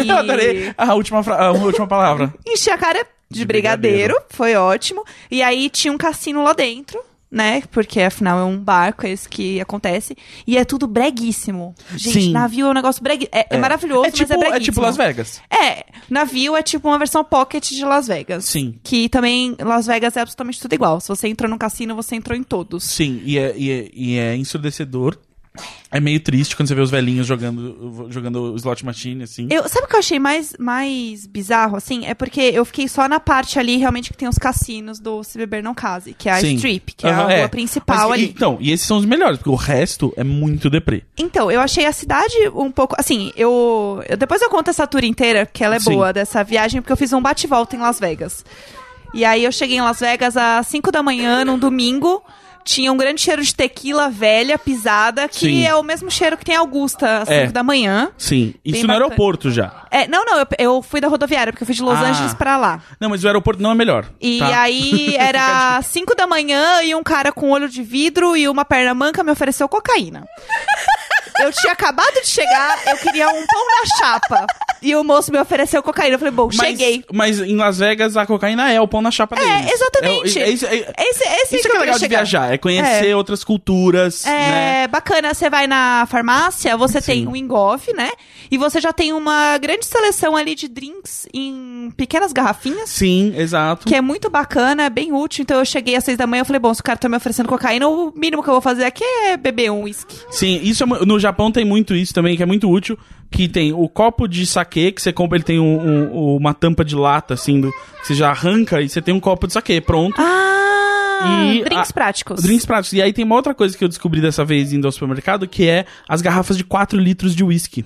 Speaker 3: E...
Speaker 1: Eu adorei a última, fra- a última palavra.
Speaker 3: Enchi a cara de,
Speaker 1: De brigadeiro.
Speaker 3: brigadeiro, foi ótimo. E aí tinha um cassino lá dentro, né? Porque afinal é um barco, é isso que acontece. E é tudo breguíssimo. Gente,
Speaker 1: Sim.
Speaker 3: navio é um negócio bregue... é, é maravilhoso,
Speaker 1: é, tipo,
Speaker 3: mas é breguíssimo.
Speaker 1: tipo Las Vegas.
Speaker 3: É, navio é tipo uma versão pocket de Las Vegas.
Speaker 1: Sim.
Speaker 3: Que também, Las Vegas é absolutamente tudo igual. Se você entrou no cassino, você entrou em todos.
Speaker 1: Sim, e é, e é, e é ensurdecedor. É meio triste quando você vê os velhinhos jogando, jogando slot machine, assim.
Speaker 3: Eu, sabe o que eu achei mais, mais bizarro, assim? É porque eu fiquei só na parte ali, realmente, que tem os cassinos do Se Beber Não Case, que é a
Speaker 1: Sim.
Speaker 3: Strip, que é a
Speaker 1: Aham,
Speaker 3: rua
Speaker 1: é.
Speaker 3: principal
Speaker 1: Mas,
Speaker 3: ali.
Speaker 1: Então, e esses são os melhores, porque o resto é muito deprê.
Speaker 3: Então, eu achei a cidade um pouco. Assim, eu. eu- depois eu conto essa tour inteira, que ela é
Speaker 1: Sim.
Speaker 3: boa dessa viagem, porque eu fiz um bate-volta em Las Vegas. E aí eu cheguei em Las Vegas às 5 da manhã, num domingo. Tinha um grande cheiro de tequila velha, pisada, que
Speaker 1: Sim.
Speaker 3: é o mesmo cheiro que tem em Augusta às
Speaker 1: É.
Speaker 3: 5 da manhã.
Speaker 1: Sim, isso no
Speaker 3: bacana.
Speaker 1: aeroporto já.
Speaker 3: É, não, não, eu, eu fui da rodoviária, porque eu fui de Los
Speaker 1: Ah.
Speaker 3: Angeles pra lá.
Speaker 1: Não, mas o aeroporto não é melhor.
Speaker 3: E
Speaker 1: tá?
Speaker 3: aí era 5 da manhã e um cara com olho de vidro e uma perna manca me ofereceu cocaína. Eu tinha acabado de chegar, eu queria um pão na chapa. E o moço me ofereceu cocaína. Eu falei, bom,
Speaker 1: Mas-
Speaker 3: cheguei.
Speaker 1: Mas em Las Vegas a cocaína é o pão na chapa deles.
Speaker 3: É, exatamente.
Speaker 1: É, é, isso- é-
Speaker 3: Esse, esse
Speaker 1: isso
Speaker 3: que
Speaker 1: que é
Speaker 3: eu queria
Speaker 1: legal de
Speaker 3: chegar.
Speaker 1: viajar, é conhecer outras culturas, né?
Speaker 3: É bacana, você vai na farmácia, você
Speaker 1: Sim.
Speaker 3: tem um engolfe, né? E você já tem uma grande seleção ali de drinks em pequenas garrafinhas.
Speaker 1: Sim, exato.
Speaker 3: Que é muito bacana, é bem útil. Então eu cheguei às seis da manhã, eu falei, bom, se o cara tá me oferecendo cocaína, o mínimo que eu vou fazer aqui é beber um uísque.
Speaker 1: Sim, isso é mu- no Japão tem muito isso também, que é muito útil, que tem o copo de saquê que você compra, ele tem um- um- uma tampa de lata assim, do, que você já arranca e você tem um copo de saquê pronto.
Speaker 3: Ah! Ah,
Speaker 1: E
Speaker 3: drinks
Speaker 1: a-
Speaker 3: práticos.
Speaker 1: Drinks práticos. E aí tem uma outra coisa que eu descobri dessa vez indo ao supermercado, que é as garrafas de 4 litros de whisky.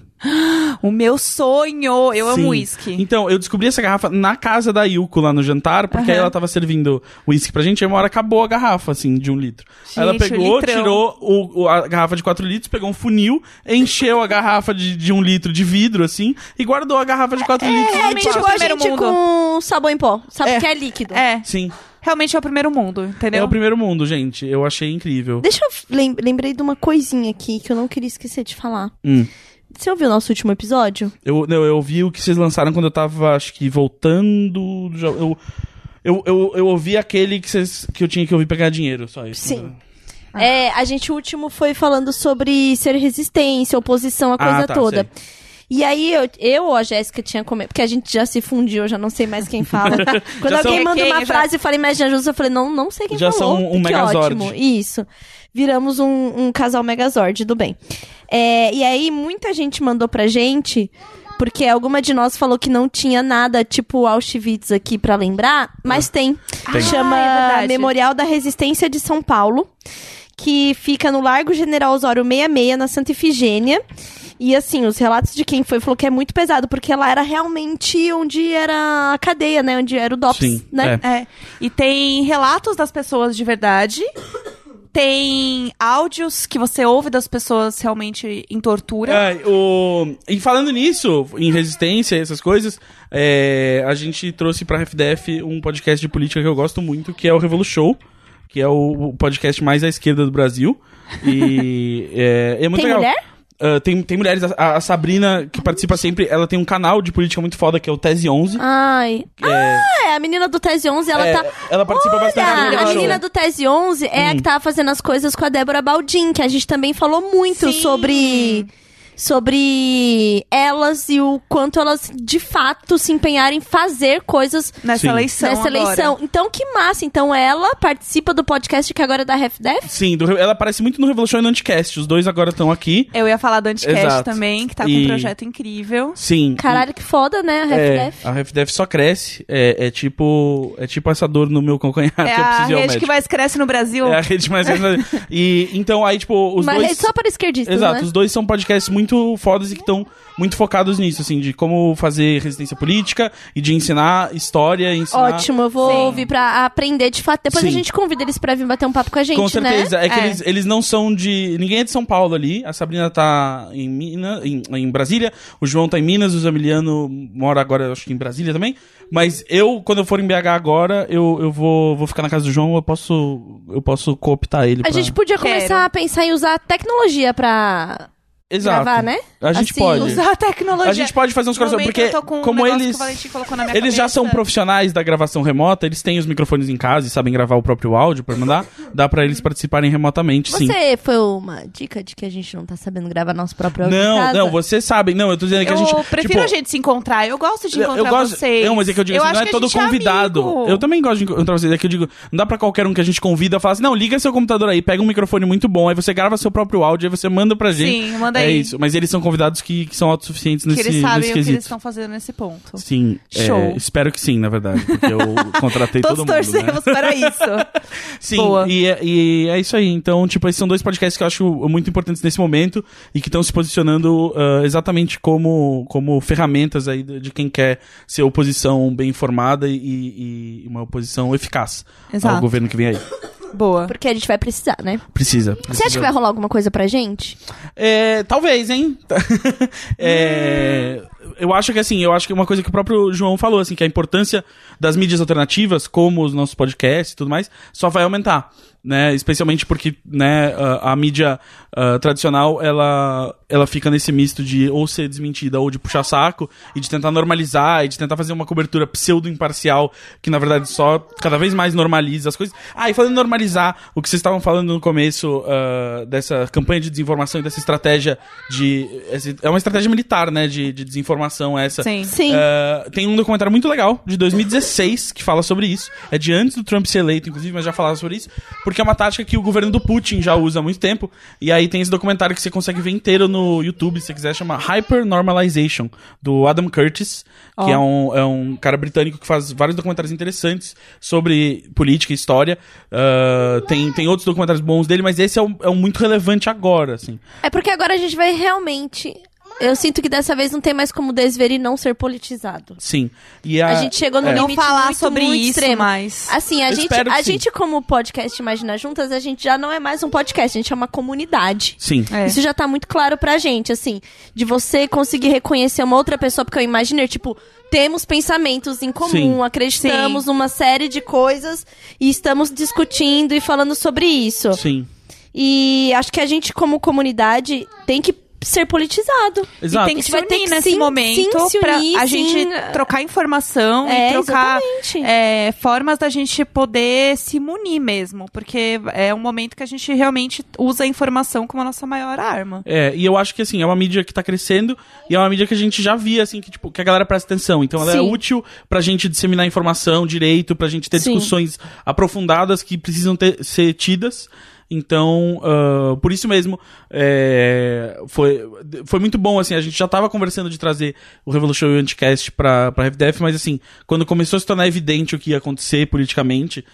Speaker 3: O meu sonho. Eu
Speaker 1: Sim.
Speaker 3: amo uísque.
Speaker 1: Então, eu descobri essa garrafa na casa da Yuko lá no jantar, porque aí ela tava servindo uísque pra gente, aí uma hora acabou a garrafa, assim, de um litro. Aí ela
Speaker 3: Gente,
Speaker 1: pegou,
Speaker 3: litrão.
Speaker 1: tirou o- o- a garrafa de 4 litros, pegou um funil, encheu a garrafa de, de um litro de vidro, assim, e guardou a garrafa de 4 litros.
Speaker 2: É
Speaker 1: no
Speaker 3: realmente
Speaker 2: tipo
Speaker 1: plástico.
Speaker 2: a
Speaker 3: primeiro
Speaker 2: gente
Speaker 3: mundo.
Speaker 2: com sabão em pó. Sabe
Speaker 1: É.
Speaker 2: que é líquido.
Speaker 3: É,
Speaker 1: Sim,
Speaker 3: realmente é o primeiro mundo,
Speaker 1: é
Speaker 3: entendeu?
Speaker 1: o primeiro mundo, gente. Eu achei incrível.
Speaker 2: Deixa eu... lem- Lembrei de uma coisinha aqui que eu não queria esquecer de falar.
Speaker 1: Hum.
Speaker 2: Você ouviu o nosso último episódio?
Speaker 1: Eu, não, eu ouvi o que vocês lançaram quando eu tava, acho que, voltando. do jo- Eu, eu, eu, eu ouvi aquele que, vocês, que eu tinha que ouvir pra ganhar dinheiro, só isso.
Speaker 2: Sim. É, a gente o último foi falando sobre ser resistência, oposição, a
Speaker 1: Ah,
Speaker 2: coisa
Speaker 1: tá,
Speaker 2: toda. E aí eu, eu ou a Jéssica tinha comido, porque a gente já se fundiu, eu já não sei mais quem fala. Quando
Speaker 1: Já
Speaker 2: alguém
Speaker 1: são-
Speaker 2: manda
Speaker 3: Quem,
Speaker 2: uma
Speaker 3: já-
Speaker 2: frase e fala imagem justa, eu falei, não, não sei quem
Speaker 1: Já
Speaker 2: falou.
Speaker 1: são um
Speaker 2: que
Speaker 1: megazord.
Speaker 2: ótimo. Isso. Viramos um, um casal megazord do bem. É, e aí muita gente mandou pra gente, porque alguma de nós falou que não tinha nada, tipo Auschwitz aqui pra lembrar, mas tem.
Speaker 1: Ah, Tem.
Speaker 2: Chama
Speaker 3: Ah, é verdade.
Speaker 2: Memorial da Resistência de São Paulo, que fica no Largo General Osório 66, na Santa Ifigênia. E assim, os relatos de quem foi falou que é muito pesado, porque lá era realmente onde era a cadeia, né? Onde era o DOPS,
Speaker 1: Sim,
Speaker 2: né?
Speaker 3: É. E tem relatos das pessoas de verdade. Tem áudios que você ouve das pessoas realmente em tortura.
Speaker 1: Ai, É, o... E falando nisso, em resistência e essas coisas, é, a gente trouxe pra FDF um podcast de política que eu gosto muito, que é o Revolu Show, que é o o podcast mais à esquerda do Brasil. E é, é muito
Speaker 2: Tem
Speaker 1: legal.
Speaker 2: mulher?
Speaker 1: Ah, tem, tem mulheres, a, a Sabrina, que participa sempre, ela tem um canal de política muito foda, que é o Tese 11.
Speaker 2: Ai.
Speaker 1: É,
Speaker 2: Ah, é, a menina do Tese 11, ela
Speaker 1: é,
Speaker 2: tá.
Speaker 1: ela participa bastante do Hum.
Speaker 2: Olha,
Speaker 1: Revolu
Speaker 2: a
Speaker 1: Show.
Speaker 2: menina do Tese 11 é a que tava fazendo as coisas com a Débora Baldin, que a gente também falou muito
Speaker 3: Sim.
Speaker 2: sobre sobre elas e o quanto elas de fato se empenharam em fazer coisas
Speaker 3: Nessa
Speaker 1: Sim.
Speaker 3: eleição.
Speaker 2: nessa
Speaker 3: agora.
Speaker 2: eleição. Então que massa, então ela participa do podcast que agora é da RefDef?
Speaker 1: Sim, do Re- ela aparece muito no Revolution e no Anticast. Os dois agora estão aqui.
Speaker 3: Eu ia falar do Anticast
Speaker 1: Exato.
Speaker 3: também, que tá com
Speaker 1: E-
Speaker 3: um projeto incrível.
Speaker 1: Sim.
Speaker 2: Caralho, que foda, né, a
Speaker 1: É,
Speaker 2: RefDef?
Speaker 1: a RefDef só cresce. É, é tipo é tipo essa dor no meu calcanhar
Speaker 3: É
Speaker 1: que eu
Speaker 3: a
Speaker 1: preciso ir ao
Speaker 3: rede que
Speaker 1: médico.
Speaker 3: mais cresce no Brasil.
Speaker 1: É a rede mais E então aí tipo os
Speaker 2: Mas
Speaker 1: dois
Speaker 2: é só para esquerdistas,
Speaker 1: Exato,
Speaker 2: né?
Speaker 1: os dois são podcasts muito fodas e que estão muito focados nisso, assim, de como fazer resistência política e de ensinar história, ensinar
Speaker 2: Ótimo, eu vou
Speaker 3: Sim.
Speaker 2: ouvir pra aprender de fato. Depois a
Speaker 1: Sim.
Speaker 2: gente convida eles pra vir bater um papo com a gente,
Speaker 1: Com certeza.
Speaker 2: né?
Speaker 1: É que
Speaker 3: É.
Speaker 1: Eles, eles não são de. Ninguém é de São Paulo ali. A Sabrina tá em Minas, em, em Brasília. O João tá em Minas. O Zamiliano mora agora, acho que em Brasília também. Mas eu, quando eu for em BH agora, eu, eu vou, vou ficar na casa do João. Eu posso, eu posso cooptar ele.
Speaker 2: A
Speaker 1: pra-
Speaker 2: gente podia
Speaker 3: Quero.
Speaker 2: começar a pensar em usar tecnologia pra
Speaker 1: Exato.
Speaker 2: gravar, né?
Speaker 1: A gente
Speaker 2: Assim,
Speaker 1: pode.
Speaker 3: Usar a tecnologia.
Speaker 1: A gente pode fazer uns
Speaker 3: No
Speaker 1: corações,
Speaker 3: momento
Speaker 1: porque
Speaker 3: eu tô com um
Speaker 1: como
Speaker 3: negócio
Speaker 1: eles-
Speaker 3: que o Valentim colocou na minha
Speaker 1: Eles já
Speaker 3: cabeça.
Speaker 1: são profissionais da gravação remota, eles têm os microfones em casa e sabem gravar o próprio áudio pra mandar. Dá pra eles participarem remotamente, sim.
Speaker 2: Você foi uma dica de que a gente não tá sabendo gravar nosso próprio áudio em
Speaker 1: Não,
Speaker 2: casa?
Speaker 1: não, vocês sabem. Não, eu tô dizendo que
Speaker 3: eu
Speaker 1: a gente.
Speaker 3: prefiro
Speaker 1: tipo,
Speaker 3: a gente se encontrar. Eu gosto de encontrar
Speaker 1: eu gosto,
Speaker 3: vocês.
Speaker 1: Não, mas é que eu digo assim,
Speaker 3: acho
Speaker 1: não é
Speaker 3: que a
Speaker 1: todo
Speaker 3: gente
Speaker 1: convidado.
Speaker 3: amigo.
Speaker 1: eu também gosto de encontrar vocês. É que eu digo, não dá pra qualquer um que a gente convida falar assim, não, liga seu computador aí, pega um microfone muito bom, aí você grava seu próprio áudio, aí você manda pra gente.
Speaker 3: Sim, manda
Speaker 1: é
Speaker 3: aí.
Speaker 1: isso. Mas eles são convidados que, que são autossuficientes nesse,
Speaker 3: que eles sabem
Speaker 1: nesse
Speaker 3: o que
Speaker 1: quesito.
Speaker 3: eles estão fazendo nesse ponto.
Speaker 1: Sim, é,
Speaker 3: Show.
Speaker 1: espero que sim, na verdade, porque eu contratei todo
Speaker 3: Todos
Speaker 1: mundo. né?
Speaker 3: torcemos para isso.
Speaker 1: Sim,
Speaker 3: Boa.
Speaker 1: E, é- e é isso aí. Então, tipo, esses são dois podcasts que eu acho muito importantes nesse momento e que estão se posicionando ah, exatamente como, como ferramentas aí de de quem quer ser oposição bem informada e, e uma oposição eficaz
Speaker 3: Exato.
Speaker 1: ao governo que vem aí.
Speaker 3: Boa.
Speaker 2: Porque a gente vai precisar, né?
Speaker 1: Precisa.
Speaker 2: Você acha que vai rolar alguma coisa pra gente?
Speaker 1: É, talvez, hein? É, eu acho que assim, eu acho que uma coisa que o próprio João falou, assim, que a importância das mídias alternativas, como os nossos podcasts e tudo mais, só vai aumentar, né? Especialmente porque, né, a, a mídia ah, tradicional, ela, ela fica nesse misto de ou ser desmentida ou de puxar saco e de tentar normalizar e de tentar fazer uma cobertura pseudo-imparcial que, na verdade, só cada vez mais normaliza as coisas. Ah, e falando em normalizar, o que vocês estavam falando no começo ah, dessa campanha de desinformação e dessa estratégia de... esse- É uma estratégia militar, né, de, de desinformação essa.
Speaker 3: Sim.
Speaker 2: Sim.
Speaker 1: Ah, tem um documentário muito legal, de 2016, que fala sobre isso. É de antes do Trump ser eleito, inclusive, mas já falava sobre isso. Porque é uma tática que o governo do Putin já usa há muito tempo. E aí tem esse documentário que você consegue ver inteiro no, no YouTube, se você quiser, chama Hyper Normalization, do Adam Curtis, que é, um, é um cara britânico que faz vários documentários interessantes sobre política e história. Ah, tem, tem outros documentários bons dele, mas esse é um, é um muito relevante agora, assim.
Speaker 2: É porque agora a gente vai realmente. Eu sinto que dessa vez não tem mais como desver e não ser politizado.
Speaker 1: Sim. E
Speaker 2: A gente chegou no
Speaker 1: é.
Speaker 2: limite
Speaker 3: Não falar
Speaker 2: muito,
Speaker 3: sobre
Speaker 2: muito
Speaker 3: isso
Speaker 2: extremo.
Speaker 3: mais.
Speaker 2: Assim, a
Speaker 1: Eu
Speaker 2: gente,
Speaker 1: espero que
Speaker 2: a
Speaker 1: sim.
Speaker 2: gente como podcast Imagina Juntas, a gente já não é mais um podcast, a gente é uma comunidade.
Speaker 1: Sim.
Speaker 3: É.
Speaker 2: Isso já tá muito claro pra gente, assim, de você conseguir reconhecer uma outra pessoa, porque eu imagino, tipo, temos pensamentos em comum,
Speaker 1: Sim.
Speaker 2: acreditamos
Speaker 3: Sim.
Speaker 2: numa série de coisas e estamos discutindo e falando sobre isso.
Speaker 1: Sim.
Speaker 2: E acho que a gente, como comunidade, tem que ser politizado.
Speaker 1: Exato.
Speaker 3: E tem
Speaker 2: gente
Speaker 3: que se
Speaker 2: vai
Speaker 3: unir
Speaker 2: ter que
Speaker 3: nesse
Speaker 2: sim-
Speaker 3: momento
Speaker 2: sim, se
Speaker 3: pra
Speaker 2: unir,
Speaker 3: a
Speaker 2: sim.
Speaker 3: gente trocar informação
Speaker 2: É,
Speaker 3: e trocar
Speaker 2: exatamente.
Speaker 3: é, formas da gente poder se munir mesmo. Porque é um momento que a gente realmente usa a informação como a nossa maior arma.
Speaker 1: É, e eu acho que assim, é uma mídia que tá crescendo e é uma mídia que a gente já via, assim, que, tipo, que a galera presta atenção. Então ela é
Speaker 2: Sim.
Speaker 1: útil pra gente disseminar informação direito, pra gente ter
Speaker 2: Sim.
Speaker 1: discussões aprofundadas que precisam ter- ser tidas. Então, ah, por isso mesmo, é, foi, foi muito bom, assim, a gente já tava conversando de trazer o Revolution e o Anticast pra, pra RevDef, mas assim, quando começou a se tornar evidente o que ia acontecer politicamente,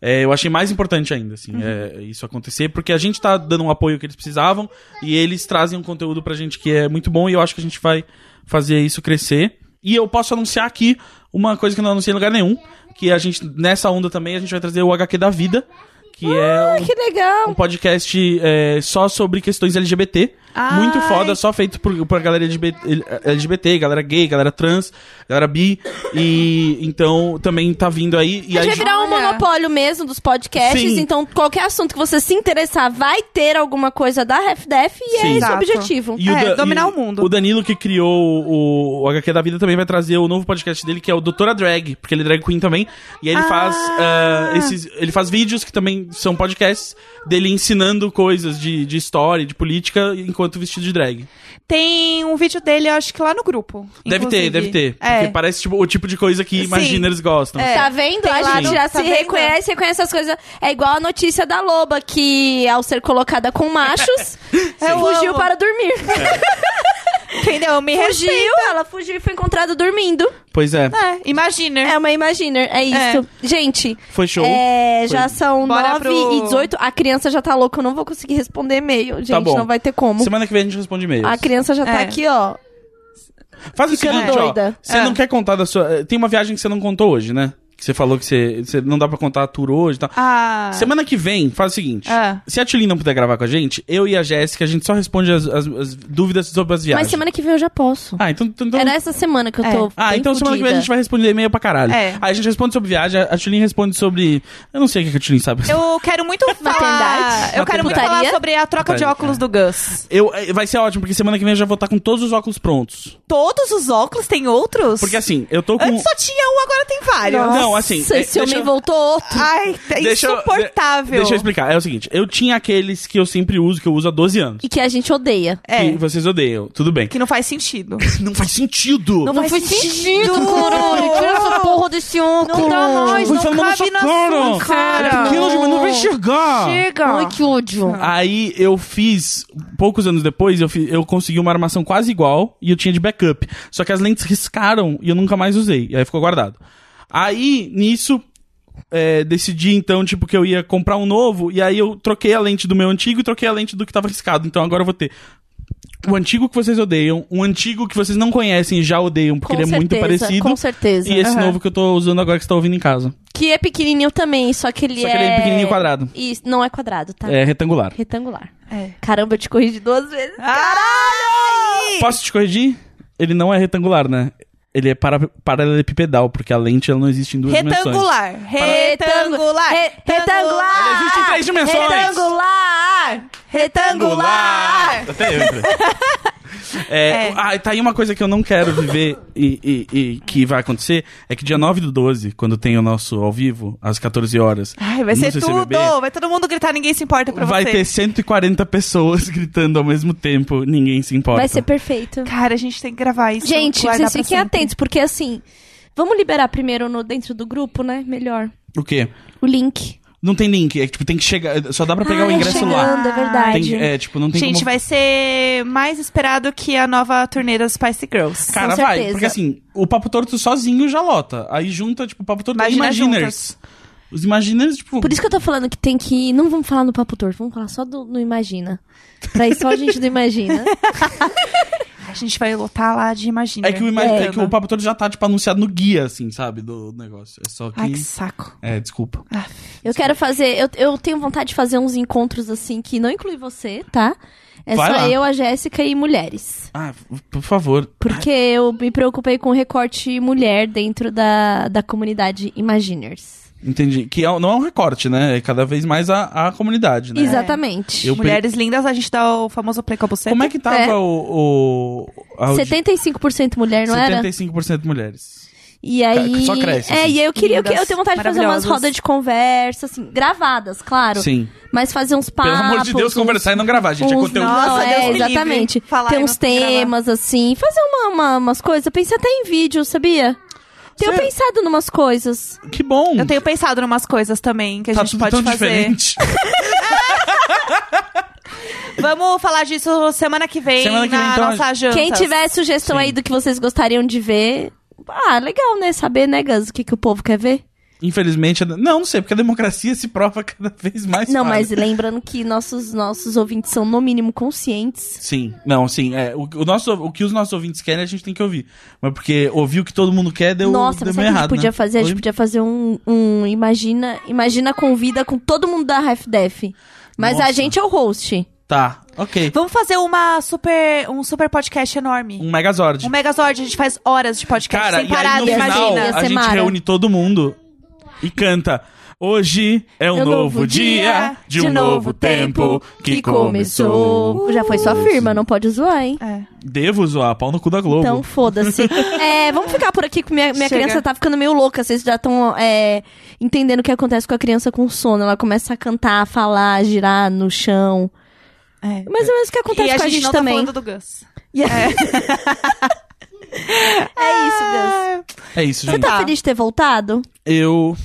Speaker 1: é, eu achei mais importante ainda, assim,
Speaker 2: Uhum.
Speaker 1: é, isso acontecer, porque a gente tá dando um apoio que eles precisavam e eles trazem um conteúdo pra gente que é muito bom e eu acho que a gente vai fazer isso crescer. E eu posso anunciar aqui uma coisa que eu não anunciei em lugar nenhum, que a gente, nessa onda também, a gente vai trazer o HQ da Vida, que é um
Speaker 2: Que legal!
Speaker 1: um podcast é, só sobre questões LGBT.
Speaker 3: Ai.
Speaker 1: Muito foda, só feito por, por galera LGBT, LGBT, galera gay, galera trans, galera bi. E então também tá vindo aí. E
Speaker 2: a
Speaker 1: aí
Speaker 2: gente vai virar um
Speaker 3: Olha.
Speaker 2: monopólio mesmo dos podcasts,
Speaker 1: Sim.
Speaker 2: então qualquer assunto que você se interessar vai ter alguma coisa da RefDef e
Speaker 1: Sim.
Speaker 2: é esse o
Speaker 3: Exato.
Speaker 2: objetivo.
Speaker 1: E
Speaker 3: É,
Speaker 1: Da-
Speaker 3: dominar o mundo.
Speaker 1: O Danilo, que criou o, o HQ da Vida, também vai trazer o novo podcast dele, que é o Doutora Drag, porque ele é drag queen também. E aí ele
Speaker 3: Ah.
Speaker 1: faz ah, esses. Ele faz vídeos que também são podcasts dele ensinando coisas de, de história, de política, enquanto vestido de drag.
Speaker 3: Tem um vídeo dele, eu acho que lá no grupo.
Speaker 1: Deve
Speaker 3: inclusive.
Speaker 1: ter, deve ter.
Speaker 3: É.
Speaker 1: Porque parece tipo, o tipo de coisa que
Speaker 3: Sim.
Speaker 1: Imaginers gostam.
Speaker 3: É.
Speaker 2: Tá vendo?
Speaker 3: Tem
Speaker 2: a
Speaker 3: lá
Speaker 2: gente
Speaker 3: no-
Speaker 2: já
Speaker 3: tá
Speaker 2: se
Speaker 3: vendo?
Speaker 2: reconhece, reconhece as coisas. É igual a notícia da loba, que ao ser colocada com machos,
Speaker 3: Eu
Speaker 2: fugiu
Speaker 3: amo.
Speaker 2: para dormir.
Speaker 3: É, Entendeu? Eu Me
Speaker 2: fugiu,
Speaker 3: regiu.
Speaker 2: ela fugiu e foi encontrada dormindo.
Speaker 1: Pois é.
Speaker 3: É, imagina.
Speaker 2: É uma Imaginer, é isso. Gente,
Speaker 1: Foi show.
Speaker 2: é,
Speaker 1: Foi.
Speaker 2: já são
Speaker 3: Bora
Speaker 2: 9
Speaker 3: pro-
Speaker 2: e 18. A criança já tá louca, eu não vou conseguir responder e-mail, gente.
Speaker 1: Tá bom.
Speaker 2: Não vai ter como.
Speaker 1: Semana que vem a gente responde e-mails.
Speaker 2: A criança já tá
Speaker 3: É.
Speaker 2: aqui, ó.
Speaker 1: Faz o
Speaker 2: ficando
Speaker 1: seguinte,
Speaker 2: doida.
Speaker 1: ó. Você
Speaker 3: É.
Speaker 1: não quer contar da sua. eh, Tem uma viagem que você não contou hoje, né? Que você falou que você, você não dá pra contar a tour hoje e tal.
Speaker 3: Ah,
Speaker 1: Semana que vem, faz o seguinte.
Speaker 3: Ah.
Speaker 1: Se a Tilly não puder gravar com a gente, eu e a Jéssica, a gente só responde as, as- as dúvidas sobre as viagens.
Speaker 2: Mas semana que vem eu já posso.
Speaker 1: Ah, então. então...
Speaker 2: Era essa semana que eu
Speaker 3: É.
Speaker 2: tô.
Speaker 1: Ah,
Speaker 2: bem
Speaker 1: então semana que vem a
Speaker 2: fodida.
Speaker 1: gente vai responder e-mail pra caralho.
Speaker 3: É.
Speaker 1: Aí a gente responde sobre viagem, a Tulin responde sobre. Eu não sei o que que a Tulin sabe.
Speaker 3: eu quero muito falar.
Speaker 2: Maternidade?
Speaker 3: Eu quero muito
Speaker 2: Putaria?
Speaker 3: falar sobre a troca de
Speaker 1: Putaria,
Speaker 3: óculos do Gus.
Speaker 1: Eu, eh, vai ser ótimo, porque semana que vem eu já vou estar com todos os óculos prontos.
Speaker 3: Todos os óculos têm outros?
Speaker 1: Porque assim, eu tô com.
Speaker 3: Antes só tinha um, agora tem vários.
Speaker 1: Nossa. Não, assim,
Speaker 2: Nossa,
Speaker 1: é,
Speaker 2: Esse homem
Speaker 1: deixa eu-
Speaker 2: voltou outro.
Speaker 3: Ai, é
Speaker 1: eu- de-
Speaker 3: insuportável.
Speaker 1: deixa eu explicar. É o seguinte, eu tinha aqueles que eu sempre uso, que eu uso há 12 anos.
Speaker 2: E que a gente odeia.
Speaker 1: Que
Speaker 3: É,
Speaker 1: vocês odeiam, tudo bem.
Speaker 3: que não faz sentido.
Speaker 1: Não faz sentido!
Speaker 3: Não faz sentido,
Speaker 2: caralho. Tira essa porra desse óculos.
Speaker 3: Não dá mais,
Speaker 1: Vou
Speaker 3: não
Speaker 1: enfiar na
Speaker 3: cabe na
Speaker 1: sua
Speaker 3: sua cara.
Speaker 1: É pequeno, mas não vai enxergar!
Speaker 3: Chega.
Speaker 2: Ai, que ódio.
Speaker 1: Ah, Aí eu fiz, poucos anos depois, eu, fi- eu consegui uma armação quase igual e eu tinha de backup. Só que as lentes riscaram e eu nunca mais usei. E aí ficou guardado. Aí, nisso, é, decidi então, tipo, que eu ia comprar um novo. E aí eu troquei a lente do meu antigo e troquei a lente do que tava riscado. Então agora eu vou ter. O antigo que vocês odeiam, um antigo que vocês não conhecem e já odeiam porque
Speaker 2: Com
Speaker 1: ele é muito
Speaker 2: certeza,
Speaker 1: parecido.
Speaker 2: Com certeza.
Speaker 1: E esse
Speaker 3: Aham.
Speaker 1: novo que eu tô usando agora que você tá ouvindo em casa.
Speaker 2: Que é pequenininho também, só que ele
Speaker 1: Só
Speaker 2: é...
Speaker 1: que ele é pequenininho quadrado.
Speaker 2: Isso, não é quadrado, tá?
Speaker 1: É retangular.
Speaker 2: Retangular.
Speaker 3: É.
Speaker 2: Caramba, eu te corrigi duas vezes.
Speaker 3: Caralho!
Speaker 1: Posso te corrigir? Ele não é retangular, né? Ele é para, paralelepipedal, porque a lente ela não existe em duas dimensões.
Speaker 3: Retangular. Retangular.
Speaker 2: Re- Retangular.
Speaker 1: Ela existe em três dimensões.
Speaker 2: Retangular. Retangular.
Speaker 1: Até eu entrei. É,
Speaker 3: É.
Speaker 1: Ah, tá aí uma coisa que eu não quero viver e, e- e que vai acontecer: é que dia 9 do 12, quando tem o nosso ao vivo, às 14 horas.
Speaker 3: Ai, vai
Speaker 1: no
Speaker 3: ser tudo.
Speaker 1: CCBB,
Speaker 3: Vai todo mundo gritar, ninguém se importa pra
Speaker 1: Vai
Speaker 3: você.
Speaker 1: ter 140 pessoas gritando ao mesmo tempo, ninguém se importa.
Speaker 2: Vai ser perfeito.
Speaker 3: Cara, a gente tem que gravar isso.
Speaker 2: Gente,
Speaker 3: Então, guardar
Speaker 2: vocês
Speaker 3: pra
Speaker 2: fiquem
Speaker 3: sempre.
Speaker 2: atentos, porque assim... Vamos liberar primeiro no, dentro do grupo, né? Melhor.
Speaker 1: O quê?
Speaker 2: O link.
Speaker 1: Não tem link, é que, tipo, tem que chegar. Só dá pra pegar
Speaker 2: Ah,
Speaker 1: o
Speaker 2: é
Speaker 1: ingresso lá.
Speaker 2: chegando, é verdade.
Speaker 1: Tem- é, tipo, não tem
Speaker 3: Gente,
Speaker 1: como...
Speaker 3: vai ser mais esperado que a nova turnê das Spice Girls.
Speaker 1: Cara,
Speaker 2: Com
Speaker 1: vai,
Speaker 2: certeza.
Speaker 1: porque assim, o Papo Torto sozinho já lota. Aí junta, tipo, o Papo Torto
Speaker 3: Imagina
Speaker 1: e Imaginers. Os Imaginers, tipo.
Speaker 2: Por isso que eu tô falando que tem que. Não vamos falar no papo torto, vamos falar só do no Imagina. Pra ir só a gente do Imagina.
Speaker 3: A gente vai lotar lá de Imagina.
Speaker 1: é que, o imagi... é que o Papo Torto já tá, tipo, anunciado no guia, assim, sabe? Do negócio. É só que.
Speaker 3: Ai, que saco.
Speaker 1: É, desculpa.
Speaker 2: Eu quero fazer. Eu, eu tenho vontade de fazer uns encontros assim que não inclui você, tá? É
Speaker 1: Vai
Speaker 2: só
Speaker 1: lá.
Speaker 2: eu, a Jéssica e mulheres.
Speaker 1: Ah, por favor.
Speaker 2: Porque eu me preocupei com o recorte mulher dentro da, da comunidade Imaginers.
Speaker 1: Entendi. Que é um- não é um recorte, né? É cada vez mais a, a comunidade, né?
Speaker 2: Exatamente.
Speaker 1: Eu pe-
Speaker 3: Mulheres lindas, a gente dá o famoso play com a buceta.
Speaker 1: Como é que tava
Speaker 2: É.
Speaker 1: o. o a audi-
Speaker 2: 75% mulher, não era?
Speaker 1: 75% mulheres.
Speaker 2: E aí.
Speaker 1: só cresce,
Speaker 2: É,
Speaker 1: assim.
Speaker 2: e aí eu queria. Eu, que-
Speaker 3: Lindas,
Speaker 2: eu tenho vontade de fazer umas
Speaker 3: maravilhosas.
Speaker 2: rodas de conversa, assim, gravadas, claro.
Speaker 1: Sim.
Speaker 2: Mas fazer uns papos.
Speaker 1: Pelo amor de Deus,
Speaker 2: uns-
Speaker 1: conversar e não gravar, gente. É
Speaker 2: uns-
Speaker 1: conteúdo.
Speaker 3: Nossa,
Speaker 2: não,
Speaker 3: Deus
Speaker 2: é,
Speaker 3: me livre.
Speaker 2: exatamente.
Speaker 3: Falar
Speaker 2: Ter
Speaker 3: e
Speaker 2: uns
Speaker 3: não gravar.
Speaker 2: temas, assim. Fazer uma, uma- umas coisas. Eu pensei até em vídeo, sabia? Tenho
Speaker 1: Sério?
Speaker 2: pensado em umas coisas.
Speaker 1: Que bom.
Speaker 3: Eu tenho pensado em umas coisas também que a
Speaker 1: tá
Speaker 3: gente
Speaker 1: tudo
Speaker 3: pode
Speaker 1: tão
Speaker 3: fazer.
Speaker 1: diferente.
Speaker 3: Vamos falar disso semana que vem
Speaker 1: Semana que vem,
Speaker 3: na
Speaker 1: então, a
Speaker 3: nossa janta.
Speaker 2: Quem tiver sugestão
Speaker 1: Sim.
Speaker 2: aí do que vocês gostariam de ver. Ah, legal, né? Saber, né, Gus, o que, que o povo quer ver.
Speaker 1: Infelizmente. Não, não sei, porque a democracia se prova cada vez mais.
Speaker 2: não,
Speaker 1: falha.
Speaker 2: mas lembrando que nossos, nossos ouvintes são, no mínimo, conscientes.
Speaker 1: Sim, não, sim. É, o, o nosso, o que os nossos ouvintes querem, a gente tem que ouvir. Mas porque ouvir o que todo mundo quer deu,
Speaker 2: Nossa,
Speaker 1: deu
Speaker 2: mas
Speaker 1: meio
Speaker 2: sabe o que a gente
Speaker 1: errado.
Speaker 2: podia
Speaker 1: né?
Speaker 2: fazer? A gente
Speaker 1: Oi?
Speaker 2: podia fazer um, um imagina, imagina convida com todo mundo da Half Def. Mas
Speaker 1: Nossa.
Speaker 2: a gente é o host.
Speaker 1: Tá, ok.
Speaker 3: Vamos fazer uma super, um super podcast enorme.
Speaker 1: Um Megazord.
Speaker 3: Um Megazord, a gente faz horas de podcast
Speaker 1: Cara,
Speaker 3: sem
Speaker 1: e aí
Speaker 3: parar,
Speaker 1: no
Speaker 2: né?
Speaker 1: final
Speaker 3: imagina.
Speaker 1: a
Speaker 2: Ia ser
Speaker 1: gente
Speaker 2: mara.
Speaker 1: reúne todo mundo e canta. Hoje é um
Speaker 2: É um
Speaker 1: novo,
Speaker 2: novo
Speaker 1: dia de um novo tempo que começou.
Speaker 2: Já foi sua firma, não pode zoar, hein?
Speaker 3: É.
Speaker 1: Devo zoar, pau no cu da Globo.
Speaker 2: Então, foda-se. É, vamos ficar por aqui, que minha, minha
Speaker 3: Chega.
Speaker 2: criança tá ficando meio louca. Vocês já estão entendendo o que acontece com a criança com sono. Ela começa a cantar, a falar, a girar no chão.
Speaker 3: É.
Speaker 2: Mais ou menos o que acontece
Speaker 3: E a
Speaker 2: com
Speaker 3: gente,
Speaker 2: a gente
Speaker 3: não
Speaker 2: também.
Speaker 3: tá falando do Gus.
Speaker 2: E- é isso, Gus.
Speaker 1: é isso,
Speaker 2: Você
Speaker 1: gente.
Speaker 2: tá
Speaker 3: Tá.
Speaker 2: feliz de ter voltado?
Speaker 1: Eu.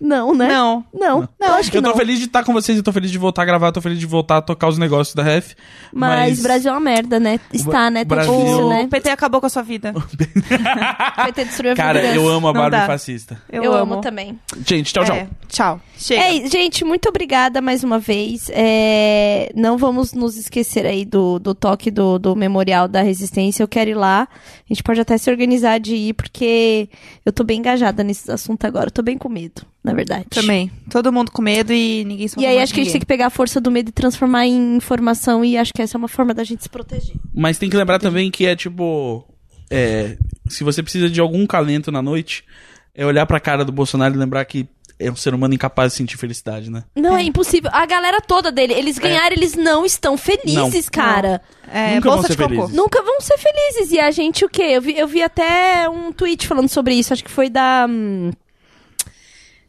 Speaker 2: Não, né?
Speaker 3: Não.
Speaker 2: Não, eu acho que
Speaker 1: eu tô
Speaker 2: não.
Speaker 1: feliz de estar com vocês, eu tô feliz de voltar a gravar, eu tô feliz de voltar a tocar os negócios da Ref.
Speaker 2: Mas,
Speaker 1: Mas
Speaker 2: Brasil é uma merda, né? Está, né? Tá
Speaker 1: Brasil-
Speaker 2: difícil, né?
Speaker 3: O PT acabou com a sua vida.
Speaker 2: Vai ter destruído a
Speaker 1: Cara,
Speaker 2: vida.
Speaker 1: eu amo a
Speaker 3: Não
Speaker 1: Barbie
Speaker 3: dá.
Speaker 1: fascista.
Speaker 3: Eu,
Speaker 2: Eu amo também.
Speaker 1: Gente, tchau, tchau.
Speaker 3: É, tchau. Chega.
Speaker 2: É, gente, muito obrigada mais uma vez. É, não vamos nos esquecer aí do, do toque do, do Memorial da Resistência. Eu quero ir lá. A gente pode até se organizar de ir, porque eu tô bem engajada nesse assunto agora. Eu tô bem com medo, na verdade.
Speaker 3: Também. Todo mundo com medo e ninguém
Speaker 2: E aí, acho que a gente tem que pegar a força do medo e transformar em informação. E acho que essa é uma forma da gente se proteger.
Speaker 1: Mas tem que lembrar também que é tipo. é, se você precisa de algum calento na noite, é olhar pra cara do Bolsonaro e lembrar que é um ser humano incapaz de sentir felicidade, né?
Speaker 2: Não, é, impossível. A galera toda dele, eles ganharam, eles não estão felizes,
Speaker 1: É. Não.
Speaker 2: cara.
Speaker 3: É,
Speaker 1: Nunca vão
Speaker 3: bolsa
Speaker 1: ser
Speaker 3: de cocô.
Speaker 1: felizes.
Speaker 2: Nunca vão ser felizes. E a gente, o quê? Eu vi, eu vi até um tweet falando sobre isso. Acho que foi da. hum,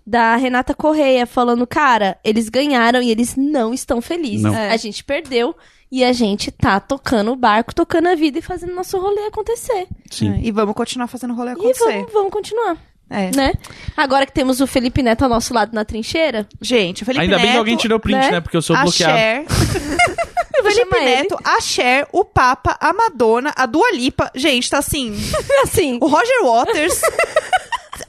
Speaker 2: da Renata Correia falando, cara, eles ganharam e eles não estão felizes.
Speaker 1: Não.
Speaker 2: A gente perdeu e a gente tá tocando o barco, tocando a vida e fazendo nosso rolê acontecer.
Speaker 1: Sim.
Speaker 3: É, E vamos continuar fazendo rolê
Speaker 2: E
Speaker 3: acontecer.
Speaker 2: vamos, vamos continuar,
Speaker 3: É.
Speaker 2: né? Agora que temos o Felipe Neto ao nosso lado na trincheira,
Speaker 3: Gente, o Felipe
Speaker 1: Ainda bem que
Speaker 3: Neto,
Speaker 1: alguém tirou o print, né?
Speaker 2: né?
Speaker 1: Porque eu sou
Speaker 3: a
Speaker 1: bloqueado.
Speaker 3: Cher,
Speaker 2: eu vou
Speaker 3: Felipe
Speaker 2: chamar ele.
Speaker 3: Neto, a Cher, o Papa, a Madonna, a Dua Lipa. Gente, tá assim...
Speaker 2: Assim,
Speaker 3: O Roger Waters...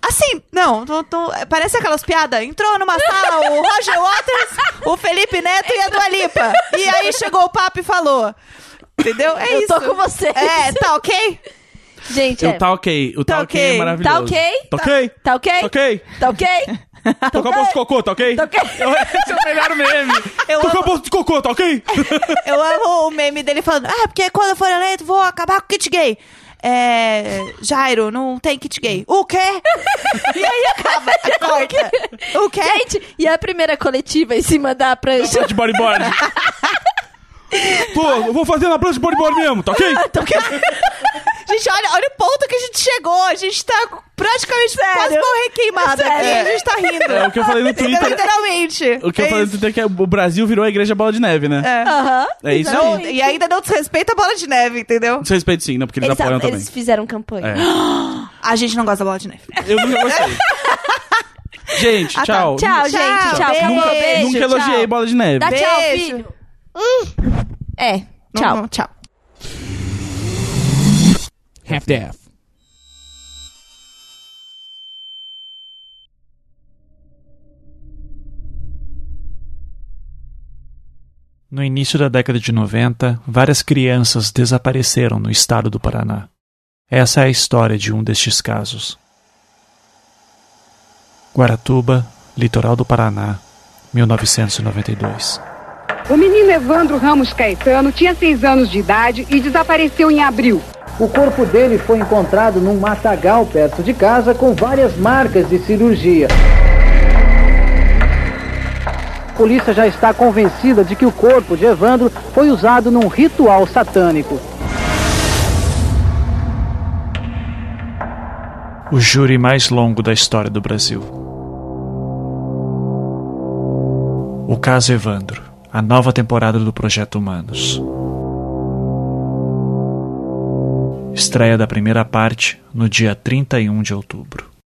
Speaker 3: Assim, não, não- não- parece aquelas piadas. Entrou numa sala o Roger Waters, o Felipe Neto e a Dua Lipa. E aí chegou o Papa e falou. Entendeu? É
Speaker 2: eu
Speaker 3: isso.
Speaker 2: tô com vocês.
Speaker 3: É, tá ok?
Speaker 2: Gente,
Speaker 1: Eu
Speaker 2: é.
Speaker 1: tá ok. O tá,
Speaker 3: Tá
Speaker 1: ok, é
Speaker 3: ok.
Speaker 1: maravilhoso.
Speaker 2: Tá ok?
Speaker 1: Tá ok?
Speaker 2: Tá ok?
Speaker 1: Tá ok?
Speaker 2: Tá ok?
Speaker 1: Tocou a bolsa de cocô, tá ok?
Speaker 2: Tá ok?
Speaker 1: Esse é o melhor meme.
Speaker 3: Eu
Speaker 1: Tocou a
Speaker 3: amo.
Speaker 1: bolsa de cocô, tá ok?
Speaker 3: Eu amo o meme dele falando, ah, porque quando eu for eleito, vou acabar com o kit gay. É. Jairo, não tem kit gay. O quê? E aí acaba, corta. O quê?
Speaker 2: Gente, e a primeira coletiva em cima da prancha?
Speaker 1: Prancha Tá de bodyboard. Pô, eu vou fazer na prancha de bodyboard mesmo, tá ok?
Speaker 2: Tá ok?
Speaker 3: Gente, olha, olha o ponto que a gente chegou. A gente tá praticamente quase morrer queimada. aqui.
Speaker 2: Sério?
Speaker 3: a gente tá rindo.
Speaker 1: É o que eu falei no Twitter.
Speaker 3: Literalmente.
Speaker 1: O que eu
Speaker 3: É
Speaker 1: falei no
Speaker 3: isso.
Speaker 1: Twitter é que o Brasil virou a igreja bola de neve, né?
Speaker 3: É.
Speaker 2: Aham.
Speaker 1: É isso aí.
Speaker 3: Não,
Speaker 2: exatamente.
Speaker 3: e ainda não desrespeita a bola de neve, entendeu?
Speaker 1: Desrespeito sim, não, porque eles
Speaker 2: Eles,
Speaker 1: apoiam também.
Speaker 2: eles fizeram campanha.
Speaker 1: É.
Speaker 3: A gente não gosta da bola de neve.
Speaker 1: Eu nunca gostei. Gente,
Speaker 3: Ah, tá.
Speaker 1: tchau.
Speaker 2: Tchau,
Speaker 3: Tchau,
Speaker 2: gente. Tchau.
Speaker 3: beijo.
Speaker 2: acabou.
Speaker 1: Nunca,
Speaker 2: Beijo,
Speaker 1: nunca
Speaker 2: tchau.
Speaker 1: elogiei bola de neve.
Speaker 2: Dá tchau,
Speaker 3: Beijo. Uh.
Speaker 2: filho. É,
Speaker 3: Não,
Speaker 2: tchau.
Speaker 3: não, tchau.
Speaker 5: Half death.
Speaker 6: No início da década de 90, várias crianças desapareceram no estado do Paraná. Essa é a história de um destes casos. Guaratuba, litoral do Paraná, 1992.
Speaker 7: O menino Evandro Ramos Caetano tinha seis anos de idade e desapareceu em abril.
Speaker 8: O corpo dele foi encontrado num matagal perto de casa com várias marcas de cirurgia. A polícia já está convencida de que o corpo de Evandro foi usado num ritual satânico.
Speaker 6: O júri mais longo da história do Brasil. O caso Evandro, a nova temporada do Projeto Humanos. Estreia da primeira parte no dia 31 de outubro.